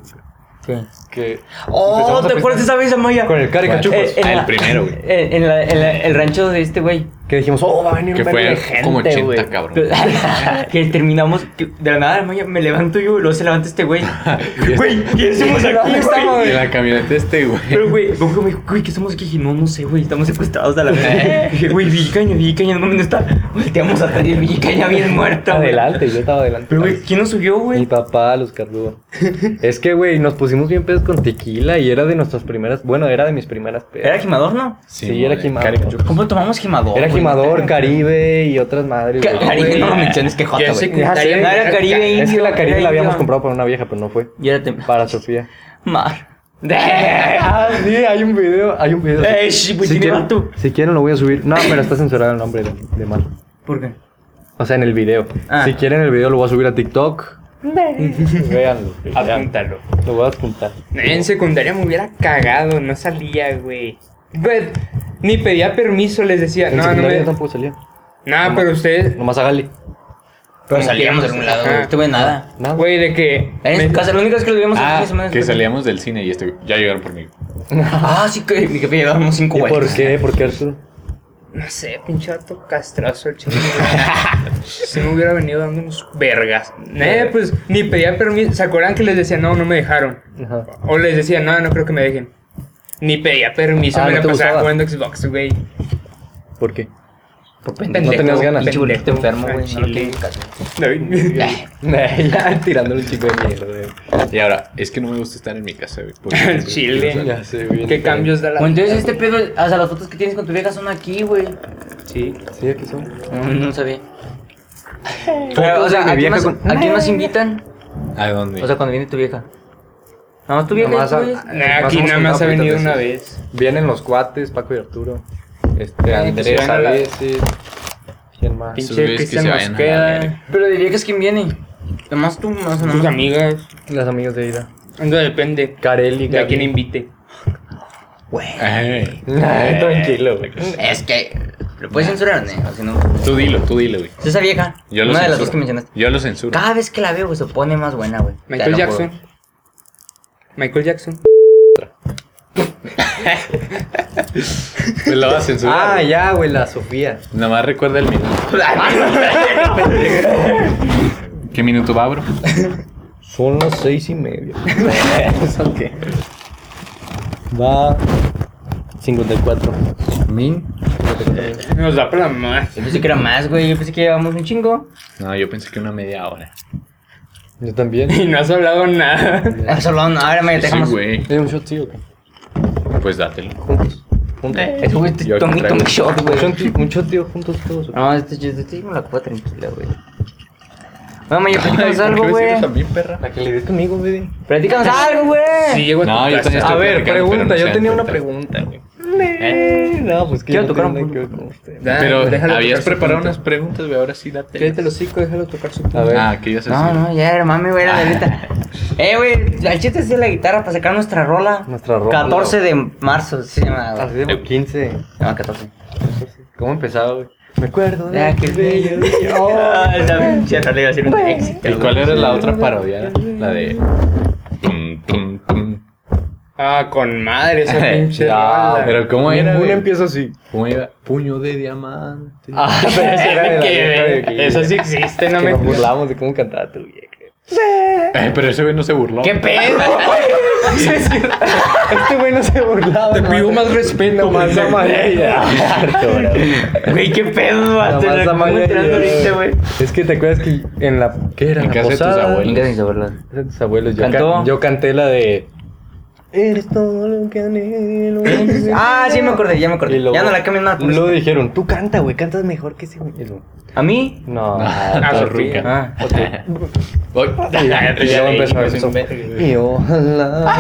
Speaker 4: ¿Qué?
Speaker 1: Que.
Speaker 4: Oh,
Speaker 1: empezamos a
Speaker 4: ¿te acuerdas de esa vez,
Speaker 1: pistear
Speaker 4: Amaya?
Speaker 1: Con el
Speaker 2: Bueno,
Speaker 1: caricachupas.
Speaker 2: eh, Ah, el primero, güey.
Speaker 4: En, en la- en la- el rancho de este güey.
Speaker 1: Que dijimos, oh, va a venir un
Speaker 2: Que
Speaker 1: verbo de
Speaker 2: fue
Speaker 1: gente,
Speaker 2: como 80,
Speaker 1: güey.
Speaker 2: cabrón.
Speaker 4: que terminamos. que de la nada, Amaya, me levanto yo y luego se levanta este güey. Güey,
Speaker 2: este-
Speaker 4: ¿qué hicimos aquí? güey?
Speaker 2: Y la camioneta este, güey.
Speaker 4: Pero, güey, como que me dijo, güey, ¿qué estamos aquí? Dije, no, no sé, güey, estamos secuestrados a la vez. Dije, güey, Villicaña, Villicaña, no mames, no está. Volteamos atrás y el Villicaña bien muerta, güey.
Speaker 1: Adelante, yo estaba adelante.
Speaker 4: Pero, güey, ¿quién nos subió,
Speaker 1: Mi
Speaker 4: güey?
Speaker 1: papá, los Cardúa. es que, güey, nos pusimos bien pedos con tequila y era de nuestras primeras. Bueno, era de mis primeras pedas.
Speaker 4: ¿Era Gimador, no?
Speaker 1: Sí, era quemador.
Speaker 2: pues,
Speaker 4: ¿Cómo tomamos Gimador?
Speaker 1: Era
Speaker 4: güey?
Speaker 1: Gimador, Caribe y otras madres.
Speaker 4: Ca-
Speaker 1: güey.
Speaker 4: Caribe, no
Speaker 1: Güey,
Speaker 4: lo menciones, que jota,
Speaker 3: Ya sé
Speaker 4: güey.
Speaker 3: que-
Speaker 1: ya sé,
Speaker 4: No era Caribe indio.
Speaker 1: Es que la
Speaker 4: era
Speaker 1: Caribe la habíamos
Speaker 4: indio.
Speaker 1: comprado para una vieja, pero no fue.
Speaker 4: Y era tem-
Speaker 1: Para Sofía.
Speaker 4: Mar.
Speaker 1: Ah, sí, hay un video, hay un video.
Speaker 4: Ey, sh, güey,
Speaker 1: si,
Speaker 4: tiene
Speaker 1: quieren,
Speaker 4: vato.
Speaker 1: si quieren lo voy a subir. No, pero está censurado el nombre de, de Mar.
Speaker 4: ¿Por qué?
Speaker 1: O sea, en el video.
Speaker 4: Ah.
Speaker 1: Si quieren el video lo voy a subir a TikTok. Veanlo.
Speaker 3: Apúntalo.
Speaker 1: Lo voy a apuntar.
Speaker 3: En secundaria me hubiera cagado, no salía, güey. Güey, ni pedía permiso, les decía.
Speaker 1: En
Speaker 3: No, no
Speaker 1: secundaria
Speaker 3: me.
Speaker 1: tampoco salía.
Speaker 3: Nada, pero ustedes.
Speaker 1: Nomás hágale.
Speaker 4: Pero salíamos de algún lado, güey. Este güey nada.
Speaker 1: Nada.
Speaker 3: Güey, de que.
Speaker 4: En
Speaker 3: me-
Speaker 4: su casa, lo único es que lo vimos
Speaker 2: Ah,
Speaker 4: hace semanas.
Speaker 2: que salíamos del cine y este, ya llegaron por mí.
Speaker 4: Ah, sí, que mi jefe llevábamos cinco
Speaker 1: ¿Y
Speaker 4: güeyes.
Speaker 1: por qué? ¿Por qué Arturo?
Speaker 3: No sé, pinche vato castroso el chingón. si me hubiera venido dando unos vergas. Eh, pues ni pedía permiso. ¿Se acuerdan que les decía, no, no me dejaron?
Speaker 1: Ajá.
Speaker 3: O les decía, no, no creo que me dejen. Ni pedía permiso,
Speaker 1: Ah,
Speaker 3: me
Speaker 1: ¿no
Speaker 3: la
Speaker 1: te
Speaker 3: pasaba
Speaker 1: gustaba?
Speaker 3: jugando Xbox, güey.
Speaker 1: ¿Por qué?
Speaker 4: Por
Speaker 1: No
Speaker 4: pendejo.
Speaker 1: tenías ganas.
Speaker 4: Pinche burrito enfermo,
Speaker 3: Al
Speaker 4: güey. No lo
Speaker 3: chile.
Speaker 4: quiero casi.
Speaker 3: David.
Speaker 1: ya tirándole un chico de mierda. güey.
Speaker 2: Y ahora, es que no me gusta estar en mi casa, güey. porque-
Speaker 3: Al chile.
Speaker 1: Ya sé, güey.
Speaker 3: ¿Qué cambios da la
Speaker 4: Bueno, entonces este pedo, o sea, las fotos que tienes con tu vieja son aquí, güey.
Speaker 1: Sí, sí, aquí son.
Speaker 4: No, no sabía. Pero, o sea,
Speaker 1: de mi
Speaker 4: ¿a quién,
Speaker 1: vieja
Speaker 4: más,
Speaker 1: con-
Speaker 4: a quién más invitan?
Speaker 2: ¿A dónde?
Speaker 4: O sea, cuando viene tu vieja. Nada más tu vieja.
Speaker 1: Nomás
Speaker 4: y tú,
Speaker 1: a-
Speaker 4: güey.
Speaker 3: Nah,
Speaker 1: Más
Speaker 3: Ah, aquí
Speaker 1: hemos
Speaker 3: nada más ha
Speaker 1: contado
Speaker 3: venido
Speaker 1: poquitas
Speaker 3: una
Speaker 1: veces.
Speaker 3: vez.
Speaker 1: Vienen los cuates, Paco y Arturo. Este,
Speaker 3: Ay, que se
Speaker 1: Andrés a
Speaker 3: vayan a la-
Speaker 1: veces. ¿Quién más?
Speaker 2: Pinche
Speaker 3: Pinche
Speaker 2: ves que
Speaker 3: Cristian
Speaker 2: se vayan a la
Speaker 3: Mosqueda.
Speaker 2: verga.
Speaker 4: Pero diría que es quien viene. Nomás tú, más o
Speaker 3: Tus
Speaker 4: menos.
Speaker 3: amigas.
Speaker 1: Las amigas de Ida.
Speaker 3: Eso depende.
Speaker 1: Carelli,
Speaker 3: De a quién
Speaker 1: Gaby.
Speaker 3: invite.
Speaker 4: Güey.
Speaker 2: Ay.
Speaker 1: Ay, tranquilo, güey.
Speaker 4: Es que. Lo puedes censurar, ¿no? O si no.
Speaker 2: Tú dilo, tú dilo, güey.
Speaker 4: Es esa vieja.
Speaker 2: Yo lo
Speaker 4: una de
Speaker 2: censuro.
Speaker 4: las dos que mencionaste.
Speaker 2: Yo lo censuro.
Speaker 4: Cada vez que la veo, güey, se pone más buena, güey.
Speaker 3: Michael
Speaker 4: Ya no
Speaker 3: Jackson.
Speaker 4: puedo.
Speaker 3: Michael Jackson.
Speaker 2: Me Pues lo vas a censurar.
Speaker 1: Ah,
Speaker 2: güey.
Speaker 1: ya, güey, la Sofía.
Speaker 2: Nada más recuerda el minuto. ¿Qué minuto va, bro?
Speaker 1: Son las seis y media. ¿Eso qué? Va. 54.
Speaker 2: ¿Min?
Speaker 3: Nos da para más.
Speaker 4: Yo pensé que era más, güey. Yo pensé que llevamos un chingo.
Speaker 2: No, yo pensé que una media hora.
Speaker 1: Yo también.
Speaker 3: Y no has hablado nada.
Speaker 4: Eso lo han- Ah, Ahora me
Speaker 2: Sí,
Speaker 4: Eh, dejamos.
Speaker 2: güey.
Speaker 1: ¿Es un shot, sí o qué?
Speaker 2: Pues dátelo.
Speaker 1: Juntos. Juntos.
Speaker 4: Es güey, este
Speaker 2: Yo aquí
Speaker 4: tomito
Speaker 2: traigo.
Speaker 4: un shot,
Speaker 1: Un
Speaker 4: güey.
Speaker 1: shot, tío, un shot, tío, juntos todos.
Speaker 4: No, este yo este, yo me la copa tranquila, güey. Mamá, yo
Speaker 2: Ay,
Speaker 4: platícanos
Speaker 2: ¿por
Speaker 4: algo,
Speaker 2: qué me
Speaker 4: güey.
Speaker 2: sigues a mí, perra?
Speaker 1: Ah, La que le di conmigo, baby.
Speaker 4: Platícanos algo,
Speaker 1: Eh.
Speaker 4: güey.
Speaker 3: Sí, llego a tu
Speaker 2: No, yo
Speaker 3: casa.
Speaker 2: también
Speaker 1: A
Speaker 2: estoy
Speaker 1: ver,
Speaker 2: platicando, pero
Speaker 1: pregunta,
Speaker 2: no se
Speaker 1: yo
Speaker 2: dan
Speaker 1: tenía una
Speaker 2: cuenta.
Speaker 1: pregunta, güey. Eh, No, pues que
Speaker 4: Quiero
Speaker 1: yo no
Speaker 4: tocar
Speaker 1: tengo nada
Speaker 4: un
Speaker 1: que ver con usted.
Speaker 3: Da,
Speaker 2: Pero
Speaker 3: déjalo
Speaker 2: habías
Speaker 3: tocar su
Speaker 2: preparado
Speaker 3: punto.
Speaker 2: unas preguntas, güey. Ahora sí, date.
Speaker 3: Cállate el hocico, déjalo tocar su punto.
Speaker 1: A ver.
Speaker 2: Ah, que ibas a
Speaker 4: No,
Speaker 2: decir?
Speaker 4: no, ya era mami, güey,
Speaker 2: Ah.
Speaker 4: era la neta. Eh, güey, al chiste es de la guitarra para sacar nuestra rola.
Speaker 1: Nuestra rola.
Speaker 4: 14 de marzo, sí, se llama.
Speaker 1: Así
Speaker 4: güey.
Speaker 1: de 15.
Speaker 4: No, 14.
Speaker 1: ¿Cómo empezaba, güey? Me acuerdo de
Speaker 4: Ya, qué
Speaker 1: aquel bello día.
Speaker 4: bello. Ah, esa pinche rola iba a ser un éxito.
Speaker 2: ¿Y
Speaker 4: güey.
Speaker 2: cuál era la otra parodia? La de. Tum, tum, tum. Ah,
Speaker 3: Ah, con madre esa pinche.
Speaker 1: Ya,
Speaker 3: rola.
Speaker 2: Pero ¿cómo era?
Speaker 1: Ninguno
Speaker 2: güey?
Speaker 1: empieza así.
Speaker 2: ¿Cómo iba? Puño de diamante.
Speaker 1: Ah, pero esa era de la vieja de aquí.
Speaker 3: Eso sí existe, no
Speaker 1: Que
Speaker 3: me
Speaker 1: nos burlamos de cómo cantaba tu vieja.
Speaker 2: Eh, pero ese güey no se burló.
Speaker 4: ¡Qué pedo!
Speaker 1: Este güey no se burlaba.
Speaker 3: Te
Speaker 1: no,
Speaker 3: pido más respeto,
Speaker 1: Nomás
Speaker 3: güey.
Speaker 1: ama a ella.
Speaker 4: Güey, qué pedo,
Speaker 1: Nomás
Speaker 4: vato. la-
Speaker 1: ama a
Speaker 4: ¿Cómo
Speaker 1: ella.
Speaker 4: entrando ahorita, güey?
Speaker 1: Es que te acuerdas que en la. ¿Qué era?
Speaker 2: En
Speaker 1: la
Speaker 2: casa de tus
Speaker 1: posada?
Speaker 2: abuelos.
Speaker 4: Venga, sin saberlo.
Speaker 1: Casa de tus abuelos. Yo,
Speaker 4: ¿Cantó?
Speaker 1: can- yo canté la de. Eres todo lo que anhelo.
Speaker 4: Ah, sí, me acordé, ya me acordé.
Speaker 1: Y luego-
Speaker 4: Ya no la cambié nada. por
Speaker 1: Luego
Speaker 4: eso.
Speaker 1: dijeron, tú canta, güey, cantas mejor que ese güey. Y yo,
Speaker 4: ¿A mí?
Speaker 1: No,
Speaker 2: Ah,
Speaker 1: está
Speaker 2: tu
Speaker 1: rica.
Speaker 2: ruca.
Speaker 4: Ah.
Speaker 2: Voy.
Speaker 1: Y yo empezó eso. Y ojalá.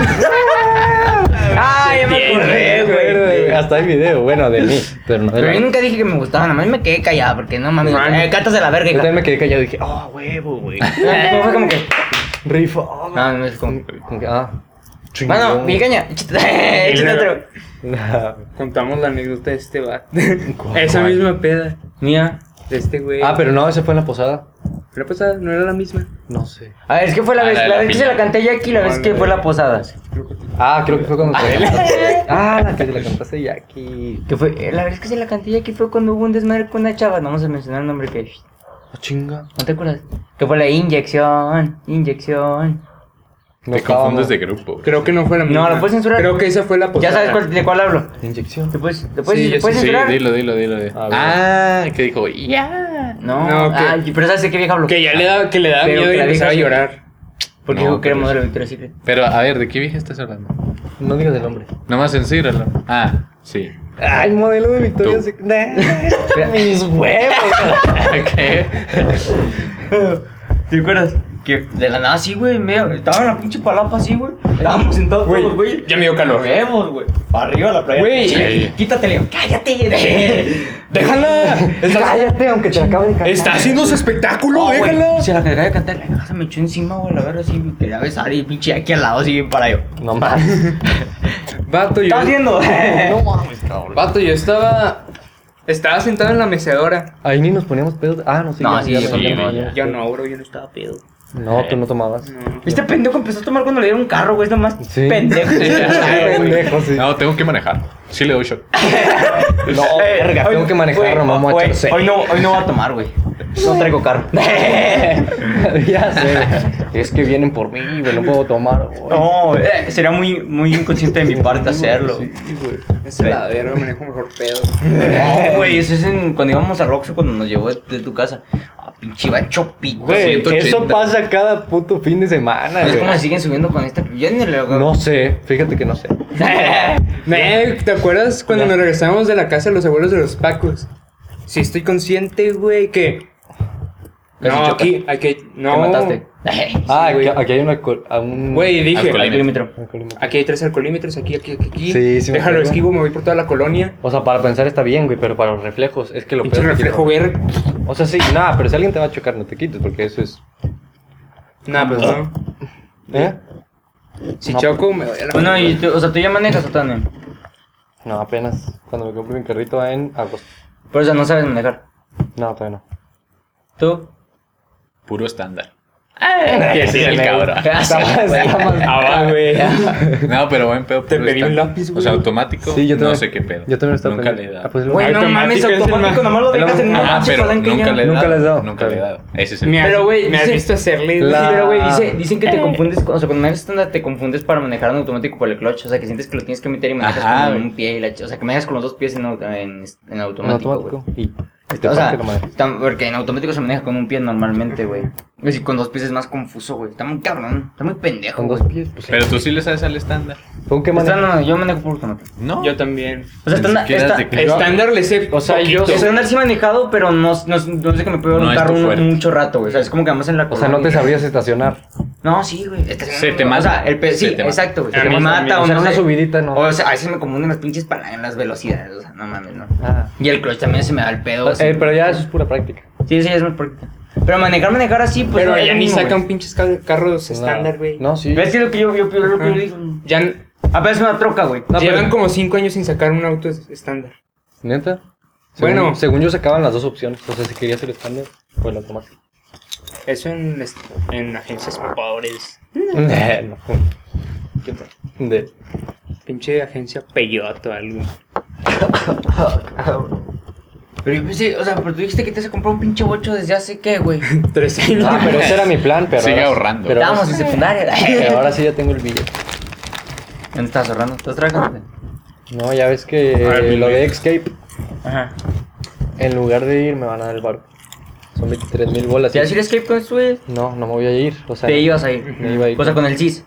Speaker 4: Ah, ya me acordé, güey.
Speaker 1: güey. Hasta hay video, bueno, de mí, pero no de
Speaker 4: Pero yo
Speaker 1: la-
Speaker 4: nunca dije que me gustaban, a mí me quedé callada porque no mames.
Speaker 3: Man.
Speaker 4: Eh, cantas de la verga,
Speaker 1: Yo
Speaker 4: hija.
Speaker 1: también me quedé callado y dije, oh, huevo, güey.
Speaker 4: Fue como que.
Speaker 1: Rifo.
Speaker 4: No, no es como.
Speaker 1: Como que, ah. chingón.
Speaker 4: Ah. Bueno, mi caña, échate échate otro.
Speaker 3: Contamos la anécdota de este vato. Esa misma peda. Mía. De este güey.
Speaker 1: Ah, pero no, ese fue en la posada.
Speaker 3: Pero pues ah, no era la misma.
Speaker 1: No sé.
Speaker 4: A ver, es que fue la
Speaker 2: Ah,
Speaker 4: vez,
Speaker 2: la de
Speaker 4: la
Speaker 2: la
Speaker 4: vez que se
Speaker 2: piña.
Speaker 4: la canté yo aquí, la vez
Speaker 3: No,
Speaker 4: que
Speaker 3: no,
Speaker 4: fue
Speaker 3: no.
Speaker 4: la posada.
Speaker 1: Ah, creo que fue cuando te la cantaste. Ah, la que te la cantaste ya aquí.
Speaker 4: Que fue, eh, la vez que se la canté yo aquí fue cuando hubo un desmadre con una chava, no vamos a mencionar el nombre que no
Speaker 1: Ah, chinga.
Speaker 4: te acuerdas. Que fue la inyección, inyección.
Speaker 1: No
Speaker 2: Te confundes
Speaker 1: estábamos.
Speaker 2: de grupo.
Speaker 3: Creo que no fue la misma.
Speaker 4: No, la puedes censurar.
Speaker 3: Creo que esa fue Pues la
Speaker 4: Ya
Speaker 3: posada.
Speaker 4: sabes cuál- de cuál hablo.
Speaker 1: Inyección.
Speaker 4: ¿Te puedes, te puedes,
Speaker 3: Sí,
Speaker 4: te
Speaker 3: yo
Speaker 4: puedes
Speaker 2: Sí,
Speaker 4: censurar?
Speaker 2: dilo, dilo, dilo. dilo.
Speaker 1: Pues, A ver.
Speaker 2: Ah, que dijo, ya.
Speaker 4: No,
Speaker 3: No, que-
Speaker 4: ay, pero ¿sabes de qué vieja hablo?
Speaker 3: Que ya le da, que le da
Speaker 4: Pero
Speaker 3: miedo
Speaker 4: que
Speaker 3: y
Speaker 4: la
Speaker 3: empezaba a
Speaker 4: vieja-
Speaker 3: llorar.
Speaker 4: Porque
Speaker 2: No,
Speaker 4: dijo que era
Speaker 2: pero-
Speaker 4: modelo de Victoria's Secret.
Speaker 2: Pero, a ver, ¿de qué vieja estás hablando?
Speaker 1: No digas el nombre.
Speaker 2: Nomás censíralo. Ah, sí.
Speaker 1: Ay, modelo de Victoria
Speaker 2: Tú.
Speaker 1: Secret. Nah, Mis huevos.
Speaker 2: ¿Qué?
Speaker 4: ¿Te acuerdas? Que de la nada, sí, güey. me- Estaba en la pinche palapa, así, güey. Estábamos sentados todos, güey.
Speaker 3: ya me dio calor.
Speaker 4: Vemos, güey. Para arriba la playa.
Speaker 3: Güey.
Speaker 4: Sí. Quítate, Leo. Cállate.
Speaker 3: ¡Déjala! ¡Está,
Speaker 1: Cállate, aunque te la acabe de cantar.
Speaker 3: está haciendo su espectáculo!
Speaker 4: No, güey,
Speaker 3: ¡Déjala!
Speaker 4: Se la cagaba de cantar. La vieja se me echó encima, güey. La verdad, sí. me Quería besar y pinche aquí al lado, así bien para yo.
Speaker 1: No más.
Speaker 3: Vato, yo,
Speaker 4: ¿Estás haciendo?
Speaker 3: vato, yo estaba. Estaba sentado en la mecedora.
Speaker 1: Ahí ni nos poníamos pedos. Ah, no, sí.
Speaker 4: No,
Speaker 1: ya,
Speaker 4: sí,
Speaker 1: ya
Speaker 4: sí,
Speaker 1: me acuerdo.
Speaker 2: no,
Speaker 3: Yo no, bro, yo no estaba pedo.
Speaker 1: No, tú no tomabas.
Speaker 3: No.
Speaker 4: Este pendejo empezó a tomar cuando le dieron un carro, güey. Es nomás
Speaker 1: Sí.
Speaker 4: pendejo.
Speaker 1: Pendejo, sí.
Speaker 2: No, tengo que manejar. Sí le doy shot.
Speaker 1: No,
Speaker 4: Eh,
Speaker 1: verga,
Speaker 4: hoy-
Speaker 1: tengo que
Speaker 4: güey,
Speaker 1: manejar, no vamos a
Speaker 4: güey,
Speaker 1: echarse.
Speaker 4: Hoy no, hoy no voy a tomar, güey. No traigo carro.
Speaker 1: ya sé. Es que vienen por mí, güey, no puedo tomar. güey.
Speaker 4: No, eh, sería muy, muy inconsciente de mi parte hacerlo.
Speaker 1: Sí, güey.
Speaker 3: Es la verga, manejo mejor pedo.
Speaker 4: No, güey, eso es en- cuando íbamos a Roxo cuando nos llevó de, de tu casa. Ah, pinche bancho pico.
Speaker 1: Güey,
Speaker 2: 180.
Speaker 1: eso pasa cada puto fin de semana,
Speaker 4: Es como
Speaker 1: güey.
Speaker 4: que siguen subiendo con esta. Yo ni le
Speaker 1: No sé, fíjate que no sé.
Speaker 3: Nel, ¿te acuerdas cuando nos regresamos de la casa de los abuelos de los Pacos? Sí, estoy consciente, güey, que.
Speaker 4: Casi
Speaker 3: No,
Speaker 4: chocas.
Speaker 3: aquí, aquí, no.
Speaker 4: Te mataste.
Speaker 1: ah,
Speaker 3: güey.
Speaker 1: aquí, aquí hay una. col- a un-
Speaker 3: Güey, dije,
Speaker 4: Al kilómetro.
Speaker 1: una colima.
Speaker 3: aquí hay tres alcoholímetros, aquí, aquí, aquí, aquí.
Speaker 1: Sí, sí me
Speaker 3: Déjalo,
Speaker 1: acuerdo.
Speaker 3: esquivo, me voy por toda la colonia.
Speaker 1: O sea, para pensar está bien, güey, pero para los reflejos es que lo
Speaker 3: Pinche
Speaker 1: peor es que
Speaker 3: reflejo,
Speaker 1: no-
Speaker 3: güey.
Speaker 1: O sea, sí, nada, pero si alguien te va a chocar, no te quites, porque eso es.
Speaker 3: Nah, pues no.
Speaker 1: ¿Eh?
Speaker 3: Si
Speaker 1: No.
Speaker 3: choco, me voy a la.
Speaker 4: Bueno, y tú- o sea, tú ya manejas o todavía no?
Speaker 1: No, apenas cuando me compré mi carrito en agosto.
Speaker 4: Pero, o sea, no sabes manejar.
Speaker 1: No, todavía no.
Speaker 4: ¿Tú?
Speaker 2: Puro estándar. Que sí, el cabrón.
Speaker 1: Está
Speaker 3: Ah, va, güey.
Speaker 2: No, pero buen pedo.
Speaker 3: Te
Speaker 2: puro
Speaker 3: pedí un
Speaker 2: estándar.
Speaker 3: lápiz, güey.
Speaker 2: O sea, automático.
Speaker 1: Sí, yo
Speaker 2: No
Speaker 1: también-
Speaker 2: sé qué pedo.
Speaker 1: Yo también estaba
Speaker 2: Nunca le he
Speaker 1: pensando.
Speaker 2: dado.
Speaker 1: Ah, pues,
Speaker 4: Güey, no
Speaker 3: Automático
Speaker 4: mames,
Speaker 3: es el más-
Speaker 4: automático, nomás lo
Speaker 1: el
Speaker 4: dejas en
Speaker 1: más-
Speaker 4: una
Speaker 2: Ah,
Speaker 4: pinche
Speaker 2: pero
Speaker 4: palanca y
Speaker 2: nunca
Speaker 4: pues, ya.
Speaker 2: le he dado.
Speaker 1: Nunca le has dado.
Speaker 2: Nunca le he dado. Ese es el
Speaker 3: Me has-
Speaker 4: Pero, güey,
Speaker 3: me has
Speaker 4: dice- Eh.
Speaker 3: visto hacerle.
Speaker 1: La-
Speaker 4: Pero, güey, dice,
Speaker 1: Ah.
Speaker 4: dicen que te confundes, con- o sea, cuando manejas estándar te confundes para manejar en automático por el clutch, o sea, que sientes que lo tienes que meter y manejas
Speaker 2: Ajá,
Speaker 4: con
Speaker 2: güey.
Speaker 4: un pie y la ch- o sea, que manejas con los dos pies en, au- en, en automático,
Speaker 1: automático.
Speaker 4: güey.
Speaker 1: Y.
Speaker 4: O
Speaker 1: pasa
Speaker 4: sea,
Speaker 1: que lo manejas.
Speaker 4: tam- porque en automático se maneja con un pie normalmente, güey. Y si con dos pies es más confuso, güey. Está muy cabrón, está muy pendejo.
Speaker 1: Con dos
Speaker 4: güey.
Speaker 1: pies, pues.
Speaker 2: Pero tú sí le sabes al estándar.
Speaker 1: ¿Con qué
Speaker 4: Está-
Speaker 1: manera?
Speaker 4: no, yo manejo por automático.
Speaker 2: No.
Speaker 3: Yo también.
Speaker 4: O sea,
Speaker 2: Ni
Speaker 4: estándar,
Speaker 2: siquiera
Speaker 4: está,
Speaker 2: es de que-
Speaker 3: Estándar le sé.
Speaker 1: O sea, yo-
Speaker 3: poquito. Pues,
Speaker 1: Yo-
Speaker 4: estándar sí manejado, pero no, no, no sé que me puedo
Speaker 2: No
Speaker 4: un
Speaker 2: es tu
Speaker 4: carro un-
Speaker 2: fuerte.
Speaker 4: mucho rato, güey. O sea, es como que vamos en la
Speaker 1: O sea, no te
Speaker 4: colonia.
Speaker 1: sabrías estacionar.
Speaker 4: No, sí, güey. Este-
Speaker 2: Se te
Speaker 4: O sea,
Speaker 2: mata.
Speaker 4: el pe-
Speaker 2: Se
Speaker 4: sí,
Speaker 2: te mata.
Speaker 4: exacto, güey.
Speaker 3: A
Speaker 4: Se te
Speaker 3: mí
Speaker 4: mata
Speaker 3: también.
Speaker 4: o
Speaker 1: O sea,
Speaker 4: no
Speaker 1: una
Speaker 4: sé.
Speaker 1: subidita, no.
Speaker 4: O sea, a veces me confunden las pinches palancas, las velocidades. O sea, no mames, no.
Speaker 1: Ah.
Speaker 4: Y el clutch también se me da el pedo. así.
Speaker 1: Eh, pero ya eso es pura práctica.
Speaker 4: Sí, sí, es muy práctica. Pero manejar, manejar así, pues.
Speaker 3: Pero
Speaker 4: no, es
Speaker 3: ya
Speaker 4: lo
Speaker 3: ni
Speaker 4: mismo, güey.
Speaker 3: sacan pinches ca- carros
Speaker 1: No.
Speaker 3: estándar, güey.
Speaker 1: No, sí.
Speaker 4: ¿Ves que lo que yo, yo, yo, lo que yo
Speaker 1: Ah.
Speaker 3: Ajá.
Speaker 4: digo?
Speaker 3: Ya n-
Speaker 4: Apenas una troca, güey.
Speaker 1: No, pero-
Speaker 3: llevan como cinco años sin sacar un auto es- estándar.
Speaker 1: ¿Neta? Según-
Speaker 3: Bueno.
Speaker 1: Según yo se acaban las dos opciones. O sea, si querías el estándar o el automático.
Speaker 3: Eso en, est- en agencias pobres.
Speaker 1: no.
Speaker 3: ¿Qué tal?
Speaker 1: De-
Speaker 3: Pinche agencia peyote o algo.
Speaker 1: Ah,
Speaker 4: Pero yo pensé, o sea, pero tú dijiste que te has comprado un pinche bocho desde hace qué, güey.
Speaker 3: Tres años.
Speaker 1: Ah, pero ese era mi plan, pero.
Speaker 2: Sigue
Speaker 1: ahora-
Speaker 2: ahorrando.
Speaker 1: Pero ahora,
Speaker 4: Estábamos en secundaria.
Speaker 1: pero
Speaker 4: ¿Dónde
Speaker 1: ahora sí ya tengo el billete.
Speaker 4: estás ahorrando? ¿Estás trabajando?
Speaker 1: No, ya ves que eh,
Speaker 2: Ahora el
Speaker 1: lo de
Speaker 2: billete.
Speaker 1: Xcape,
Speaker 4: Ajá.
Speaker 1: en lugar de ir, me van a dar el barco. Son 23 mil bolas.
Speaker 4: ¿Te ibas a ir a escape con esto, güey?
Speaker 1: No, no me voy a ir. O sea,
Speaker 4: Te ibas a ir.
Speaker 1: Me iba a ir.
Speaker 4: O sea, con el CIS.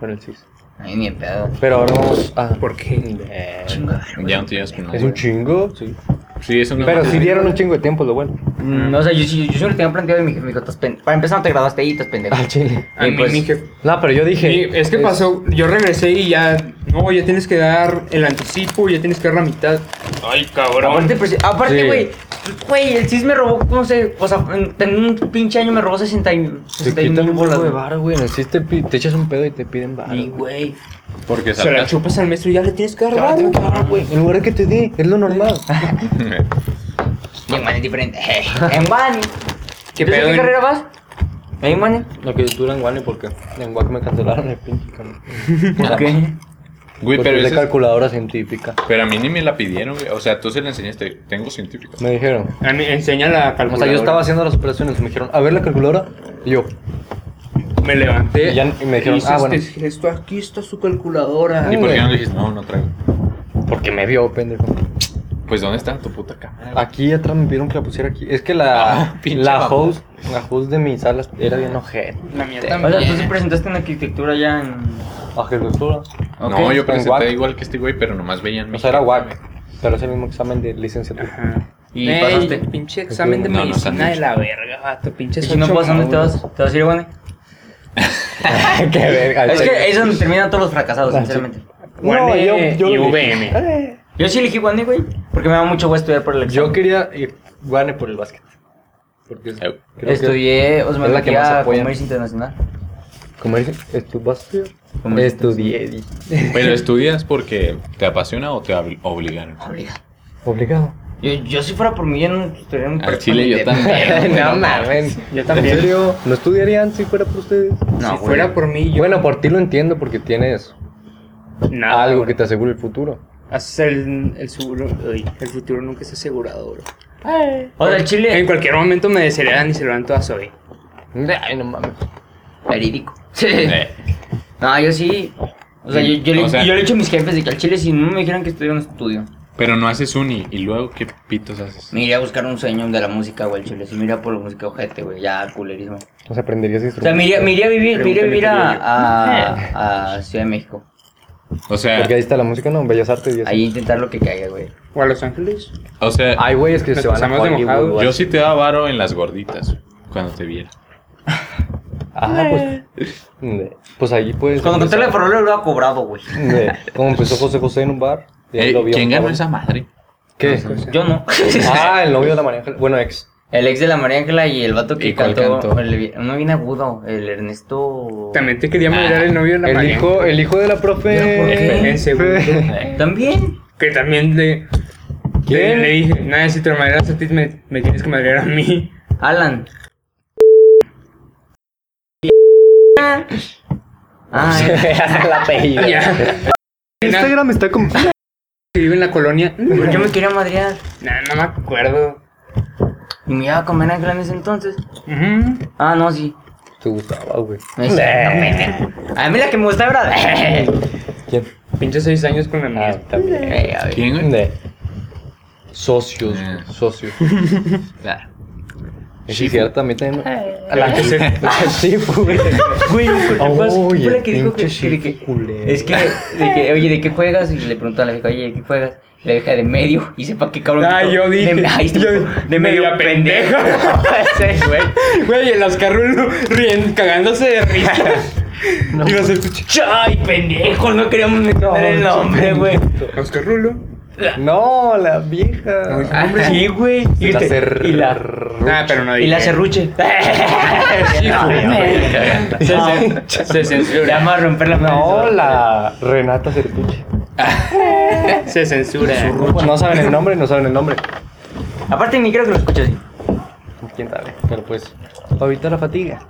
Speaker 1: con el CIS.
Speaker 4: Ay, ni en pedo.
Speaker 1: Pero ahora vamos a.
Speaker 3: ¿Por qué?
Speaker 1: Eh,
Speaker 4: Chinga.
Speaker 2: Pues Ya no te llevas con
Speaker 1: Es
Speaker 2: nadie.
Speaker 1: un chingo, sí.
Speaker 2: Sí, es una
Speaker 1: Pero
Speaker 2: mamá.
Speaker 1: sí dieron un chingo de tiempo, lo bueno.
Speaker 4: Mm, o sea, yo, sí- yo, yo lo tenía planteado y me dijo, me dijo, "Estás pendejo. Para empezar, no te graduaste ahí, estás pendejo.
Speaker 1: Al chile.
Speaker 3: A
Speaker 4: Y
Speaker 3: mí
Speaker 4: pues-
Speaker 3: mi jefe-
Speaker 1: No, pero yo dije.
Speaker 3: mi- es que pasó, yo regresé y ya, no, ya tienes que dar el anticipo, ya tienes que dar la mitad. Ay, cabrón.
Speaker 4: Aparte, pues, aparte,
Speaker 1: Sí.
Speaker 4: güey, güey, el CIS me robó, no sé, o sea, en, en un pinche año me robó 60 y
Speaker 1: Te
Speaker 4: 61
Speaker 1: quitan
Speaker 4: mil
Speaker 1: un
Speaker 4: bolas.
Speaker 1: bolas de
Speaker 4: güey.
Speaker 1: bar, güey. En el CIS te, pi- te echas un pedo y te piden bar.
Speaker 4: Y, güey,
Speaker 2: Porque
Speaker 3: Se la
Speaker 2: sacas.
Speaker 3: chupas al maestro y ya le tienes que dar
Speaker 1: Ya,
Speaker 3: varo.
Speaker 1: ya, güey. En lugar de que te dé, es lo normal.
Speaker 4: y en Mane es diferente. en Mane.
Speaker 3: ¿Qué
Speaker 4: ¿Yo sé
Speaker 3: pedo?
Speaker 4: ¿Qué
Speaker 3: en-
Speaker 4: carrera vas? En Mane.
Speaker 1: Lo que duran guane porque en Guac me cancelaron el pinche cambio.
Speaker 4: ¿Por qué?
Speaker 2: Güey,
Speaker 1: Porque
Speaker 2: pero,
Speaker 1: es de
Speaker 2: ese-
Speaker 1: calculadora científica.
Speaker 2: pero a mí ni me la pidieron, güey. O sea, tú se la enseñaste. Tengo científico.
Speaker 1: Me dijeron.
Speaker 3: A mí, enseña la
Speaker 1: O
Speaker 3: calculadora.
Speaker 1: sea, yo estaba haciendo las operaciones. Me dijeron, a ver la calculadora. Y yo,
Speaker 3: Me levanté.
Speaker 1: Y ya- y me dijeron,
Speaker 3: hice
Speaker 1: ah, bueno.
Speaker 3: este gesto, aquí está su calculadora.
Speaker 2: ¿Y por
Speaker 1: Ah, güey.
Speaker 2: qué no le dijiste? No, no traigo.
Speaker 1: porque me vio, pendejo.
Speaker 2: Pues, ¿dónde está tu puta cámara?
Speaker 1: Aquí atrás me pidieron que la pusiera aquí. Es que la,
Speaker 2: Ah, pinche
Speaker 1: la
Speaker 2: mamá.
Speaker 1: host, la host de mis salas era bien ojete.
Speaker 3: La mía
Speaker 4: O sea, tú
Speaker 3: también.
Speaker 4: sí presentaste en arquitectura ya en.
Speaker 1: Arquitectura.
Speaker 2: no, yo
Speaker 1: en guac.
Speaker 2: presenté igual que este güey, pero nomás veían mi.
Speaker 1: O sea, era
Speaker 2: jefe,
Speaker 1: guac.
Speaker 2: güey.
Speaker 1: Pero es el mismo examen de licenciatura.
Speaker 3: Ajá.
Speaker 4: Y
Speaker 3: Ey,
Speaker 4: pasaste.
Speaker 3: Pinche examen de
Speaker 2: No, no
Speaker 3: medicina
Speaker 2: salió.
Speaker 3: de la verga, vato. Pinche
Speaker 4: Si no pasas, ¿dónde te vas? ¿Te vas a ir, Mane?
Speaker 1: Qué verga.
Speaker 4: Es que ahí es donde terminan todos los fracasados,
Speaker 1: Ah,
Speaker 4: sinceramente.
Speaker 1: No, yo, yo
Speaker 3: y
Speaker 1: dije,
Speaker 3: VM.
Speaker 1: "Eh".
Speaker 4: Yo sí elegí Guane, güey, porque me da mucho gusto estudiar por el examen.
Speaker 1: Yo quería ir guane por el básquet. Porque es-
Speaker 2: Eh,
Speaker 1: creo que- es
Speaker 4: Estudié
Speaker 1: la que más
Speaker 4: Osmología
Speaker 1: apoyan.
Speaker 4: Comercio Internacional.
Speaker 1: ¿Cómo dije? ¿Estudiaste?
Speaker 4: Comercio
Speaker 1: Estudié. di.
Speaker 2: Pero estudias porque te apasiona o te obli- obligaron.
Speaker 4: Obligado.
Speaker 1: Obligado.
Speaker 4: Yo, yo si fuera por mí, yo no estaría en un
Speaker 2: Al
Speaker 4: cuerpo
Speaker 2: chile
Speaker 4: ni
Speaker 2: yo
Speaker 4: de
Speaker 2: también,
Speaker 4: perro, güey,
Speaker 1: no
Speaker 4: mames.
Speaker 1: mames.
Speaker 3: Yo también.
Speaker 1: ¿En serio? ¿No estudiarían si fuera por ustedes?
Speaker 4: No,
Speaker 3: si
Speaker 4: güey.
Speaker 3: fuera por mí, yo.
Speaker 1: Bueno, por ti lo entiendo porque tienes
Speaker 3: nada,
Speaker 1: algo
Speaker 3: güey.
Speaker 1: que te asegure el futuro.
Speaker 3: Haces el, el seguro. uy, el futuro nunca es asegurado, bro.
Speaker 4: O sea, el
Speaker 3: En
Speaker 4: chile.
Speaker 3: cualquier momento me desheredan y se lo dan todas hoy.
Speaker 1: Ay, no mames.
Speaker 4: Verídico.
Speaker 2: Eh,
Speaker 4: No, yo sí. O sea, yo, yo, le,
Speaker 2: O sea-
Speaker 4: yo le he dicho a mis jefes de que al chile, si no me dijeran que estudiara un estudio,
Speaker 2: pero no haces uni. ¿Y luego qué pitos haces?
Speaker 4: me iría a buscar un sueño de la música, güey, al chile. Si me iría por la música, ojete, güey, ya, culerismo.
Speaker 1: O sea, aprenderías
Speaker 4: O sea, me
Speaker 1: instrumentos.
Speaker 4: iría, me iría a vivir, me iría a vivir a,
Speaker 3: Pregúntame
Speaker 4: a- a Ciudad de México.
Speaker 2: O sea,
Speaker 1: Porque ahí está la música, ¿no? Bellas Artes y eso.
Speaker 4: Ahí intentar lo que caiga, güey.
Speaker 3: O a Los Ángeles.
Speaker 2: o sea,
Speaker 1: Hay güeyes que
Speaker 3: Nos
Speaker 1: se van a
Speaker 3: pasamos de
Speaker 1: Hollywood.
Speaker 3: mojados.
Speaker 1: güey.
Speaker 2: yo sí te daba varo en las gorditas cuando te viera.
Speaker 1: Ah, pues. de- Pues ahí pues.
Speaker 4: Cuando conté la parola, lo hubiera cobrado, güey.
Speaker 1: de- Como empezó José José en un bar. y ahí
Speaker 2: Eh,
Speaker 1: lo vio
Speaker 2: ¿Quién
Speaker 1: un
Speaker 2: ganó
Speaker 1: cabrón.
Speaker 2: esa madre?
Speaker 1: ¿Qué?
Speaker 4: Yo no.
Speaker 1: Ah, el novio de la María Ángela. Bueno, ex.
Speaker 4: El ex de la María Ángela y el vato que
Speaker 2: ¿Y cuál
Speaker 4: cantó.
Speaker 2: cantó?
Speaker 4: el- uno bien agudo, el Ernesto.
Speaker 3: También te quería
Speaker 4: Ah,
Speaker 3: mirar el novio de la
Speaker 1: El
Speaker 3: María.
Speaker 1: hijo, el hijo de la
Speaker 4: ¿Por qué?
Speaker 1: profe.
Speaker 2: Este,
Speaker 3: En segundo.
Speaker 4: Eh, También.
Speaker 3: Que también le.
Speaker 1: ¿Quién?
Speaker 3: Le, le dije, nada, si te lo madreas a ti, me, me tienes que madrear a mí.
Speaker 4: Alan. Ay,
Speaker 1: El apellido.
Speaker 3: Ya.
Speaker 1: Instagram está como.
Speaker 3: Que vive en la colonia.
Speaker 4: ¿por qué pues me quería madrear?
Speaker 3: Nah, no me acuerdo.
Speaker 4: Y me iba a comer ángel en ese entonces.
Speaker 3: Ujú.
Speaker 4: Ah, no, sí.
Speaker 1: Te gustaba, güey.
Speaker 4: Me dice, "No, pendejo". A mí la que me gustaba era.
Speaker 1: ¿Quién?
Speaker 3: Pinche seis años con la mía.
Speaker 1: Ah, también.
Speaker 4: Eh, a ver.
Speaker 2: ¿Quién? güey?
Speaker 1: De socios,
Speaker 2: Ah.
Speaker 1: socios.
Speaker 2: Claro.
Speaker 1: Sí, cierto, a mí también. A la que se. Sí, Ah, güey.
Speaker 4: Güey,
Speaker 1: Oh,
Speaker 4: ¿cuál fue
Speaker 1: el
Speaker 4: la que dijo que,
Speaker 1: pinche
Speaker 4: que- que-
Speaker 1: chico culero.
Speaker 4: es que, de que, oye, ¿de qué juegas? Y le preguntó a la vieja, oye, ¿de qué juegas? Y La vieja de medio, y sepa qué cabrón.
Speaker 3: Ah,
Speaker 4: quitó.
Speaker 3: yo dije,
Speaker 4: De, ay, este
Speaker 3: yo-
Speaker 4: puto, de medio
Speaker 3: media
Speaker 4: pendeja. Sí, güey.
Speaker 3: Güey, el Oscar Rulo riendo, cagándose de risa. Iba a ser pinche.
Speaker 4: Ay, pendejo, no queríamos meter el nombre, güey.
Speaker 3: Oscar Rulo.
Speaker 1: No, la vieja.
Speaker 4: Ah, sí, güey. Y,
Speaker 1: La
Speaker 4: te-
Speaker 1: cer-
Speaker 4: y la
Speaker 3: Ah, pero no
Speaker 4: y
Speaker 3: dije. Ah,
Speaker 4: la serruche.
Speaker 3: hijo de
Speaker 4: No,
Speaker 3: Se,
Speaker 4: no.
Speaker 3: cen- se
Speaker 4: Le
Speaker 3: censura.
Speaker 4: vamos a romper la
Speaker 1: No,
Speaker 4: madre.
Speaker 1: la Renata Certuche.
Speaker 3: Se censura.
Speaker 1: No saben el nombre, no saben el nombre.
Speaker 4: Aparte, ni creo que lo escucho así.
Speaker 1: ¿Quién sabe? Pero pues, ahorita la fatiga.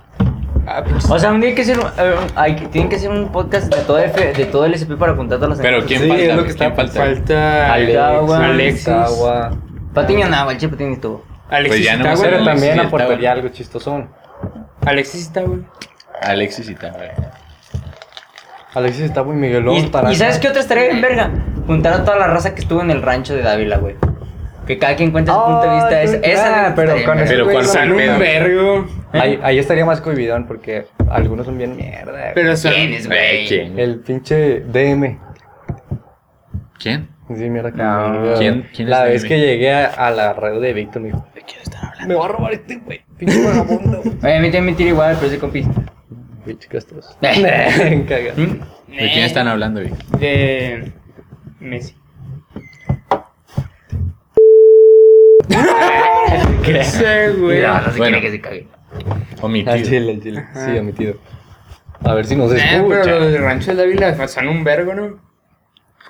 Speaker 3: Ah, pues.
Speaker 4: O sea, un día hay que hacer, eh, hay que- tienen que hacer un podcast de todo, F- de todo el SP para contar todas las
Speaker 2: Pero ¿quién
Speaker 1: Sí,
Speaker 2: falta?
Speaker 1: es lo que
Speaker 2: ¿Quién
Speaker 1: está-
Speaker 2: falta?
Speaker 3: Falta.
Speaker 1: Alex,
Speaker 4: Itagua,
Speaker 3: Alexis.
Speaker 1: Itagua.
Speaker 4: Patiño nada, el che Patiño estuvo.
Speaker 3: Alexis
Speaker 2: Pues ya no
Speaker 3: está,
Speaker 2: me
Speaker 3: güey.
Speaker 1: Pero
Speaker 2: Alexis
Speaker 1: también
Speaker 2: Itagua.
Speaker 1: aportaría algo chistosón.
Speaker 3: Alexis está, güey.
Speaker 2: Alexis y Tamara.
Speaker 1: Alexis está muy
Speaker 4: Y,
Speaker 1: Miguelón. Taranca.
Speaker 4: y ¿sabes qué otra estaría bien verga? Juntar a toda la raza que estuvo en el rancho de Dávila, güey. Que cada quien cuente su punto de vista.
Speaker 1: Ay,
Speaker 4: Esa,
Speaker 1: güey,
Speaker 4: esa
Speaker 1: ah,
Speaker 4: neta
Speaker 1: pero
Speaker 4: estaría
Speaker 1: con
Speaker 4: bien
Speaker 1: ese
Speaker 4: verga.
Speaker 2: Pero
Speaker 1: güey
Speaker 2: ¿cuál
Speaker 1: no-
Speaker 2: sale?
Speaker 3: Son un
Speaker 2: pedo.
Speaker 3: vergo.
Speaker 1: Ahí, ahí estaría más cohibidón porque algunos son bien mierda. güey.
Speaker 3: Pero son.
Speaker 4: ¿Quién es, güey?
Speaker 2: ¿Quién?
Speaker 1: El pinche DM.
Speaker 2: ¿Quién?
Speaker 1: Sí, mierda. que
Speaker 4: No.
Speaker 1: me dio.
Speaker 2: ¿Quién- quién es
Speaker 1: la
Speaker 2: DM?
Speaker 1: vez que llegué a, a la red de Víctor me dijo,
Speaker 2: ¿De quién están hablando?
Speaker 1: me va a robar este güey. Pinche vagabundo. güey".
Speaker 4: Oye, a mí también me tira igual, pero ese compis.
Speaker 1: Pinche castroso. Caga.
Speaker 4: ¿Mm?
Speaker 2: ¿De quién están hablando, güey?
Speaker 3: Eh, De. Messi.
Speaker 4: ¿Qué?
Speaker 3: Ese, güey. Eh,
Speaker 4: No, no se
Speaker 2: Bueno.
Speaker 4: quiere que se cague.
Speaker 1: Al
Speaker 2: Omitido.
Speaker 1: chile, al chile. Sí, omitido. A ver si nos
Speaker 3: Eh,
Speaker 1: escucha.
Speaker 3: pero los de Rancho de Dávila son un vergo, ¿no?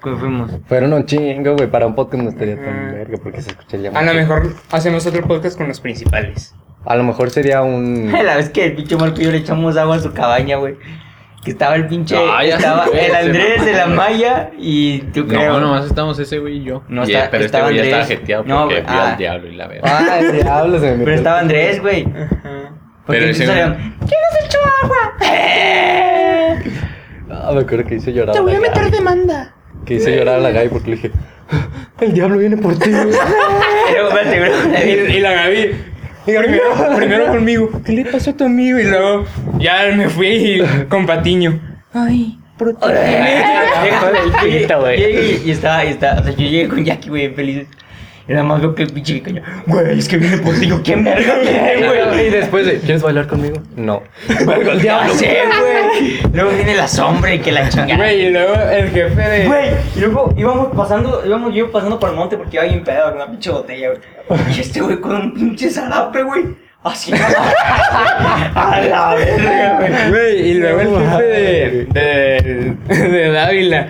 Speaker 4: ¿Cuál fuimos?
Speaker 1: Fueron un chingo, güey. Para un podcast no estaría tan
Speaker 3: Ajá.
Speaker 1: verga porque se escucharía
Speaker 3: A lo
Speaker 1: mucho.
Speaker 3: mejor hacemos otro podcast con los principales.
Speaker 1: A lo mejor sería un.
Speaker 4: La vez que el pinche Marco y yo le echamos agua a su cabaña, güey. Que estaba el pinche.
Speaker 2: Ah, ya
Speaker 4: estaba
Speaker 2: se fue,
Speaker 4: el
Speaker 2: se
Speaker 4: Andrés
Speaker 2: mamó,
Speaker 4: de la
Speaker 2: güey.
Speaker 4: Maya y tú creo.
Speaker 2: No, nomás estamos ese güey y yo.
Speaker 4: No,
Speaker 2: Y-
Speaker 4: está-
Speaker 2: pero este
Speaker 4: estaba
Speaker 2: güey ya estaba
Speaker 4: Andrés.
Speaker 2: jeteado
Speaker 4: No,
Speaker 2: porque
Speaker 4: güey,
Speaker 2: vio
Speaker 4: ah.
Speaker 2: al diablo y la verdad.
Speaker 1: Ah, el diablo se me metió.
Speaker 4: Pero estaba Andrés, güey.
Speaker 3: Ajá.
Speaker 4: Porque
Speaker 2: Pero
Speaker 4: entonces
Speaker 2: ese-
Speaker 4: salieron, ¿Quién nos echó agua?
Speaker 1: Ah, me acuerdo que hice llorar. Te voy a meter demanda. Que hice llorar a la Gaby porque le dije, "Ah, el diablo viene por ti. güey".
Speaker 4: Pero me aseguró
Speaker 3: Y, y la Gaby. Primero, primero conmigo. ¿Qué le pasó a tu amigo? Y luego ya me fui y- con Patiño.
Speaker 4: Y estaba, y estaba, o sea, yo llegué con Jackie, güey, bien feliz. Y nada más veo que el pinche que caña, güey, es que viene por ti, yo, ¿quién verga viene, güey?
Speaker 1: Y después de, ¿quieres bailar conmigo? No. Verga, el
Speaker 4: Ya
Speaker 1: diablo.
Speaker 4: sé, güey. Luego viene la sombra y que la chingada.
Speaker 3: Güey, y luego el jefe de.
Speaker 4: Güey, y luego íbamos pasando, íbamos yo pasando por el monte porque iba bien pedo con una pinche botella, güey. Y este güey con un pinche zarape, güey. Así, a la verga, güey.
Speaker 3: Güey, y luego el
Speaker 1: No,
Speaker 3: jefe de.
Speaker 1: madre.
Speaker 3: de. de Dávila.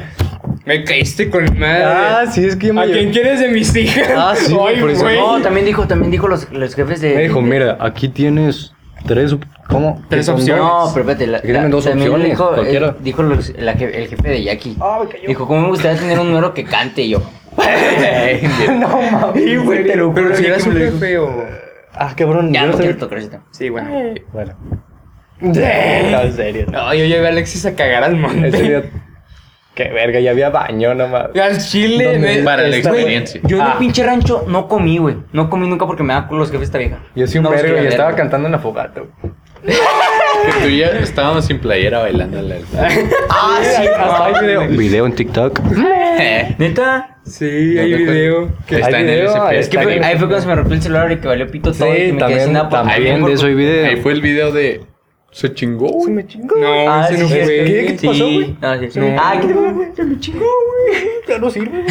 Speaker 3: Me caíste con madre.
Speaker 1: Ah, sí, es que yo me
Speaker 3: ¿A
Speaker 1: lloré.
Speaker 3: quién quieres de mis hijas?
Speaker 1: Ah, sí,
Speaker 3: Ay,
Speaker 1: por eso-
Speaker 3: güey.
Speaker 4: No, también dijo, también dijo los, los jefes de.
Speaker 1: Me dijo, mira, aquí tienes tres. ¿Cómo?
Speaker 3: Tres
Speaker 1: Que son
Speaker 3: opciones.
Speaker 1: dos.
Speaker 4: No, pero espérate, la,
Speaker 1: Que tienen
Speaker 4: la-
Speaker 1: dos
Speaker 4: también
Speaker 1: opciones,
Speaker 4: dijo, eh,
Speaker 1: cualquiera.
Speaker 4: dijo los- la je- el jefe de Jackie. dijo, ¿cómo me gustaría tener un número que cante Y yo?
Speaker 1: no
Speaker 4: Sí,
Speaker 1: mames.
Speaker 4: güey, te lo
Speaker 3: Pero
Speaker 4: juro,
Speaker 3: si
Speaker 4: Jackie
Speaker 3: eras
Speaker 4: me
Speaker 3: un
Speaker 4: lo dijo.
Speaker 3: jefe o.
Speaker 1: Ah, cabrón.
Speaker 4: Ya
Speaker 1: yo
Speaker 4: no
Speaker 1: sabía-
Speaker 4: quiero tocar esto.
Speaker 3: Sí, bueno.
Speaker 1: Bueno. No, en serio.
Speaker 3: No, yo llevé a Alexis a cagar al monte.
Speaker 1: Ese día. Qué verga, ya había baño nomás.
Speaker 3: Al chile. Este,
Speaker 1: ¿Dónde?
Speaker 3: me-
Speaker 2: Para la
Speaker 3: Esta-
Speaker 2: experiencia.
Speaker 4: Yo en
Speaker 1: Ah.
Speaker 4: el pinche rancho no comí, güey. No comí nunca porque me da culo los jefes de esta vieja.
Speaker 1: Yo soy un
Speaker 4: No los
Speaker 1: verga
Speaker 4: quería
Speaker 1: y
Speaker 4: ver,
Speaker 1: estaba
Speaker 4: güey.
Speaker 1: cantando en la fogata. güey.
Speaker 2: Que tú y yo estábamos sin playera bailando la
Speaker 4: Ah, sí,
Speaker 1: Hasta hay
Speaker 4: no.
Speaker 1: video. en TikTok.
Speaker 4: Neta.
Speaker 3: Sí, hay
Speaker 2: No te
Speaker 3: video.
Speaker 2: Que
Speaker 1: Hay
Speaker 2: está en el
Speaker 1: video,
Speaker 2: SP.
Speaker 1: es
Speaker 4: Que fue-
Speaker 1: bien.
Speaker 4: ahí fue cuando se me rompió el celular y que valió pito todo. y que me quedé
Speaker 1: también-
Speaker 4: sin nada pues, por-
Speaker 1: también
Speaker 4: por-
Speaker 1: de eso hay video.
Speaker 2: Ahí fue el video de. Se chingó, güey.
Speaker 1: me chingó.
Speaker 3: No,
Speaker 4: Ah,
Speaker 3: ese
Speaker 4: sí,
Speaker 3: no
Speaker 4: sí,
Speaker 3: fue.
Speaker 4: es
Speaker 1: que- ¿Qué te pasó,
Speaker 4: Sí.
Speaker 1: güey?
Speaker 4: Ah, sí, sí.
Speaker 3: No.
Speaker 4: Ah, ¿qué te pasó, güey?
Speaker 1: Se me chingó, güey. Ya no sirve.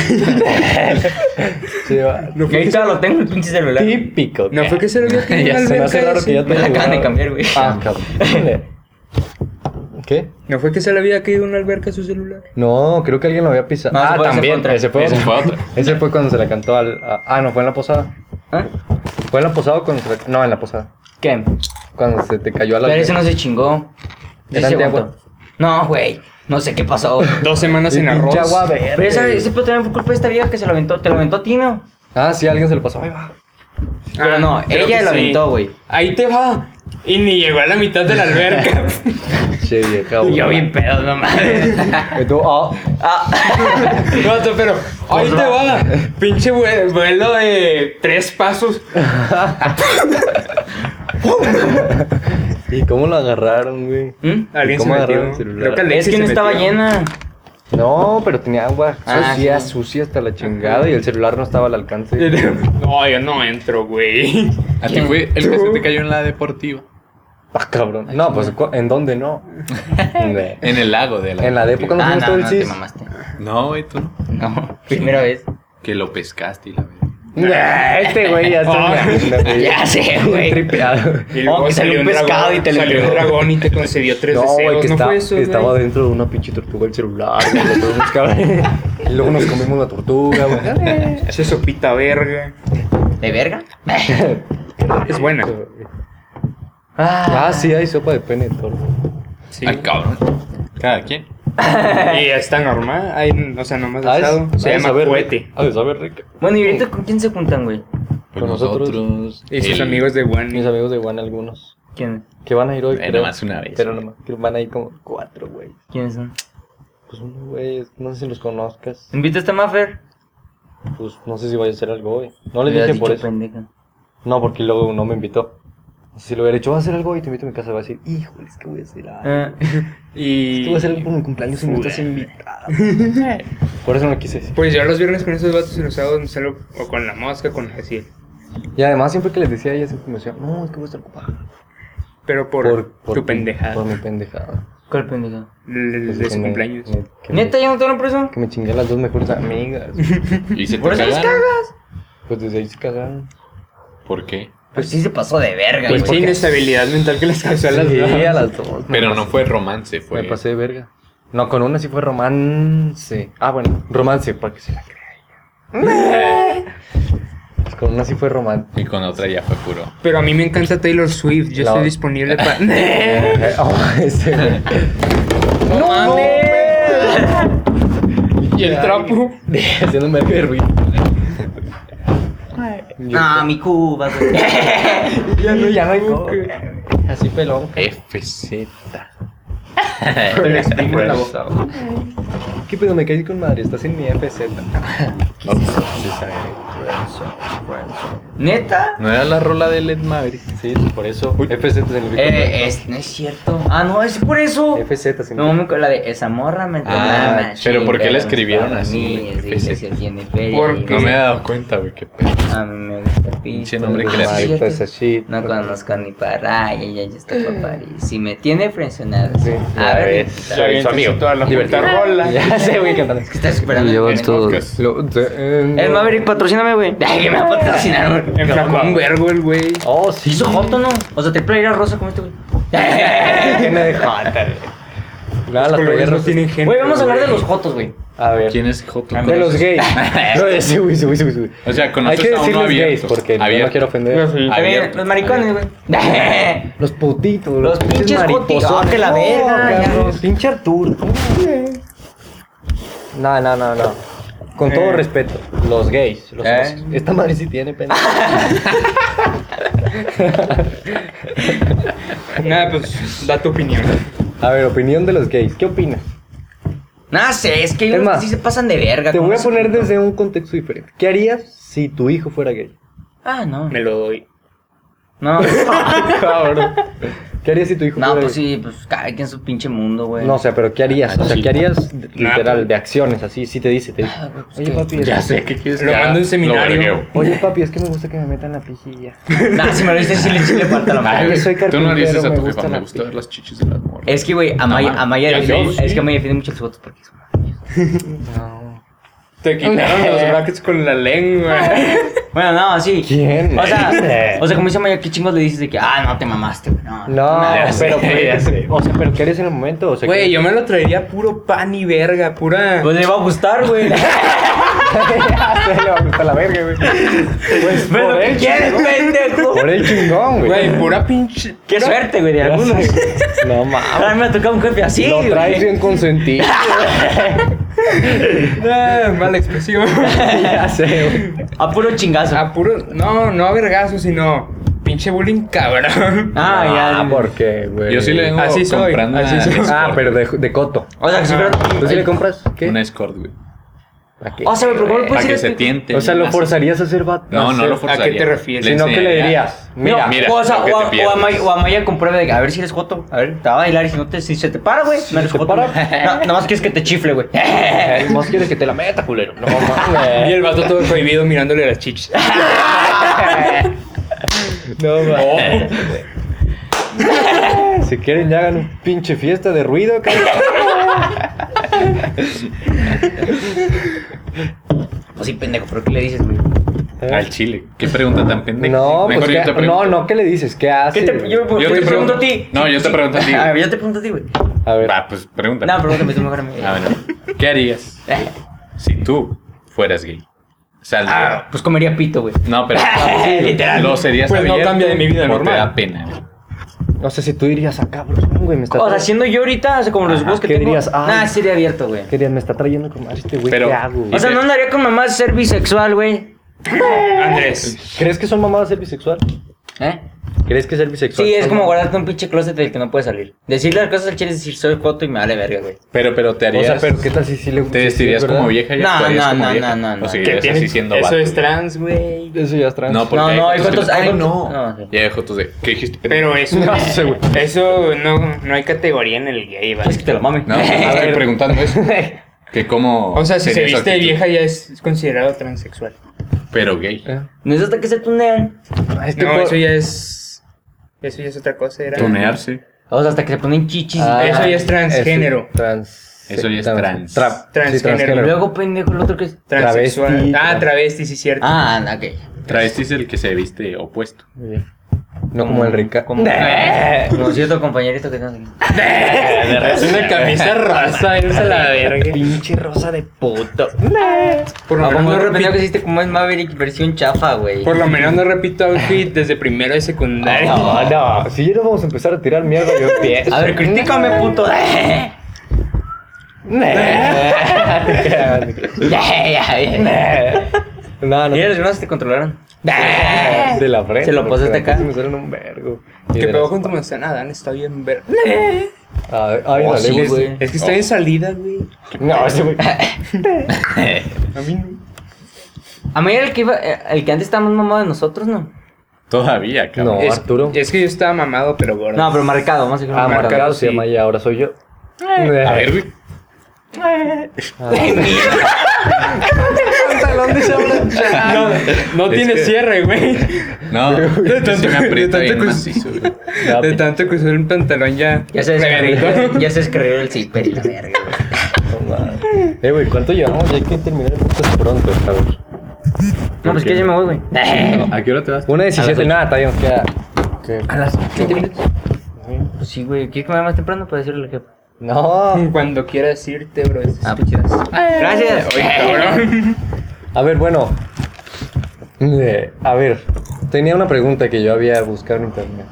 Speaker 1: sí, va.
Speaker 3: No
Speaker 4: Y
Speaker 3: fue,
Speaker 4: ahorita lo tengo el pinche celular.
Speaker 1: Típico.
Speaker 3: no fue que se lo vio que
Speaker 2: Ya
Speaker 3: una
Speaker 1: Se me
Speaker 3: alberca
Speaker 1: hace raro
Speaker 3: ese.
Speaker 1: que ya
Speaker 4: Me la acaban de cambiar, güey.
Speaker 1: Ah, cabrón. ¿Qué?
Speaker 3: No fue que se le había caído una alberca a su celular.
Speaker 1: No, creo que alguien lo había pisado.
Speaker 4: No, ese
Speaker 1: ah,
Speaker 4: fue- ese fue
Speaker 1: también.
Speaker 4: otra.
Speaker 1: Ese fue,
Speaker 2: Ese
Speaker 1: otro.
Speaker 2: fue otro.
Speaker 1: Ese fue cuando se la cantó al. a- ah, no, fue en la posada.
Speaker 4: ¿Ah?
Speaker 1: Fue en la posada o cuando se la- No, en la posada.
Speaker 4: ¿Qué?
Speaker 1: Cuando se te cayó a la.
Speaker 4: Pero ese no se chingó. Ese
Speaker 1: Era
Speaker 4: se
Speaker 1: antiagua.
Speaker 4: aguantó. No, güey. No sé qué pasó.
Speaker 3: Dos semanas sin
Speaker 1: Y pinche
Speaker 3: arroz.
Speaker 1: agua verde.
Speaker 4: Pero esa, ese pedo también fue culpa de esta vieja que se lo aventó. ¿Te lo aventó a ti, no?
Speaker 1: Ah, sí, alguien se lo pasó. Ahí va.
Speaker 4: Pero no,
Speaker 3: Ah, creo
Speaker 4: ella
Speaker 3: que
Speaker 4: lo
Speaker 3: sí.
Speaker 4: aventó, güey.
Speaker 3: Ahí te va. Y ni llegó a la mitad de la alberca.
Speaker 1: Che, vieja.
Speaker 4: Y yo
Speaker 1: güey.
Speaker 4: bien pedo, no mames.
Speaker 1: Y tú, ah,
Speaker 4: Ah.
Speaker 3: Vato, pero
Speaker 4: Pues
Speaker 3: ahí te va. Pinche vue- vuelo de tres pasos.
Speaker 1: ¿Y cómo lo agarraron, güey?
Speaker 4: ¿Mm?
Speaker 3: Alguien se
Speaker 1: ¿Cómo agarraron
Speaker 3: metió.
Speaker 1: el celular?
Speaker 3: Creo Ah, que
Speaker 4: Es
Speaker 3: Alexis
Speaker 4: que no
Speaker 3: se
Speaker 4: estaba
Speaker 3: metió.
Speaker 4: llena.
Speaker 1: No, pero tenía agua
Speaker 4: Ah,
Speaker 1: sucia,
Speaker 4: sí.
Speaker 1: sucia hasta la chingada y el celular no estaba al alcance.
Speaker 3: No, yo no entro, güey.
Speaker 2: A ti fue el que se te cayó en la deportiva.
Speaker 1: Ah, cabrón. No, pues ¿cu- ¿en dónde no? Güey.
Speaker 2: En el lago de la
Speaker 1: En la de época no fuimos
Speaker 4: Ah, no,
Speaker 2: deportiva.
Speaker 1: todo el
Speaker 4: no te
Speaker 1: CIS.
Speaker 4: mamaste.
Speaker 2: No, güey, tú no.
Speaker 4: No, primera vez.
Speaker 2: Que lo pescaste y la verdad.
Speaker 1: Nah, Este güey ya está.
Speaker 3: Ah.
Speaker 1: mirando, güey.
Speaker 4: Ya sé, güey.
Speaker 1: Tripeado.
Speaker 3: Y luego
Speaker 4: Oh, que salió un
Speaker 3: dragón-
Speaker 4: pescado y te lo
Speaker 3: Salió un
Speaker 4: entregó.
Speaker 3: dragón y te concedió tres
Speaker 1: No,
Speaker 3: deseos.
Speaker 1: güey, que
Speaker 3: no
Speaker 1: está-
Speaker 3: fue eso, güey?
Speaker 1: estaba dentro de una pinche tortuga el celular. güey, lo tuvimos que abrir. y luego nos comimos la tortuga, güey.
Speaker 3: Esa sopita verga.
Speaker 4: ¿De verga?
Speaker 3: Es buena.
Speaker 4: Ah,
Speaker 1: Ah, sí, hay sopa de pene de toro.
Speaker 3: Sí.
Speaker 2: Ay, cabrón. Cada quien.
Speaker 3: Y está normal. Hay, o sea, nomás
Speaker 1: Ah, es-
Speaker 3: asado. Se
Speaker 1: ha de
Speaker 3: llama
Speaker 1: saber
Speaker 3: cohete.
Speaker 1: rica. Ha de saber rica.
Speaker 4: Bueno, ¿y ahorita con quién se juntan, güey?
Speaker 1: Con nosotros.
Speaker 3: Y sus
Speaker 2: Pues el-
Speaker 3: amigos de
Speaker 1: Mis
Speaker 3: Wani.
Speaker 1: amigos de Juan, algunos.
Speaker 4: ¿Quién?
Speaker 1: Que van a ir hoy.
Speaker 2: Eh,
Speaker 1: creo.
Speaker 2: nomás una vez.
Speaker 1: Pero nomás, que van a ir como cuatro, güey.
Speaker 4: ¿Quiénes son?
Speaker 1: Pues uno, güey, no sé si los conozcas.
Speaker 4: ¿Invita a Mafer?
Speaker 1: Pues no sé si vaya a hacer algo hoy. No le dije por eso.
Speaker 4: pendeja.
Speaker 1: No, porque luego no me invitó. Si lo hubiera hecho, va a hacer algo hoy, te invito a mi casa, va a decir, híjole, es que voy a hacer algo.
Speaker 4: Ah,
Speaker 1: Es
Speaker 3: Y.
Speaker 1: que voy a hacer algo por mi cumpleaños y no estás
Speaker 3: Joder.
Speaker 1: invitado. Por eso no quise decir.
Speaker 3: Pues yo los viernes con esos vatos y los sábados me salgo o con la mosca, con así.
Speaker 1: Y además, siempre que les decía a ella, siempre me decía, no, es que voy a estar ocupada.
Speaker 3: Pero por, tu
Speaker 1: mi-
Speaker 3: pendejada.
Speaker 1: Por mi pendejada.
Speaker 4: ¿Cuál pendeja?
Speaker 3: L- l-
Speaker 1: Pues
Speaker 3: de
Speaker 1: que
Speaker 3: su
Speaker 1: me-
Speaker 3: cumpleaños.
Speaker 1: me- que me-
Speaker 4: ¿Neta ya no te lo preso?
Speaker 1: Que me chingué a las dos mejores amigas.
Speaker 2: ¿Y se te
Speaker 4: ¿Por eso les
Speaker 2: cagaron?
Speaker 4: cagas?
Speaker 1: Pues desde ahí se cagaron.
Speaker 2: ¿Por qué?
Speaker 4: Pues sí se pasó de verga,
Speaker 3: Pues sí,
Speaker 4: güey.
Speaker 3: inestabilidad mental que les causó a las
Speaker 1: Sí,
Speaker 3: dos.
Speaker 1: a las dos. me
Speaker 2: Pero
Speaker 1: pasé-
Speaker 2: no fue romance, fue.
Speaker 1: Me pasé de verga. No, con una sí fue romance. Ah, bueno, romance, para que se la crea ella. Pues con una sí fue romance.
Speaker 2: Y con otra ya fue puro.
Speaker 3: Pero a mí me encanta Taylor Swift. Yo
Speaker 1: La-
Speaker 3: estoy disponible para.
Speaker 1: Eh, oh, ese güey.
Speaker 4: ¡No mames!
Speaker 3: y el trapo.
Speaker 1: Haciendo un verga de ruido.
Speaker 4: Ah, mi Cuba, güey.
Speaker 1: Ya no, ya no hay
Speaker 3: coca.
Speaker 1: Así pelón.
Speaker 2: FZ.
Speaker 4: Eh, pues.
Speaker 1: ¿Qué pedo? pues, Me caí con madre. Estás en mi FZ.
Speaker 4: ¿Neta?
Speaker 2: ¿No era la rola de Led Maverick?
Speaker 1: Sí, por eso. FZ significa.
Speaker 4: Eh, es, no es cierto. Ah, no, es por eso.
Speaker 1: FZ significa.
Speaker 4: No, me acuerdo, la de esa morra me
Speaker 2: Ah,
Speaker 4: enterraba,
Speaker 2: pero ¿por qué
Speaker 4: chica,
Speaker 2: la escribieron
Speaker 4: para
Speaker 2: así,
Speaker 4: mí,
Speaker 2: güey?
Speaker 4: es
Speaker 2: ¿Qué
Speaker 4: de
Speaker 2: es
Speaker 4: iglesia, tiene feria,
Speaker 3: ¿Por
Speaker 4: y
Speaker 3: qué?
Speaker 2: No me he
Speaker 4: dice,
Speaker 2: dado cuenta, güey, qué pedo.
Speaker 4: A mí me gusta el
Speaker 2: Pinche
Speaker 4: pito,
Speaker 2: nombre que le
Speaker 4: ¿no es
Speaker 1: aplica esa
Speaker 4: cierto?
Speaker 1: shit.
Speaker 4: No conozco ni para ella, ella está
Speaker 2: Mm.
Speaker 4: para París. Si me tiene presionado.
Speaker 1: Sí,
Speaker 4: a
Speaker 1: ya
Speaker 4: ver.
Speaker 1: ves.
Speaker 4: mi puta.
Speaker 3: bien,
Speaker 2: amigo.
Speaker 3: Toda la puta rola.
Speaker 1: Ya sé, güey, cantando.
Speaker 4: Es que está esperando.
Speaker 1: Y yo
Speaker 4: el
Speaker 1: todo-
Speaker 2: podcast.
Speaker 1: lo- de- eh,
Speaker 4: El
Speaker 1: no.
Speaker 4: Maverick, patrocíname, güey. Ay, que me va a patrocinar, güey.
Speaker 3: Enflacó un vergo el güey.
Speaker 1: Oh, sí.
Speaker 4: Hizo hot o no? O sea, triple era rosa como este, güey. Eh.
Speaker 1: Tiene de jota, güey. Nada, las
Speaker 3: colores
Speaker 1: playeras
Speaker 3: no
Speaker 1: rosas.
Speaker 3: tienen género.
Speaker 4: Güey, vamos a hablar de los jotos, güey.
Speaker 1: A ver.
Speaker 2: ¿Quién es Joto?
Speaker 1: De los gays. No, de ese, güey, ese, güey, ese, güey.
Speaker 2: O sea,
Speaker 1: Hay
Speaker 2: conoces
Speaker 1: que
Speaker 2: a uno
Speaker 1: decirles
Speaker 2: abierto.
Speaker 1: gays porque yo
Speaker 2: Abierto.
Speaker 1: no quiero ofender.
Speaker 2: Abierto.
Speaker 4: Los maricones, güey.
Speaker 1: Los putitos,
Speaker 4: Los pinches
Speaker 1: mariposones.
Speaker 4: jotis, ah, que la
Speaker 1: No,
Speaker 4: verga, ya.
Speaker 1: Carlos, Pinche Arturo. No, no, no, no. Con todo
Speaker 3: Eh.
Speaker 1: respeto, los gays, los
Speaker 2: Eh.
Speaker 1: osos. Esta madre sí tiene pendejo.
Speaker 3: Nada, pues da tu opinión.
Speaker 1: A ver, opinión de los gays. ¿Qué opinas?
Speaker 4: No sé, es que hay
Speaker 1: Es
Speaker 4: unos
Speaker 1: más,
Speaker 4: que sí se pasan de verga.
Speaker 1: Te
Speaker 4: con
Speaker 1: voy a
Speaker 4: ese
Speaker 1: poner
Speaker 4: puto.
Speaker 1: desde un contexto diferente. ¿Qué harías si tu hijo fuera gay?
Speaker 4: Ah, no.
Speaker 3: Me lo doy.
Speaker 4: No.
Speaker 1: Cabrón. ¿Qué harías si tu hijo
Speaker 4: No,
Speaker 1: fuera
Speaker 4: pues
Speaker 1: gay?
Speaker 4: sí, pues cada quien su pinche mundo, güey.
Speaker 1: No, o sea, pero ¿qué harías? O sea, ¿qué harías
Speaker 3: pues-
Speaker 1: literal de acciones así? Si te dice, te dice.
Speaker 4: Ah, güey, pues
Speaker 1: Oye,
Speaker 4: que-
Speaker 1: papi, es-
Speaker 2: Ya sé que quieres
Speaker 3: Lo
Speaker 2: que haga.
Speaker 3: mando a un seminario.
Speaker 2: vergueo.
Speaker 1: Oye, papi, es que me gusta que me metan la pijilla.
Speaker 4: Nah, si me lo dices, sí le, sí le falta la
Speaker 2: Ay,
Speaker 4: madre.
Speaker 1: Yo soy
Speaker 2: güey, Tú no le dices
Speaker 1: carpintero,
Speaker 2: a
Speaker 1: me
Speaker 2: tu
Speaker 1: gusta
Speaker 2: jefa,
Speaker 1: la
Speaker 2: me gusta
Speaker 1: pi-
Speaker 2: ver las chichis de las morras.
Speaker 4: Es que, güey, Amaya,
Speaker 2: No,
Speaker 4: Amaya
Speaker 2: ya
Speaker 4: defiende,
Speaker 2: sé, sí.
Speaker 4: es que Amaya defiende mucho los votos porque es
Speaker 1: No.
Speaker 3: Te quitaron los brackets con la lengua.
Speaker 4: Bueno, no, sí.
Speaker 1: ¿Quién?
Speaker 4: O sea, o sea, como dice Amaya, ¿qué chingos le dices de que, ah, no te mamaste, güey? No,
Speaker 1: No,
Speaker 2: Ya sé,
Speaker 1: pero, pues,
Speaker 2: ya sé.
Speaker 1: o sea, pero ¿qué harías en el momento? O sea,
Speaker 3: Güey,
Speaker 1: ¿qué-
Speaker 3: yo me lo traería puro pan y verga, pura.
Speaker 4: Pues le va a gustar, güey.
Speaker 1: Ya sé, le va a gustar la verga, güey. Pues
Speaker 4: Ve lo
Speaker 1: por
Speaker 4: que
Speaker 1: el,
Speaker 4: quieres, pendejo.
Speaker 1: por el chingón, güey.
Speaker 3: Güey, pura pinche.
Speaker 4: Qué suerte, güey, de
Speaker 1: Ya
Speaker 4: algunos.
Speaker 1: sé. No
Speaker 4: Ahora
Speaker 1: mames.
Speaker 4: me ha tocado un jefe así,
Speaker 1: Lo traes
Speaker 4: güey.
Speaker 1: bien consentido.
Speaker 3: Ah, mala expresión.
Speaker 1: ya sé, güey.
Speaker 4: A puro chingazo.
Speaker 1: Ah,
Speaker 3: A puro. No, no a vergazo, sino. Pinche bullying cabrón.
Speaker 4: Ah, ya.
Speaker 1: Ah, ¿por qué, güey?
Speaker 2: Yo sí le vengo
Speaker 3: Así soy,
Speaker 2: comprando
Speaker 3: así
Speaker 2: una
Speaker 3: soy.
Speaker 2: Escort.
Speaker 1: Ah, pero Ah, de, de coto.
Speaker 4: O sea, que si fuera...
Speaker 1: ¿Tú sí le compras? ¿Qué? Pues
Speaker 2: Una Escort, güey.
Speaker 1: ¿A qué?
Speaker 4: O sea, pero ¿cómo
Speaker 2: Para
Speaker 4: puedes ir
Speaker 2: que
Speaker 4: a
Speaker 2: se
Speaker 4: tu-
Speaker 2: tiente.
Speaker 1: O sea, lo
Speaker 2: Así.
Speaker 1: forzarías a ser vato.
Speaker 2: No, no lo
Speaker 3: ¿A
Speaker 2: forzaría.
Speaker 3: qué te refieres?
Speaker 1: Sino que le dirías, mira,
Speaker 4: No,
Speaker 2: mira,
Speaker 4: o, sea,
Speaker 2: lo que
Speaker 4: o,
Speaker 2: te
Speaker 4: a,
Speaker 2: pierdes.
Speaker 4: o a Maya, o a Maya compruebe de que, a ver si eres joto. A ver, te va a bailar y si no te, si se te para, güey. no eres
Speaker 1: se te
Speaker 4: joto.
Speaker 1: para.
Speaker 4: No, nada más quieres que te chifle, güey. Pues
Speaker 1: más quieres que te la meta, culero. No,
Speaker 3: Y
Speaker 1: mames.
Speaker 3: el vato todo prohibido mirándole las chichis.
Speaker 1: No, mames. Si quieren, ya hagan un pinche fiesta de ruido, cabrón.
Speaker 4: Pues sí, pendejo, pero ¿qué le dices, güey?
Speaker 2: Al chile. ¿Qué pregunta tan pendeja?
Speaker 1: Eh, No, pues,
Speaker 2: Mejor yo
Speaker 1: ¿qué-
Speaker 2: te pregunto.
Speaker 1: no, no, ¿qué le dices? ¿Qué
Speaker 4: ¿Qué
Speaker 1: haces?
Speaker 4: te-
Speaker 1: güey?
Speaker 4: yo,
Speaker 2: Yo
Speaker 4: pues,
Speaker 2: te
Speaker 4: pregunto
Speaker 2: pregunto.
Speaker 4: a ti.
Speaker 2: No, yo te pregunto a ti,
Speaker 4: A
Speaker 2: güey.
Speaker 4: ver, yo te pregunto a ti, güey.
Speaker 1: A ver,
Speaker 2: Va, pues pregúntame.
Speaker 4: No, pregúntame tú mejor a mí.
Speaker 2: Ah, bueno. ¿Qué harías si tú fueras gay? Saldría.
Speaker 4: Ah, pues comería pito, güey.
Speaker 2: No, pero
Speaker 4: Literal.
Speaker 2: lo serías
Speaker 3: Pues no
Speaker 2: abierto
Speaker 3: cambia de mi vida
Speaker 2: o
Speaker 3: normal.
Speaker 2: Te da pena. güey?
Speaker 1: no sé si tú dirías acá, cabrón, güey, me está
Speaker 4: O sea,
Speaker 1: trayendo-
Speaker 4: siendo yo ahorita, o sea, como los
Speaker 1: Ajá,
Speaker 4: huevos que
Speaker 1: ¿qué
Speaker 4: tengo.
Speaker 1: dirías? Ay.
Speaker 4: Nah, sería abierto, güey.
Speaker 1: Querías, me está trayendo como a este güey,
Speaker 2: Pero-
Speaker 1: ¿qué hago? güey?
Speaker 4: O sea, no andaría con mamá de ser bisexual, güey.
Speaker 3: Andrés.
Speaker 1: ¿Crees que son mamadas ser bisexual?
Speaker 4: ¿Eh?
Speaker 1: ¿Crees que ser bisexual?
Speaker 4: Sí, es como guardarte un pinche closet del que no puedes salir. Decir las cosas al chile es decir, soy foto y me vale verga, güey.
Speaker 2: Pero, pero te
Speaker 1: O
Speaker 2: harías.
Speaker 1: sea, pero ¿qué tal si sí le
Speaker 2: ¿Te vestirías
Speaker 1: sí, ¿verdad?
Speaker 2: como vieja y
Speaker 4: No,
Speaker 2: actuarías
Speaker 4: no,
Speaker 2: como
Speaker 4: no, no,
Speaker 2: vieja?
Speaker 4: no,
Speaker 2: ¿O
Speaker 4: no.
Speaker 2: seguirías así siendo
Speaker 3: Eso
Speaker 2: vato?
Speaker 3: es trans, güey.
Speaker 1: Eso ya es trans.
Speaker 2: No, porque
Speaker 4: No, no, hay
Speaker 2: que
Speaker 4: fotos-
Speaker 2: te-
Speaker 4: hay
Speaker 2: Ay,
Speaker 4: fotos-
Speaker 2: no.
Speaker 4: no, sí.
Speaker 2: Ya hay fotos de. ¿Qué dijiste?
Speaker 3: Pero eso.
Speaker 1: No sé, güey.
Speaker 3: Eso no, no hay categoría en el gay, ¿vale?
Speaker 4: Es que te lo mame.
Speaker 2: No, estoy
Speaker 1: ver.
Speaker 2: preguntando eso. Que cómo.
Speaker 3: O sea, si se
Speaker 2: sería su
Speaker 3: viste de
Speaker 2: actitud,
Speaker 3: vieja ya es considerado transexual.
Speaker 2: Pero gay.
Speaker 1: Eh.
Speaker 4: No es hasta que se tunean.
Speaker 1: Este
Speaker 3: No,
Speaker 1: po-
Speaker 3: eso ya es. Eso ya es otra cosa. Era...
Speaker 2: Tunearse.
Speaker 4: O sea, hasta que se ponen chichis. y
Speaker 1: Ah,
Speaker 3: Eso ya es transgénero.
Speaker 1: es trans-
Speaker 2: Eso ya es trans.
Speaker 1: Tra- sí,
Speaker 3: Transgénero.
Speaker 4: Y luego, pendejo, el otro que es.
Speaker 3: Transexual.
Speaker 1: Travesti.
Speaker 3: Ah, travesti, sí, cierto.
Speaker 4: Ah, anda, ok.
Speaker 2: Travesti es el que se viste opuesto.
Speaker 1: Muy bien. No como el rica.
Speaker 4: Como,
Speaker 3: Eh.
Speaker 4: como cierto compañerito que tenemos aquí.
Speaker 3: Es una camisa rosa, es la verga.
Speaker 1: Pinche rosa de puto.
Speaker 3: Por
Speaker 4: Ah,
Speaker 3: lo, menos
Speaker 4: como
Speaker 3: no
Speaker 4: el pendejo que
Speaker 3: repito,
Speaker 4: hiciste como es Maverick versión chafa, güey.
Speaker 3: por lo menos no repito outfit desde primero de secundaria.
Speaker 1: No, no. Si ya nos vamos a empezar a tirar mierda, yo empiezo.
Speaker 4: A ver, critícame, puto. Ya, ya, ya.
Speaker 1: No, no.
Speaker 4: Y los demás te controlaron.
Speaker 1: De la frente.
Speaker 4: Se lo pasaste acá.
Speaker 1: Me salen un vergo. Y de
Speaker 3: Que pegó
Speaker 1: las-
Speaker 3: con tu manzana, Dan, está bien ver.
Speaker 1: Ay, ay,
Speaker 4: Oh,
Speaker 1: dale,
Speaker 4: sí,
Speaker 1: güey.
Speaker 4: güey.
Speaker 3: Es que estoy en salida, güey.
Speaker 1: No, ese güey.
Speaker 3: A mí no.
Speaker 4: A mí era el que iba, eh, el que antes estaba más mamado de nosotros, ¿no?
Speaker 2: Todavía, cabrón.
Speaker 1: No,
Speaker 3: es,
Speaker 1: Arturo.
Speaker 3: Es que yo estaba mamado, pero gordo.
Speaker 4: No, pero marcado, más que
Speaker 1: Ah,
Speaker 4: marcado.
Speaker 1: marcado se
Speaker 3: sí.
Speaker 1: llama ya, ahora soy yo.
Speaker 2: A ver, güey.
Speaker 1: pantalón de
Speaker 3: no, no
Speaker 2: Es
Speaker 3: tiene
Speaker 2: que-
Speaker 3: cierre, güey.
Speaker 2: No, es que se me aprieta
Speaker 3: de
Speaker 2: bien
Speaker 3: tanto-
Speaker 2: macizo, güey.
Speaker 3: De tanto que usé el pantalón ya.
Speaker 4: Ya se
Speaker 3: reventó.
Speaker 4: descarrió, ya se descarrió el zipper y la verga, güey.
Speaker 1: Eh, güey, ¿cuánto llevamos? Ya hay que terminar el podcast pronto, cabrón.
Speaker 4: No, pues que ya me voy, güey. Eh,
Speaker 2: ¿A qué hora te vas?
Speaker 1: Una 17, nada, está bien, queda.
Speaker 4: A las 20 minutos. Pues sí, güey. ¿Quieres que me vaya más temprano para decirle al jefe?
Speaker 1: No.
Speaker 3: Cuando quieras irte, bro. es-
Speaker 4: Ah, pues chidas. Gracias.
Speaker 3: Oye, cabrón.
Speaker 1: A ver, bueno. Eh, A ver, tenía una pregunta que yo había buscado en internet.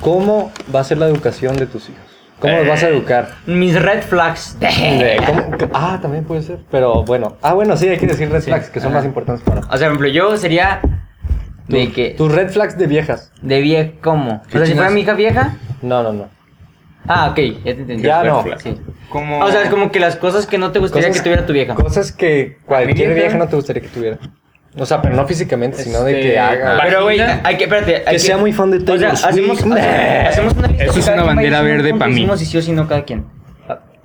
Speaker 1: ¿Cómo va a ser la educación de tus hijos? ¿Cómo los vas a educar?
Speaker 4: Mis red flags.
Speaker 1: Eh, ¿cómo- qué- Ah, también puede ser. Pero bueno. Ah, bueno, sí, hay que decir red flags, que son
Speaker 4: ajá.
Speaker 1: más importantes para.
Speaker 4: O sea, por ejemplo, yo sería de
Speaker 1: Tus-
Speaker 4: que.
Speaker 1: Tus red flags de viejas.
Speaker 4: De vieja, ¿cómo? O
Speaker 2: ¿Qué
Speaker 4: sea, si
Speaker 2: chingas?
Speaker 4: fuera mi hija vieja.
Speaker 1: No, no, no.
Speaker 4: Ah, ok, ya te entendí.
Speaker 1: Ya no.
Speaker 4: Sí.
Speaker 3: Como...
Speaker 4: O sea, es como que las cosas que no te gustaría que tuviera tu vieja.
Speaker 1: Cosas que cualquier
Speaker 3: vieja?
Speaker 1: vieja no te gustaría que tuviera. O sea, pero no físicamente, sino de que
Speaker 3: Este,
Speaker 1: haga.
Speaker 3: vagina.
Speaker 4: Pero, güey, hay que, espérate. Hay
Speaker 1: Que sea muy fan de
Speaker 4: O sea,
Speaker 1: Taylor Swift.
Speaker 4: hacemos, hacemos- hacemos una lista
Speaker 3: Eso
Speaker 4: que
Speaker 3: es
Speaker 4: cada
Speaker 3: una bandera
Speaker 4: quien vaya diciendo
Speaker 3: verde
Speaker 4: un
Speaker 3: pa'
Speaker 4: punto y
Speaker 3: mí.
Speaker 4: decimos si sí o si no cada quien.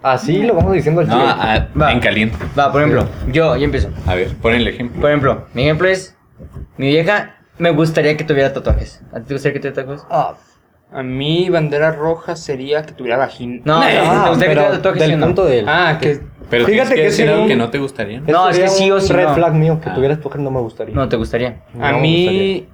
Speaker 1: Así Ah, lo vamos diciendo al
Speaker 2: No, ah,
Speaker 1: chile.
Speaker 2: a-
Speaker 4: Va.
Speaker 2: en caliente.
Speaker 4: Va, por ejemplo, yo, yo empiezo.
Speaker 2: A ver, pon el ejemplo.
Speaker 4: Por ejemplo, mi ejemplo es, mi vieja me gustaría que tuviera tatuajes. ¿A ti te gustaría que tuviera tatuajes?
Speaker 1: Ah,
Speaker 3: A mí bandera roja sería que tuviera vagina.
Speaker 4: No, o sea,
Speaker 1: ah,
Speaker 4: ¿te gustaría que
Speaker 1: pero
Speaker 4: tuviera tatuajes? sí o
Speaker 1: del
Speaker 4: no?
Speaker 1: punto de él.
Speaker 3: Ah, que...
Speaker 1: Fíjate
Speaker 2: Pero tienes que
Speaker 1: que
Speaker 2: decir
Speaker 1: sería
Speaker 2: algo
Speaker 1: un-
Speaker 2: que no te gustaría. ¿no?
Speaker 1: Eso
Speaker 4: No, es que
Speaker 1: sería
Speaker 4: sí o
Speaker 1: un
Speaker 4: sí
Speaker 1: red
Speaker 4: no.
Speaker 1: flag mío que
Speaker 2: Ah.
Speaker 1: tuvieras tú que no me gustaría.
Speaker 4: No, te gustaría.
Speaker 1: No
Speaker 3: A
Speaker 1: me
Speaker 3: mí...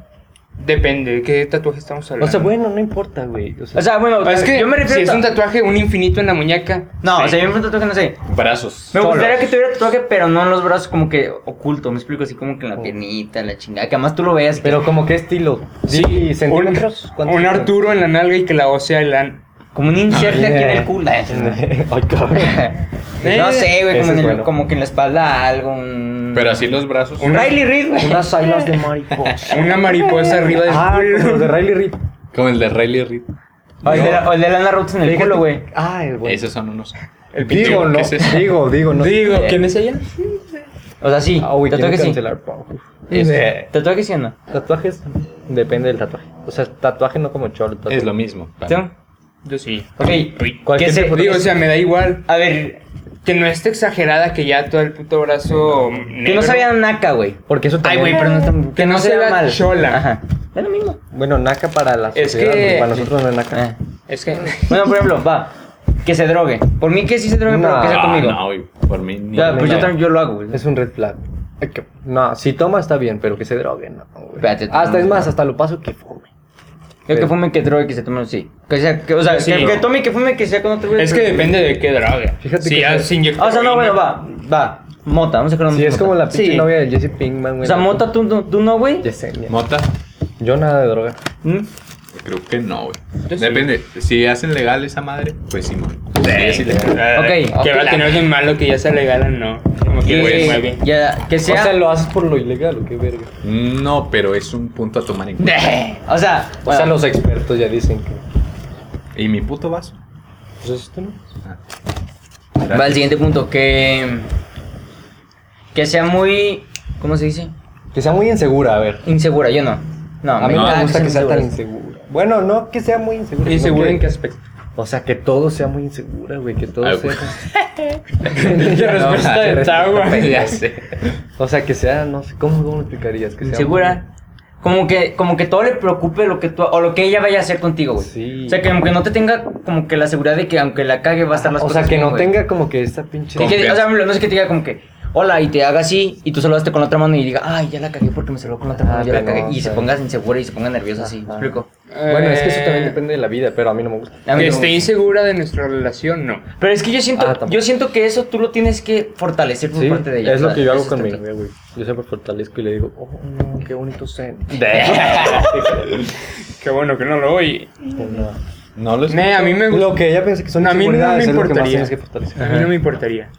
Speaker 3: Depende de qué tatuaje estamos
Speaker 1: gustaría. O
Speaker 3: hablando.
Speaker 1: sea, bueno, no importa, güey. O sea,
Speaker 4: O sea, bueno,
Speaker 3: es que
Speaker 4: yo me refiero
Speaker 3: si es
Speaker 4: a-
Speaker 3: un tatuaje, un infinito en la muñeca.
Speaker 4: No,
Speaker 3: sí.
Speaker 4: o sea, yo me refiero a tatuaje, no sé.
Speaker 2: Brazos.
Speaker 4: Me
Speaker 1: Solo.
Speaker 4: gustaría que tuviera tatuaje, pero no en los brazos como que oculto, me explico así como que en la piernita, en la chingada, que además tú lo veas.
Speaker 1: pero como qué estilo. Sí, centímetros.
Speaker 3: Un,
Speaker 1: ¿Cuántos
Speaker 3: un
Speaker 1: centímetros?
Speaker 3: Arturo en la nalga y que la ósea el an...
Speaker 4: Como un inserte aquí en el culo.
Speaker 1: Ay, cabrón.
Speaker 4: no sé,
Speaker 1: Ese
Speaker 4: güey, como,
Speaker 1: es
Speaker 4: en el-
Speaker 1: bueno.
Speaker 4: como que en la espalda algo, un...
Speaker 2: Pero así los brazos.
Speaker 4: Un Riley Reid, güey.
Speaker 1: Unas ailas de mariposa.
Speaker 3: Una mariposa arriba del
Speaker 1: Ah, como los
Speaker 3: culo.
Speaker 1: de Riley Reid.
Speaker 2: Como el de Riley Reed.
Speaker 4: O el de, la- o el de Lana Rhodes en el
Speaker 1: Fíjate-
Speaker 4: culo, güey.
Speaker 1: Ah, el güey.
Speaker 2: Esos son unos.
Speaker 1: Digo,
Speaker 2: ¿Qué
Speaker 1: no.
Speaker 2: es eso?
Speaker 1: Digo, digo, no.
Speaker 3: Digo, ¿quién es ella?
Speaker 4: O sea, sí.
Speaker 1: Ah, güey,
Speaker 4: tatuaje
Speaker 1: quieren
Speaker 4: sí.
Speaker 1: cancelar. Pau.
Speaker 4: Eso.
Speaker 1: Eh,
Speaker 4: ¿Tatuaje sí o no?
Speaker 1: Tatuajes, depende del tatuaje. O sea, tatuaje no como cholo. tatuaje.
Speaker 2: Es lo mismo. Ah,
Speaker 3: ¿Sí?
Speaker 2: para mí.
Speaker 3: Yo sí.
Speaker 4: Ok.
Speaker 1: Cualquier
Speaker 4: ¿Qué se-
Speaker 1: tipo de-
Speaker 3: Digo, o sea, me da igual. A ver, que no esté exagerada que ya todo el puto brazo. Negro,
Speaker 4: Que no se vea naca, güey.
Speaker 1: Porque eso
Speaker 3: Ay,
Speaker 1: también-
Speaker 3: güey,
Speaker 4: Pero no está-
Speaker 3: Que no se vea
Speaker 4: mal.
Speaker 3: chola.
Speaker 4: Ajá. Es lo mismo.
Speaker 1: Bueno, naca para la
Speaker 3: Es
Speaker 1: sociedad,
Speaker 3: que-
Speaker 1: güey, para nosotros no es naca.
Speaker 4: Eh.
Speaker 3: Es que.
Speaker 4: Bueno, por ejemplo, va. Que se drogue. Por mí que sí se drogue, pero que sea
Speaker 2: Ah,
Speaker 4: conmigo.
Speaker 2: no, güey, por mí ni-
Speaker 4: Ya, pues
Speaker 1: no.
Speaker 4: yo también yo lo hago, güey.
Speaker 1: Es un red flag. Ay, que- No, si toma está bien, pero que se drogue, no. güey.
Speaker 4: Espérate,
Speaker 1: hasta es
Speaker 4: no.
Speaker 1: más, hasta lo paso que fume.
Speaker 4: Yo que fume, que drogue, que se tome, sí. Que sea, que, o sea,
Speaker 3: Sí,
Speaker 4: que,
Speaker 3: no.
Speaker 4: que tome, que fume, que sea con otro güey.
Speaker 3: Es que
Speaker 4: pero-
Speaker 3: depende de qué droga.
Speaker 1: Fíjate
Speaker 3: si
Speaker 1: que
Speaker 3: ya
Speaker 1: se-
Speaker 3: se inyecta
Speaker 4: O sea, no,
Speaker 3: heroína.
Speaker 4: bueno, va, va. Mota, vamos a acordar
Speaker 1: Si es como la pinche
Speaker 4: sí.
Speaker 1: novia de Jesse Pinkman, güey.
Speaker 4: O sea,
Speaker 1: la-
Speaker 4: mota, tú, no- tú no, güey.
Speaker 1: Yesenia.
Speaker 2: ¿Mota?
Speaker 1: Yo nada de droga.
Speaker 4: ¿Mm?
Speaker 2: Creo que no,
Speaker 3: Yo
Speaker 2: güey.
Speaker 3: sí.
Speaker 2: Depende. Si hacen legal esa madre, pues sí, güey. Sí, es ilegal.
Speaker 3: Eh,
Speaker 4: Ok,
Speaker 3: Que va
Speaker 4: ok.
Speaker 3: a tener de malo que ya se regalan, no. Como que
Speaker 4: Y-
Speaker 3: güey, mueve.
Speaker 4: ya, Eh, que sea.
Speaker 1: O sea, lo haces por lo ilegal, o qué verga.
Speaker 2: No, pero es un punto a tomar en cuenta.
Speaker 1: O
Speaker 4: O sea,
Speaker 1: sea,
Speaker 4: bueno,
Speaker 1: los expertos ya dicen que.
Speaker 2: ¿Y mi puto vaso?
Speaker 1: Pues esto no.
Speaker 4: va al siguiente punto. Que. Que sea muy. ¿Cómo se dice?
Speaker 1: Que sea muy insegura, a ver.
Speaker 4: Insegura, yo no. No,
Speaker 1: a mí no
Speaker 4: encanta
Speaker 1: me gusta que sea tan
Speaker 4: sean inseguras.
Speaker 1: insegura. Bueno, no que sea muy insegura.
Speaker 3: ¿Insegura en qué Ah,
Speaker 1: aspecto? O sea, que todo sea muy insegura, güey. Que todo
Speaker 2: Ay,
Speaker 1: sea.
Speaker 2: güey.
Speaker 1: Ya no,
Speaker 3: respuesta
Speaker 1: qué
Speaker 3: de
Speaker 1: respuesta
Speaker 3: Tagua.
Speaker 1: pendeja.
Speaker 2: ya sé.
Speaker 1: O sea, que sea, no sé, ¿cómo, cómo lo explicarías? Que sea
Speaker 4: Insegura. Como que, como que todo le preocupe lo que tú, o lo que ella vaya a hacer contigo, güey.
Speaker 1: Sí.
Speaker 4: O sea, que aunque no te tenga como que la seguridad de que aunque la cague va a estar
Speaker 1: muy-
Speaker 4: las
Speaker 1: O
Speaker 4: cosas
Speaker 1: sea, que
Speaker 4: bien,
Speaker 1: no
Speaker 4: güey.
Speaker 1: tenga como que esta pinche.
Speaker 4: Que- que- o
Speaker 2: Confianza.
Speaker 4: sea, por ejemplo, no es que te diga como que, hola, y te haga así, y tú saludaste con la otra mano y diga, ay, ya la cagué porque me saludó con la otra
Speaker 1: Ah,
Speaker 4: mano, ya la
Speaker 1: pero
Speaker 4: cagué.
Speaker 1: no,
Speaker 4: Y se
Speaker 1: sí.
Speaker 4: pongas insegura y se ponga nerviosa así, ¿me
Speaker 1: Ajá.
Speaker 4: explico?
Speaker 1: Bueno, es que eso también
Speaker 3: Eh,
Speaker 1: depende de la vida, pero a mí no me gusta.
Speaker 4: A mí
Speaker 3: Que
Speaker 4: no me
Speaker 3: esté
Speaker 4: gusta.
Speaker 3: insegura de nuestra relación, no.
Speaker 4: Pero es que yo siento,
Speaker 1: Ah, tampoco.
Speaker 4: yo siento que eso tú lo tienes que fortalecer por
Speaker 1: Sí,
Speaker 4: parte de ella.
Speaker 1: es lo que yo hago con mi
Speaker 4: conmigo
Speaker 1: novia, güey. Yo siempre fortalezco y le digo, oh, no, qué bonito sen.
Speaker 3: Qué bueno que no lo oí.
Speaker 1: No.
Speaker 2: No lo sé.
Speaker 3: Ne, a mí me
Speaker 1: pues, Lo que ella piensa que son
Speaker 3: A mí no me
Speaker 1: inseguridades es lo que más
Speaker 3: importaría.
Speaker 1: tienes que fortalecer.
Speaker 3: A mí no me importaría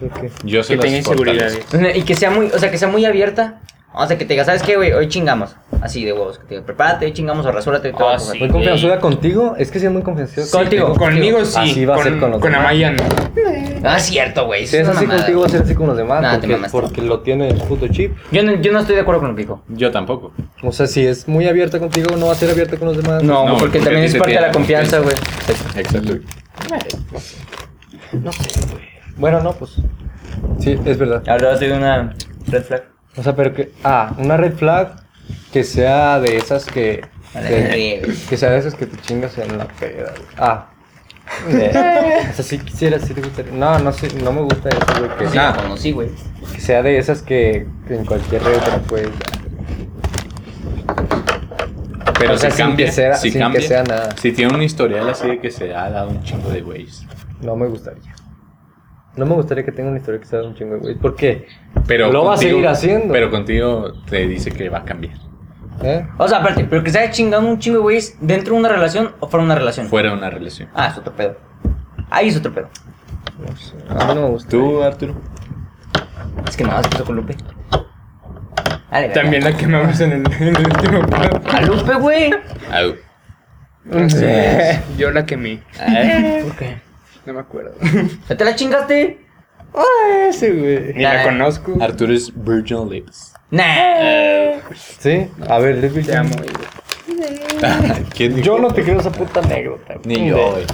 Speaker 1: ¿Por qué?
Speaker 2: Yo
Speaker 3: que
Speaker 2: se
Speaker 3: tenga
Speaker 2: las fortalezco.
Speaker 1: eh.
Speaker 3: inseguridades.
Speaker 4: Y que sea muy, o sea, que sea muy abierta. O sea, que te diga, ¿sabes qué, güey? Hoy chingamos. Así de huevos. Que te diga, prepárate, hoy chingamos o rasúrate y todo.
Speaker 3: Ah,
Speaker 4: eso,
Speaker 3: sí.
Speaker 1: Muy
Speaker 4: güey.
Speaker 1: confianzuda contigo, es que sí es muy confianzuda.
Speaker 4: Sí, Contigo.
Speaker 3: Conmigo sí.
Speaker 1: Así va a
Speaker 3: con,
Speaker 1: ser con los
Speaker 3: Con
Speaker 1: demás.
Speaker 3: Amaya no.
Speaker 4: Ah, es cierto, güey.
Speaker 1: Si
Speaker 4: es
Speaker 1: es
Speaker 4: una
Speaker 1: así
Speaker 4: mamada.
Speaker 1: contigo, va a ser así con los demás,
Speaker 4: Nah, te
Speaker 1: porque,
Speaker 4: mamaste.
Speaker 1: porque lo tiene el puto chip.
Speaker 4: Yo no, yo no estoy de acuerdo con lo que dijo.
Speaker 2: Yo tampoco.
Speaker 1: O sea, si es muy abierta contigo, no va a ser abierta con los demás.
Speaker 4: No,
Speaker 2: No,
Speaker 4: porque
Speaker 2: porque
Speaker 4: también
Speaker 2: a ti
Speaker 4: es
Speaker 2: se
Speaker 4: parte
Speaker 2: te
Speaker 4: de la
Speaker 2: da
Speaker 4: confianza, güey.
Speaker 2: Exacto.
Speaker 1: Bueno, no, pues. Sí, es verdad.
Speaker 4: Ahora te doy una red flag.
Speaker 1: O sea, pero que. Ah, una red flag que sea de esas que. que- que sea de esas que te chingas en la peda. güey. Ah. o sea, si quisiera, si te gustaría. No, no sé, no me gusta eso, güey. Que,
Speaker 4: Sí,
Speaker 1: nah,
Speaker 4: bueno, sí, güey.
Speaker 1: que sea de esas que en cualquier red te la puedes.
Speaker 2: Pero
Speaker 1: O sea,
Speaker 2: si
Speaker 1: sin
Speaker 2: cambia,
Speaker 1: que sea-
Speaker 2: si
Speaker 1: sin que
Speaker 2: cambia,
Speaker 1: sea nada.
Speaker 2: Si tiene un historial así de que se ha dado un chingo de güeyes.
Speaker 1: No me gustaría. No me gustaría que tenga una historia que sea de un chingo, güey. ¿Por qué?
Speaker 2: Pero
Speaker 1: Lo va a
Speaker 2: contigo-
Speaker 1: seguir haciendo.
Speaker 2: Pero contigo te dice que va a cambiar.
Speaker 1: ¿Eh?
Speaker 4: O sea, aparte, pero que se haya chingado un chingo, de güeyes dentro de una relación o fuera de una relación.
Speaker 2: Fuera de una relación.
Speaker 4: Ah, es otro pedo. Ahí es otro pedo.
Speaker 1: No sé. A mí no me gusta.
Speaker 2: ¿Tú, Arturo?
Speaker 4: Es que nada, se pasó con Lupe. Dale, dale.
Speaker 3: También la quemamos en el, en el último podcast.
Speaker 4: A Lupe, güey.
Speaker 2: Au.
Speaker 3: Así es. Yo la quemé.
Speaker 4: ¿Por qué?
Speaker 3: No me acuerdo.
Speaker 4: ¿Ya te la chingaste?
Speaker 1: Ah, ese, güey.
Speaker 3: Ni
Speaker 4: Nah.
Speaker 3: la conozco.
Speaker 2: Arturo es Virgin Lips.
Speaker 4: Nah.
Speaker 1: Sí, a ver, le
Speaker 3: Te amo.
Speaker 2: ¿Quién dijo?
Speaker 1: Yo no te creo esa puta anécdota.
Speaker 2: Ni yo, güey.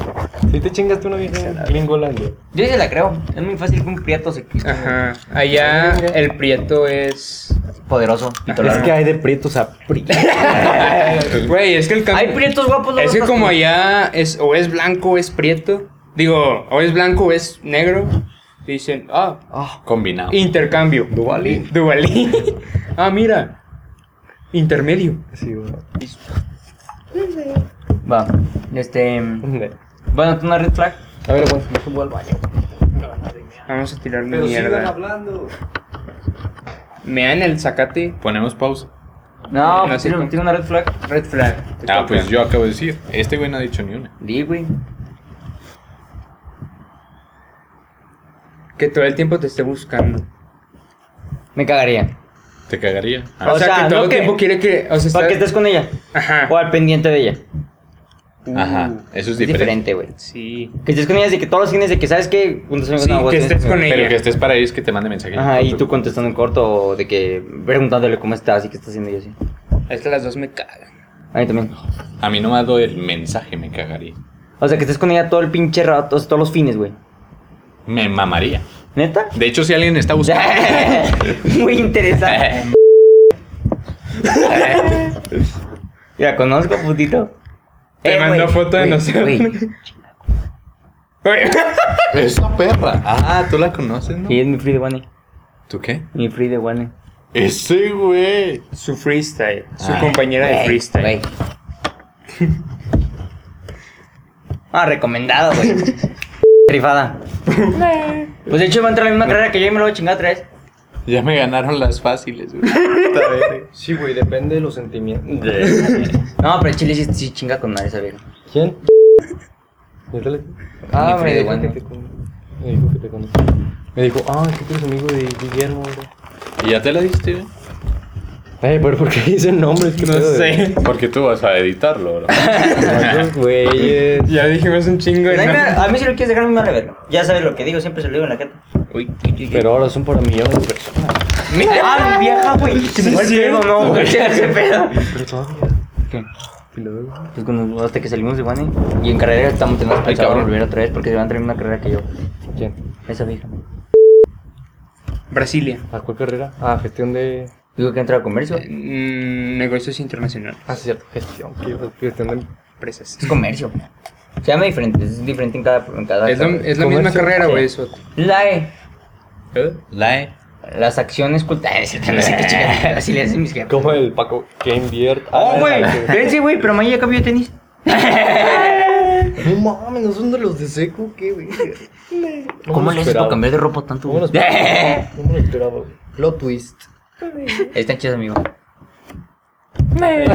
Speaker 1: Si te chingaste una vieja en Gringolandia.
Speaker 4: Yo sí la creo. Es muy fácil que un prieto se quite.
Speaker 3: Ajá. Allá el prieto es.
Speaker 4: Poderoso. Y
Speaker 1: Es
Speaker 4: tolerante.
Speaker 1: que hay de prietos a prietos.
Speaker 3: Güey, es que el cambio.
Speaker 4: Hay prietos guapos. no
Speaker 3: Es
Speaker 4: los
Speaker 3: que
Speaker 4: conozco.
Speaker 3: como allá es o es blanco o es prieto. Digo, o es blanco o es negro. Dicen, ah,
Speaker 2: Combinado.
Speaker 3: intercambio.
Speaker 1: Dualí.
Speaker 3: Dualí. ah, mira. Intermedio.
Speaker 1: Sí, güey.
Speaker 4: Va. Este. Bueno, tú una red flag.
Speaker 1: A ver, bueno, me subo al baño.
Speaker 3: Vamos a tirar mi mierda.
Speaker 1: hablando.
Speaker 3: Me dan el zacate.
Speaker 2: Ponemos pausa.
Speaker 3: No,
Speaker 4: No, no
Speaker 3: sí,
Speaker 4: tiene
Speaker 3: no.
Speaker 4: tiene una red flag.
Speaker 3: Red flag. Te
Speaker 2: Ah,
Speaker 3: toca.
Speaker 2: pues yo acabo de decir. Este güey no ha dicho ni una.
Speaker 4: Di, güey.
Speaker 3: Que todo el tiempo te esté buscando.
Speaker 4: Me cagaría.
Speaker 2: Te cagaría. Ah,
Speaker 3: O,
Speaker 4: O
Speaker 3: sea,
Speaker 4: sea,
Speaker 3: que todo
Speaker 4: no
Speaker 3: el
Speaker 4: que-
Speaker 3: Pues tiempo quiere que. O sea,
Speaker 4: Para
Speaker 3: está-
Speaker 4: que estés con ella.
Speaker 3: Ajá.
Speaker 4: O al pendiente de ella.
Speaker 2: Ajá, eso es
Speaker 4: Es diferente, güey.
Speaker 3: Sí.
Speaker 4: Que estés con ellas y que todos los fines de que, ¿sabes qué? Juntos amigos,
Speaker 3: Sí,
Speaker 4: no, pues
Speaker 3: que
Speaker 4: vos-
Speaker 3: estés con
Speaker 2: Pero
Speaker 3: ella.
Speaker 2: que estés para ellos que te manden mensajes.
Speaker 4: Ajá, y tú contestando en corto o de que preguntándole cómo estás y qué estás haciendo y así.
Speaker 3: Es que las dos me cagan.
Speaker 4: A mí también.
Speaker 2: A mí no me ha dado el mensaje, me cagaría.
Speaker 4: O sea, que estés con ella todo el pinche rato, o sea, todos los fines, güey.
Speaker 2: Me mamaría.
Speaker 4: ¿Neta?
Speaker 2: De hecho, si alguien está buscando.
Speaker 4: Muy interesante. Ya conozco, putito. Eh,
Speaker 3: Te mandó foto de nosotros. Oye,
Speaker 2: Esa perra. Ah, tú la conoces, ¿no?
Speaker 4: Y es mi free de Wane.
Speaker 2: ¿Tú qué?
Speaker 4: Mi free de Wane.
Speaker 2: Ese güey.
Speaker 3: su freestyle. Su
Speaker 2: Ah.
Speaker 3: compañera de
Speaker 4: Güey,
Speaker 3: freestyle.
Speaker 4: güey. Ah, recomendado, güey. Rifada. Pues de hecho va a entrar en la misma carrera que yo y me lo voy a chingar otra vez.
Speaker 2: Ya me ganaron las fáciles, güey.
Speaker 1: Sí, güey, depende de los sentimientos.
Speaker 4: No, pero el Chile sí, sí chinga con madre esa vieja.
Speaker 1: ¿Quién? Métale.
Speaker 4: Ah,
Speaker 1: Mi
Speaker 4: me
Speaker 1: Freddy,
Speaker 4: dijo
Speaker 1: bueno.
Speaker 4: que te
Speaker 1: Me dijo que te conoce. Me dijo, ah, que tú eres amigo de Guillermo, güey.
Speaker 2: ¿Y ya te la diste, güey?
Speaker 1: Ay, Eh, pero ¿por qué dicen nombres? ¿Qué pedo, güey?
Speaker 2: Porque tú vas a editarlo, bro.
Speaker 1: Otros Güeyes.
Speaker 3: Ya dijimos un chingo de
Speaker 4: A mí me-
Speaker 3: nombres.
Speaker 4: a mí si lo quieres dejar, a mí me vale verga. Ya sabes lo que digo, siempre se lo digo en la jeta.
Speaker 1: Pero ahora son para millones de personas.
Speaker 4: Ah, mi vieja, güey. Se me fue el pedo, no, güey. Se me fue el pedo.
Speaker 1: Pero todavía. Y luego.
Speaker 4: Pues cuando, hasta que salimos de Guane y en carrera estamos tenemos pensado
Speaker 2: cabrón.
Speaker 4: volver otra vez porque se van a traer una carrera que yo.
Speaker 1: ¿Quién?
Speaker 4: Esa vieja.
Speaker 3: Brasilia.
Speaker 1: ¿A cuál carrera? Ah, gestión de.
Speaker 4: Digo que entra a comercio. Es
Speaker 3: Mm, negocios internacionales.
Speaker 1: Ah, sí, cierto, gestión. ¿qué? Gestión de.
Speaker 3: Empresas.
Speaker 4: comercio. Se llama diferente, es diferente en cada. En cada
Speaker 3: Es, lo-
Speaker 4: carrera.
Speaker 3: es la misma
Speaker 1: Ah, Comercio.
Speaker 3: carrera, güey,
Speaker 4: Sí.
Speaker 3: eso.
Speaker 4: La E.
Speaker 1: ¿Eh?
Speaker 2: La E.
Speaker 4: Las acciones culturales. No sé qué chingada. Así le hacen mis jefes.
Speaker 1: Como el Paco que invierte.
Speaker 4: Oh,
Speaker 1: Ah,
Speaker 4: güey.
Speaker 1: la que-
Speaker 4: Ese, güey, pero Maya ya cambió de tenis.
Speaker 1: No mames, no son de los de seco, qué güey. No
Speaker 4: ¿Cómo
Speaker 1: me
Speaker 4: le
Speaker 1: lo
Speaker 4: haces
Speaker 1: esperaba.
Speaker 4: para cambiar de ropa tanto?
Speaker 1: No me lo
Speaker 4: güey?
Speaker 1: esperaba. No me lo esperaba, güey.
Speaker 4: Plot twist. Están chidas, amigo.
Speaker 3: Pero.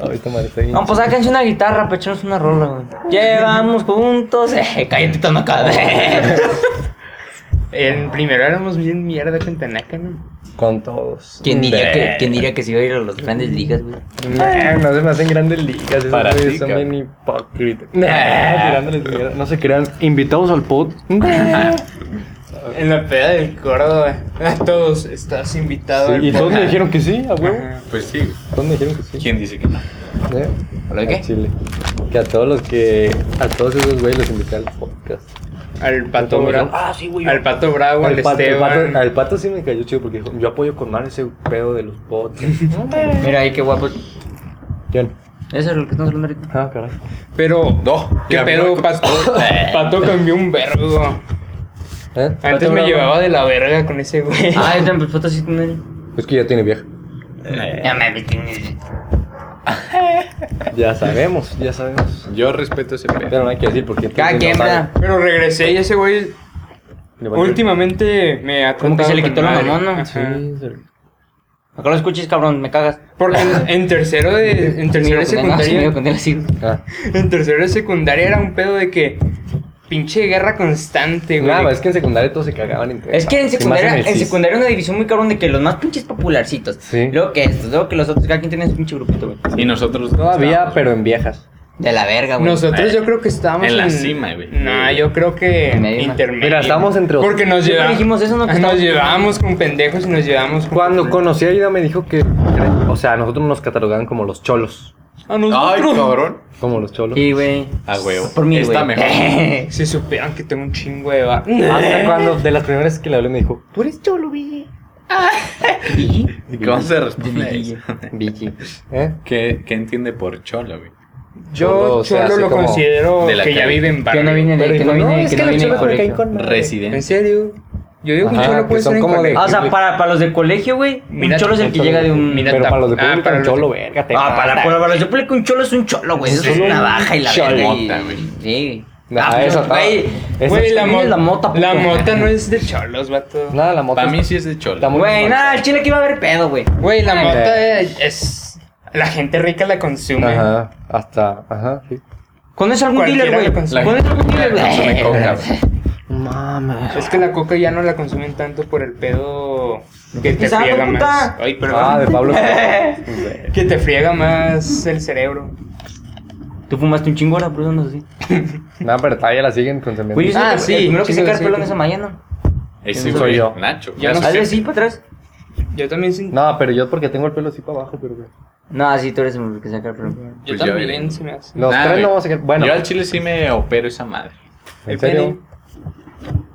Speaker 1: Ahorita madre está bien.
Speaker 4: No, pues sáquense una guitarra, pechanos una rola, güey. Llevamos juntos. Eh, cállate, Tanaka.
Speaker 3: En primero éramos bien mierda con Tanaka, ¿no?
Speaker 1: Con todos.
Speaker 4: ¿Quién diría, que, ¿Quién diría que se iba a ir a las grandes ligas, güey?
Speaker 1: Nah, no se me hacen grandes ligas. Esos
Speaker 2: Para
Speaker 1: güeyes
Speaker 2: ti,
Speaker 1: son
Speaker 2: cabrón.
Speaker 1: bien hipócritas. Nah, tirándoles mierda. No se crean. Invitados al pod.
Speaker 3: En la peda del Córdoba. A todos, estás invitado. al
Speaker 1: y todos me
Speaker 3: podcast.
Speaker 1: dijeron que sí, a huevo.
Speaker 3: Ajá.
Speaker 2: Pues sí, güey.
Speaker 1: Todos me dijeron que sí.
Speaker 2: ¿Quién dice que no?
Speaker 1: ¿Eh?
Speaker 4: ¿Hola, qué?
Speaker 1: Al Chile. Que a todos los que. A todos esos güeyes los invité al podcast.
Speaker 3: Al Pato
Speaker 1: Todos me
Speaker 3: Bravo.
Speaker 1: dijeron, Ah, sí, güey. yo
Speaker 3: Al Pato Bravo, al
Speaker 1: Al pato, el
Speaker 3: Esteban.
Speaker 1: pato- al pato sí me cayó chido porque dijo, yo apoyo con mal ese pedo de los podcasts.
Speaker 4: Mira ahí qué guapo.
Speaker 1: ¿Quién?
Speaker 4: Eso es lo que estamos hablando ahorita.
Speaker 1: Ah, caray.
Speaker 3: Pero,
Speaker 2: No,
Speaker 3: ¿qué
Speaker 2: ya
Speaker 3: pedo?
Speaker 2: me
Speaker 3: Pato, Pato cambió un vergo.
Speaker 1: ¿Eh?
Speaker 3: Antes me llevaba de la verga con ese güey.
Speaker 4: Ah, yo también, pues foto así con él.
Speaker 1: Es que ya tiene vieja.
Speaker 2: Eh.
Speaker 4: Ya me metí.
Speaker 1: Ya sabemos, ya sabemos.
Speaker 2: Yo respeto ese pedo.
Speaker 1: Pero no hay que decir porque.
Speaker 4: Cada
Speaker 1: entonces
Speaker 4: quien,
Speaker 1: no sabe.
Speaker 4: ¿verdad?
Speaker 3: Pero regresé y ese güey
Speaker 1: Le valió.
Speaker 3: últimamente me ha
Speaker 4: Como que se le
Speaker 3: contado
Speaker 4: quitó
Speaker 3: con
Speaker 4: la
Speaker 3: madre.
Speaker 4: mamona.
Speaker 3: Ajá.
Speaker 1: Sí, se-
Speaker 4: Acá lo escuches, cabrón, me cagas.
Speaker 3: Porque en, en tercero de en tercero de
Speaker 4: Mira, con él, no, sí, mira,
Speaker 3: secundaria
Speaker 4: con él así.
Speaker 1: Ah,
Speaker 3: en tercero de secundaria era un pedo de que pinche guerra constante, güey.
Speaker 1: Nada, es que en secundaria todos se cagaban entre
Speaker 4: Es que en
Speaker 1: Y más
Speaker 4: secundaria,
Speaker 1: el
Speaker 4: en
Speaker 1: CIS.
Speaker 4: secundaria era una división muy cabrón de que los más pinches popularcitos.
Speaker 1: Sí.
Speaker 4: Luego que estos, luego que los otros. Cada quien tenía su pinche grupito, güey.
Speaker 2: Y nosotros.
Speaker 1: Todavía,
Speaker 2: estábamos,
Speaker 1: pero en viejas.
Speaker 4: De la verga, güey.
Speaker 3: Nosotros yo creo que estábamos
Speaker 2: En la cima, güey.
Speaker 3: No, yo creo que
Speaker 4: En medio, ¿no?
Speaker 3: intermedio.
Speaker 1: Mira, estábamos entre los-
Speaker 3: Porque nos
Speaker 4: Siempre
Speaker 3: llevábamos
Speaker 4: dijimos eso, ¿no? Que
Speaker 3: nos
Speaker 4: estábamos-
Speaker 3: llevábamos con pendejos y nos llevábamos con
Speaker 1: Cuando conocí a Aida me dijo que. O sea, a nosotros nos catalogaban como los cholos.
Speaker 3: a
Speaker 2: Ay,
Speaker 3: nosotros.
Speaker 2: cabrón.
Speaker 1: Como los cholos.
Speaker 4: Sí, güey.
Speaker 2: A huevo.
Speaker 4: Por mí, güey.
Speaker 2: Está mejor.
Speaker 3: Si supieran que tengo un chingo de va.
Speaker 1: Hasta cuando de las primeras que le hablé me dijo,
Speaker 4: Tú eres cholo, Billy.
Speaker 2: ¿Y cómo se responde a eso?
Speaker 1: Vicky. ¿Eh?
Speaker 2: ¿Qué, ¿Qué entiende por cholo, güey?
Speaker 3: Yo
Speaker 1: o sea,
Speaker 3: Cholo
Speaker 1: así
Speaker 3: lo
Speaker 1: como
Speaker 3: considero
Speaker 2: de la
Speaker 3: que ya
Speaker 2: calle.
Speaker 3: vive en
Speaker 4: Que
Speaker 3: barrio.
Speaker 4: no viene de,
Speaker 1: Pero
Speaker 4: que no
Speaker 1: dijo,
Speaker 4: viene, que no
Speaker 1: los
Speaker 4: viene
Speaker 1: cholos
Speaker 4: de
Speaker 1: me caen
Speaker 4: colegio.
Speaker 1: con madre".
Speaker 3: ¿En
Speaker 2: Residente.
Speaker 3: serio? Yo digo que un
Speaker 1: Ajá,
Speaker 3: cholo
Speaker 1: que
Speaker 3: puede
Speaker 1: son
Speaker 3: ser en
Speaker 1: como de-
Speaker 3: colegio.
Speaker 4: Ah, o sea, para, para los de colegio, güey, un
Speaker 3: Mira,
Speaker 4: cholo es el que
Speaker 1: Cholo,
Speaker 4: llega de un...
Speaker 3: mira,
Speaker 1: Pero para los de
Speaker 3: Ah,
Speaker 1: público,
Speaker 3: para
Speaker 1: un
Speaker 3: los de-
Speaker 1: cholo, verga. te
Speaker 4: Ah, para,
Speaker 1: mata.
Speaker 4: para, para los de público, un cholo es un cholo, güey. Eso es
Speaker 1: Solo
Speaker 4: una
Speaker 1: un
Speaker 4: baja y la verga. y-
Speaker 2: cholota, güey.
Speaker 4: Sí. Ah,
Speaker 1: Nah, Ah, eso está-
Speaker 4: güey.
Speaker 1: eso
Speaker 3: Güey,
Speaker 1: está-
Speaker 3: la,
Speaker 4: es
Speaker 3: mo-
Speaker 4: la mota, puto.
Speaker 3: la mota no es de cholos, vato.
Speaker 1: Nada, la moto.
Speaker 2: Para mí
Speaker 1: es-
Speaker 2: sí es de cholo.
Speaker 1: La mu-
Speaker 4: Güey, nada, el chile que iba a haber pedo, güey.
Speaker 3: Güey, la
Speaker 4: Ay,
Speaker 3: mota es, es- La gente rica la consume.
Speaker 1: Ajá, hasta. Ajá, sí.
Speaker 4: ¿Conoces algún
Speaker 3: Cualquiera
Speaker 4: dealer, güey?
Speaker 3: lo consume.
Speaker 4: ¿Conoces algún dealer,
Speaker 2: No se me coja,
Speaker 4: güey?
Speaker 2: güey.
Speaker 1: Mames.
Speaker 3: Es que la coca ya no la consumen tanto por el pedo que te
Speaker 4: Esa
Speaker 3: friega
Speaker 4: puta.
Speaker 3: más. Ay, perdón.
Speaker 1: Ah, de Pablo.
Speaker 3: Que te friega más el cerebro.
Speaker 4: Tú fumaste un chingo ahora, por eso andas así.
Speaker 1: No, pero todavía la siguen con semejante.
Speaker 4: Güey, yo soy
Speaker 1: Ah,
Speaker 4: el,
Speaker 1: sí,
Speaker 4: el primero que
Speaker 1: sí,
Speaker 4: se
Speaker 1: sí,
Speaker 4: cargó
Speaker 1: sí.
Speaker 4: pelón esa mañana.
Speaker 2: Ese
Speaker 1: Soy
Speaker 2: fue
Speaker 1: yo.
Speaker 2: Nacho.
Speaker 3: Ya no
Speaker 2: Ya
Speaker 4: ¿Algo
Speaker 2: sé.
Speaker 4: así para atrás?
Speaker 3: Yo también sí.
Speaker 1: No, pero yo porque tengo el pelo así para abajo, pero güey.
Speaker 4: No, sí, tú eres el primero que se cargó pelón.
Speaker 3: yo
Speaker 2: pues ya
Speaker 3: también
Speaker 2: veremos.
Speaker 3: se me hace.
Speaker 1: Los
Speaker 2: Nah,
Speaker 1: tres
Speaker 2: güey.
Speaker 1: no vamos a quedar. Bueno,
Speaker 2: Yo al chile sí me opero esa madre.
Speaker 1: en serio.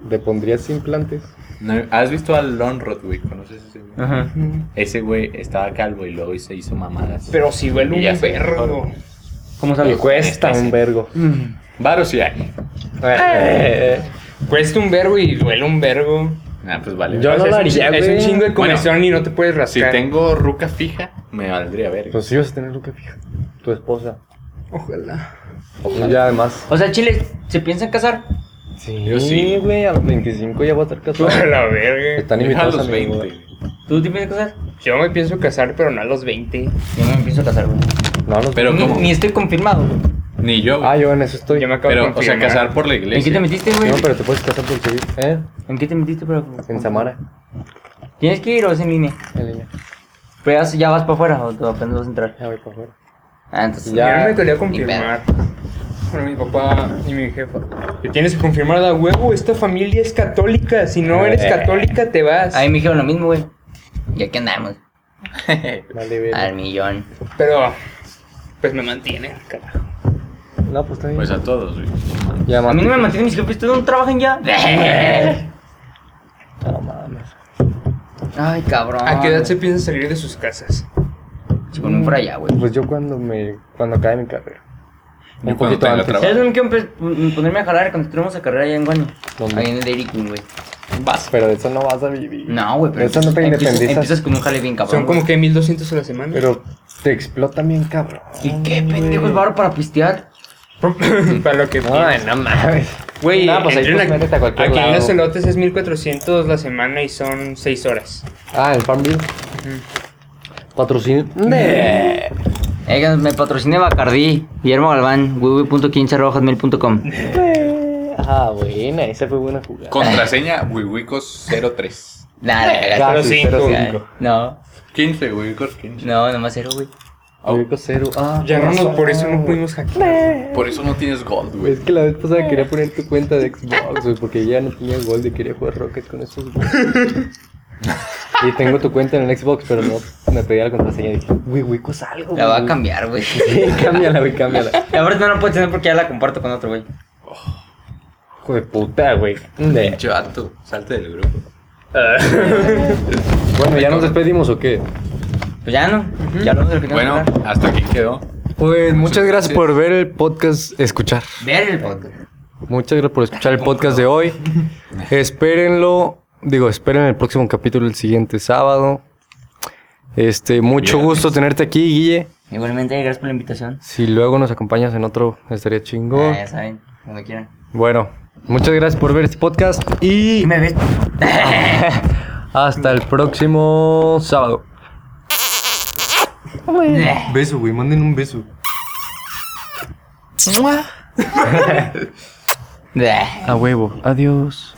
Speaker 1: ¿Te pondrías implantes?
Speaker 2: No, ¿Has visto al Lonrod, güey? ¿Conoces ese
Speaker 1: Ah.
Speaker 2: güey?
Speaker 4: Ajá.
Speaker 2: Ese güey estaba calvo y luego se hizo mamadas.
Speaker 3: Pero si huele
Speaker 2: Ya
Speaker 3: un Este
Speaker 2: sé.
Speaker 3: perro.
Speaker 4: ¿Cómo
Speaker 1: Me
Speaker 4: sabes?
Speaker 1: cuesta un vergo.
Speaker 2: Varo sí hay.
Speaker 1: Eh,
Speaker 3: Cuesta un vergo y duele un vergo.
Speaker 2: Ah, pues vale.
Speaker 1: Yo
Speaker 3: O
Speaker 1: no
Speaker 3: sea, es
Speaker 1: lo
Speaker 3: un
Speaker 1: haría,
Speaker 3: chi- Es
Speaker 1: güey.
Speaker 3: un chingo de
Speaker 2: Bueno,
Speaker 3: comezón y no te puedes
Speaker 2: Si
Speaker 3: rascar.
Speaker 2: tengo ruca fija, me valdría ver.
Speaker 1: Pues sí vas a tener lo que fija. Tu esposa.
Speaker 3: Ojalá.
Speaker 1: Y ya además.
Speaker 4: O sea, Chile, ¿se piensan casar?
Speaker 1: Sí,
Speaker 2: Yo sí.
Speaker 1: güey. A los 25 ya voy a estar casado.
Speaker 3: A la verga.
Speaker 1: Están
Speaker 2: a
Speaker 1: invitados a
Speaker 2: los
Speaker 1: mi
Speaker 2: 20.
Speaker 1: boda.
Speaker 4: ¿Tú te piensas casar?
Speaker 3: Yo me pienso casar, pero no a los 20.
Speaker 4: Yo no me pienso casar, güey.
Speaker 1: No, los
Speaker 2: Pero
Speaker 4: Ni-
Speaker 2: ¿cómo?
Speaker 4: Ni estoy confirmado, güey.
Speaker 2: Ni yo. güey.
Speaker 1: Ah, yo en eso estoy.
Speaker 3: Yo me acabo de
Speaker 2: pero, o sea,
Speaker 3: confirmar.
Speaker 2: casar por la
Speaker 4: ¿En qué te
Speaker 2: iglesia.
Speaker 4: metiste, güey?
Speaker 1: No, pero te puedes casar por civil. ¿Eh?
Speaker 4: ¿En qué te metiste, pero?
Speaker 1: En Samara.
Speaker 4: ¿Tienes que ir o es en línea?
Speaker 1: En línea.
Speaker 4: Pero ya, ya vas para afuera o tú apenas vas a entrar.
Speaker 1: Ya voy para afuera.
Speaker 4: Ah, entonces.
Speaker 1: Ya.
Speaker 3: Ya me quería
Speaker 4: ni
Speaker 3: confirmar. Bueno, mi papá y mi jefa. Te tienes que confirmar a huevo, esta familia es católica. Si no eres
Speaker 1: Eh.
Speaker 3: católica, te vas.
Speaker 4: Ahí me dijeron lo mismo, güey. Y aquí andamos.
Speaker 1: Vale, bien.
Speaker 4: Al millón.
Speaker 3: Pero, pues me mantiene, carajo.
Speaker 1: No, pues está bien.
Speaker 2: Pues a todos, güey.
Speaker 1: Ya,
Speaker 4: A mí no me mantienen mis jefes, ¿ustedes no trabajan ya?
Speaker 1: No mames.
Speaker 4: Ay, cabrón.
Speaker 3: ¿A qué edad se piensa salir de sus casas?
Speaker 4: Se ponen por allá, güey.
Speaker 1: Pues yo cuando me. Cuando acabe mi carrera.
Speaker 2: Yo cuando tenga trabajo.
Speaker 4: ¿Sabes dónde quiero empe- pon- ponerme a jalar cuando entremos a carrera allá en Guano?
Speaker 1: ¿Dónde?
Speaker 4: Ahí en el Dairy Queen, güey.
Speaker 1: Vas. Pero de eso no vas a vivir.
Speaker 4: No, güey, pero.
Speaker 1: De eso no te
Speaker 4: empiezas-
Speaker 1: independizas.
Speaker 4: Empiezas con un jale bien cabrón.
Speaker 3: Son como
Speaker 4: güey.
Speaker 3: que 1200 a la semana.
Speaker 1: Pero te explotan bien, cabrón.
Speaker 4: ¿Y qué
Speaker 1: güey.
Speaker 4: pendejo es barro para pistear?
Speaker 3: Para lo que.
Speaker 1: Ay, no mames.
Speaker 3: Güey,
Speaker 1: no, pues ahí
Speaker 3: entre
Speaker 1: tú
Speaker 3: una-
Speaker 1: métete a cualquier
Speaker 3: aquí en
Speaker 1: lado.
Speaker 3: los elotes es 1400 la semana y son 6 horas.
Speaker 1: Ah, el Farmville. Patrocinio. Nee.
Speaker 4: Oigan, me patrocina Bacardí, Guillermo Galván, www.quincharroja.mail.com
Speaker 1: Ah, buena, esa fue buena jugada.
Speaker 2: Contraseña, wiwicos 03.
Speaker 4: Nada,
Speaker 3: Casi, pero cinco.
Speaker 4: No,
Speaker 2: 15, wiwicos 15.
Speaker 4: no, nomás cero, güey.
Speaker 1: Ubico cero. Ah,
Speaker 3: Ya no,
Speaker 1: razón,
Speaker 3: nos- por eso no
Speaker 1: güey.
Speaker 3: pudimos hackear.
Speaker 2: Por eso no tienes gold,
Speaker 1: Güey,
Speaker 2: güey.
Speaker 1: Es que la vez pasada quería poner tu cuenta de Xbox, güey, porque ya no tenía Gold y quería jugar Rocket con esos güey. Y tengo tu cuenta en el Xbox, pero no me pedía la contraseña. Dije, güey, güey, cosa algo.
Speaker 4: La va a
Speaker 1: güey".
Speaker 4: cambiar, güey.
Speaker 1: Sí, cámbiala, güey, cámbiala.
Speaker 4: La verdad no la puedo tener porque ya la comparto con otro, güey.
Speaker 1: Hijo de puta, güey. Ne.
Speaker 2: Pinche vato, salte del grupo.
Speaker 1: Bueno, ¿ya nos despedimos o qué?
Speaker 4: Pues ya no, ya hablamos de lo que tenemos
Speaker 2: Bueno,
Speaker 4: que hablar.
Speaker 2: hasta aquí quedó.
Speaker 1: Pues
Speaker 2: muchas gracias por
Speaker 1: ver el podcast, escuchar.
Speaker 4: Ver el podcast.
Speaker 1: Muchas gracias por escuchar el podcast de hoy. Espérenlo, digo, esperen el próximo capítulo el siguiente sábado. Este, mucho
Speaker 2: Viernes.
Speaker 1: gusto tenerte aquí, Guille.
Speaker 4: Igualmente, gracias por la invitación.
Speaker 1: Si luego nos acompañas en otro, estaría chingón.
Speaker 4: Ah, ya saben, cuando quieran.
Speaker 1: Bueno, muchas gracias por ver este podcast y
Speaker 4: ¿Y me ves?
Speaker 1: hasta el próximo sábado. Beso, güey, manden un beso.
Speaker 4: Bleh.
Speaker 1: A huevo, adiós.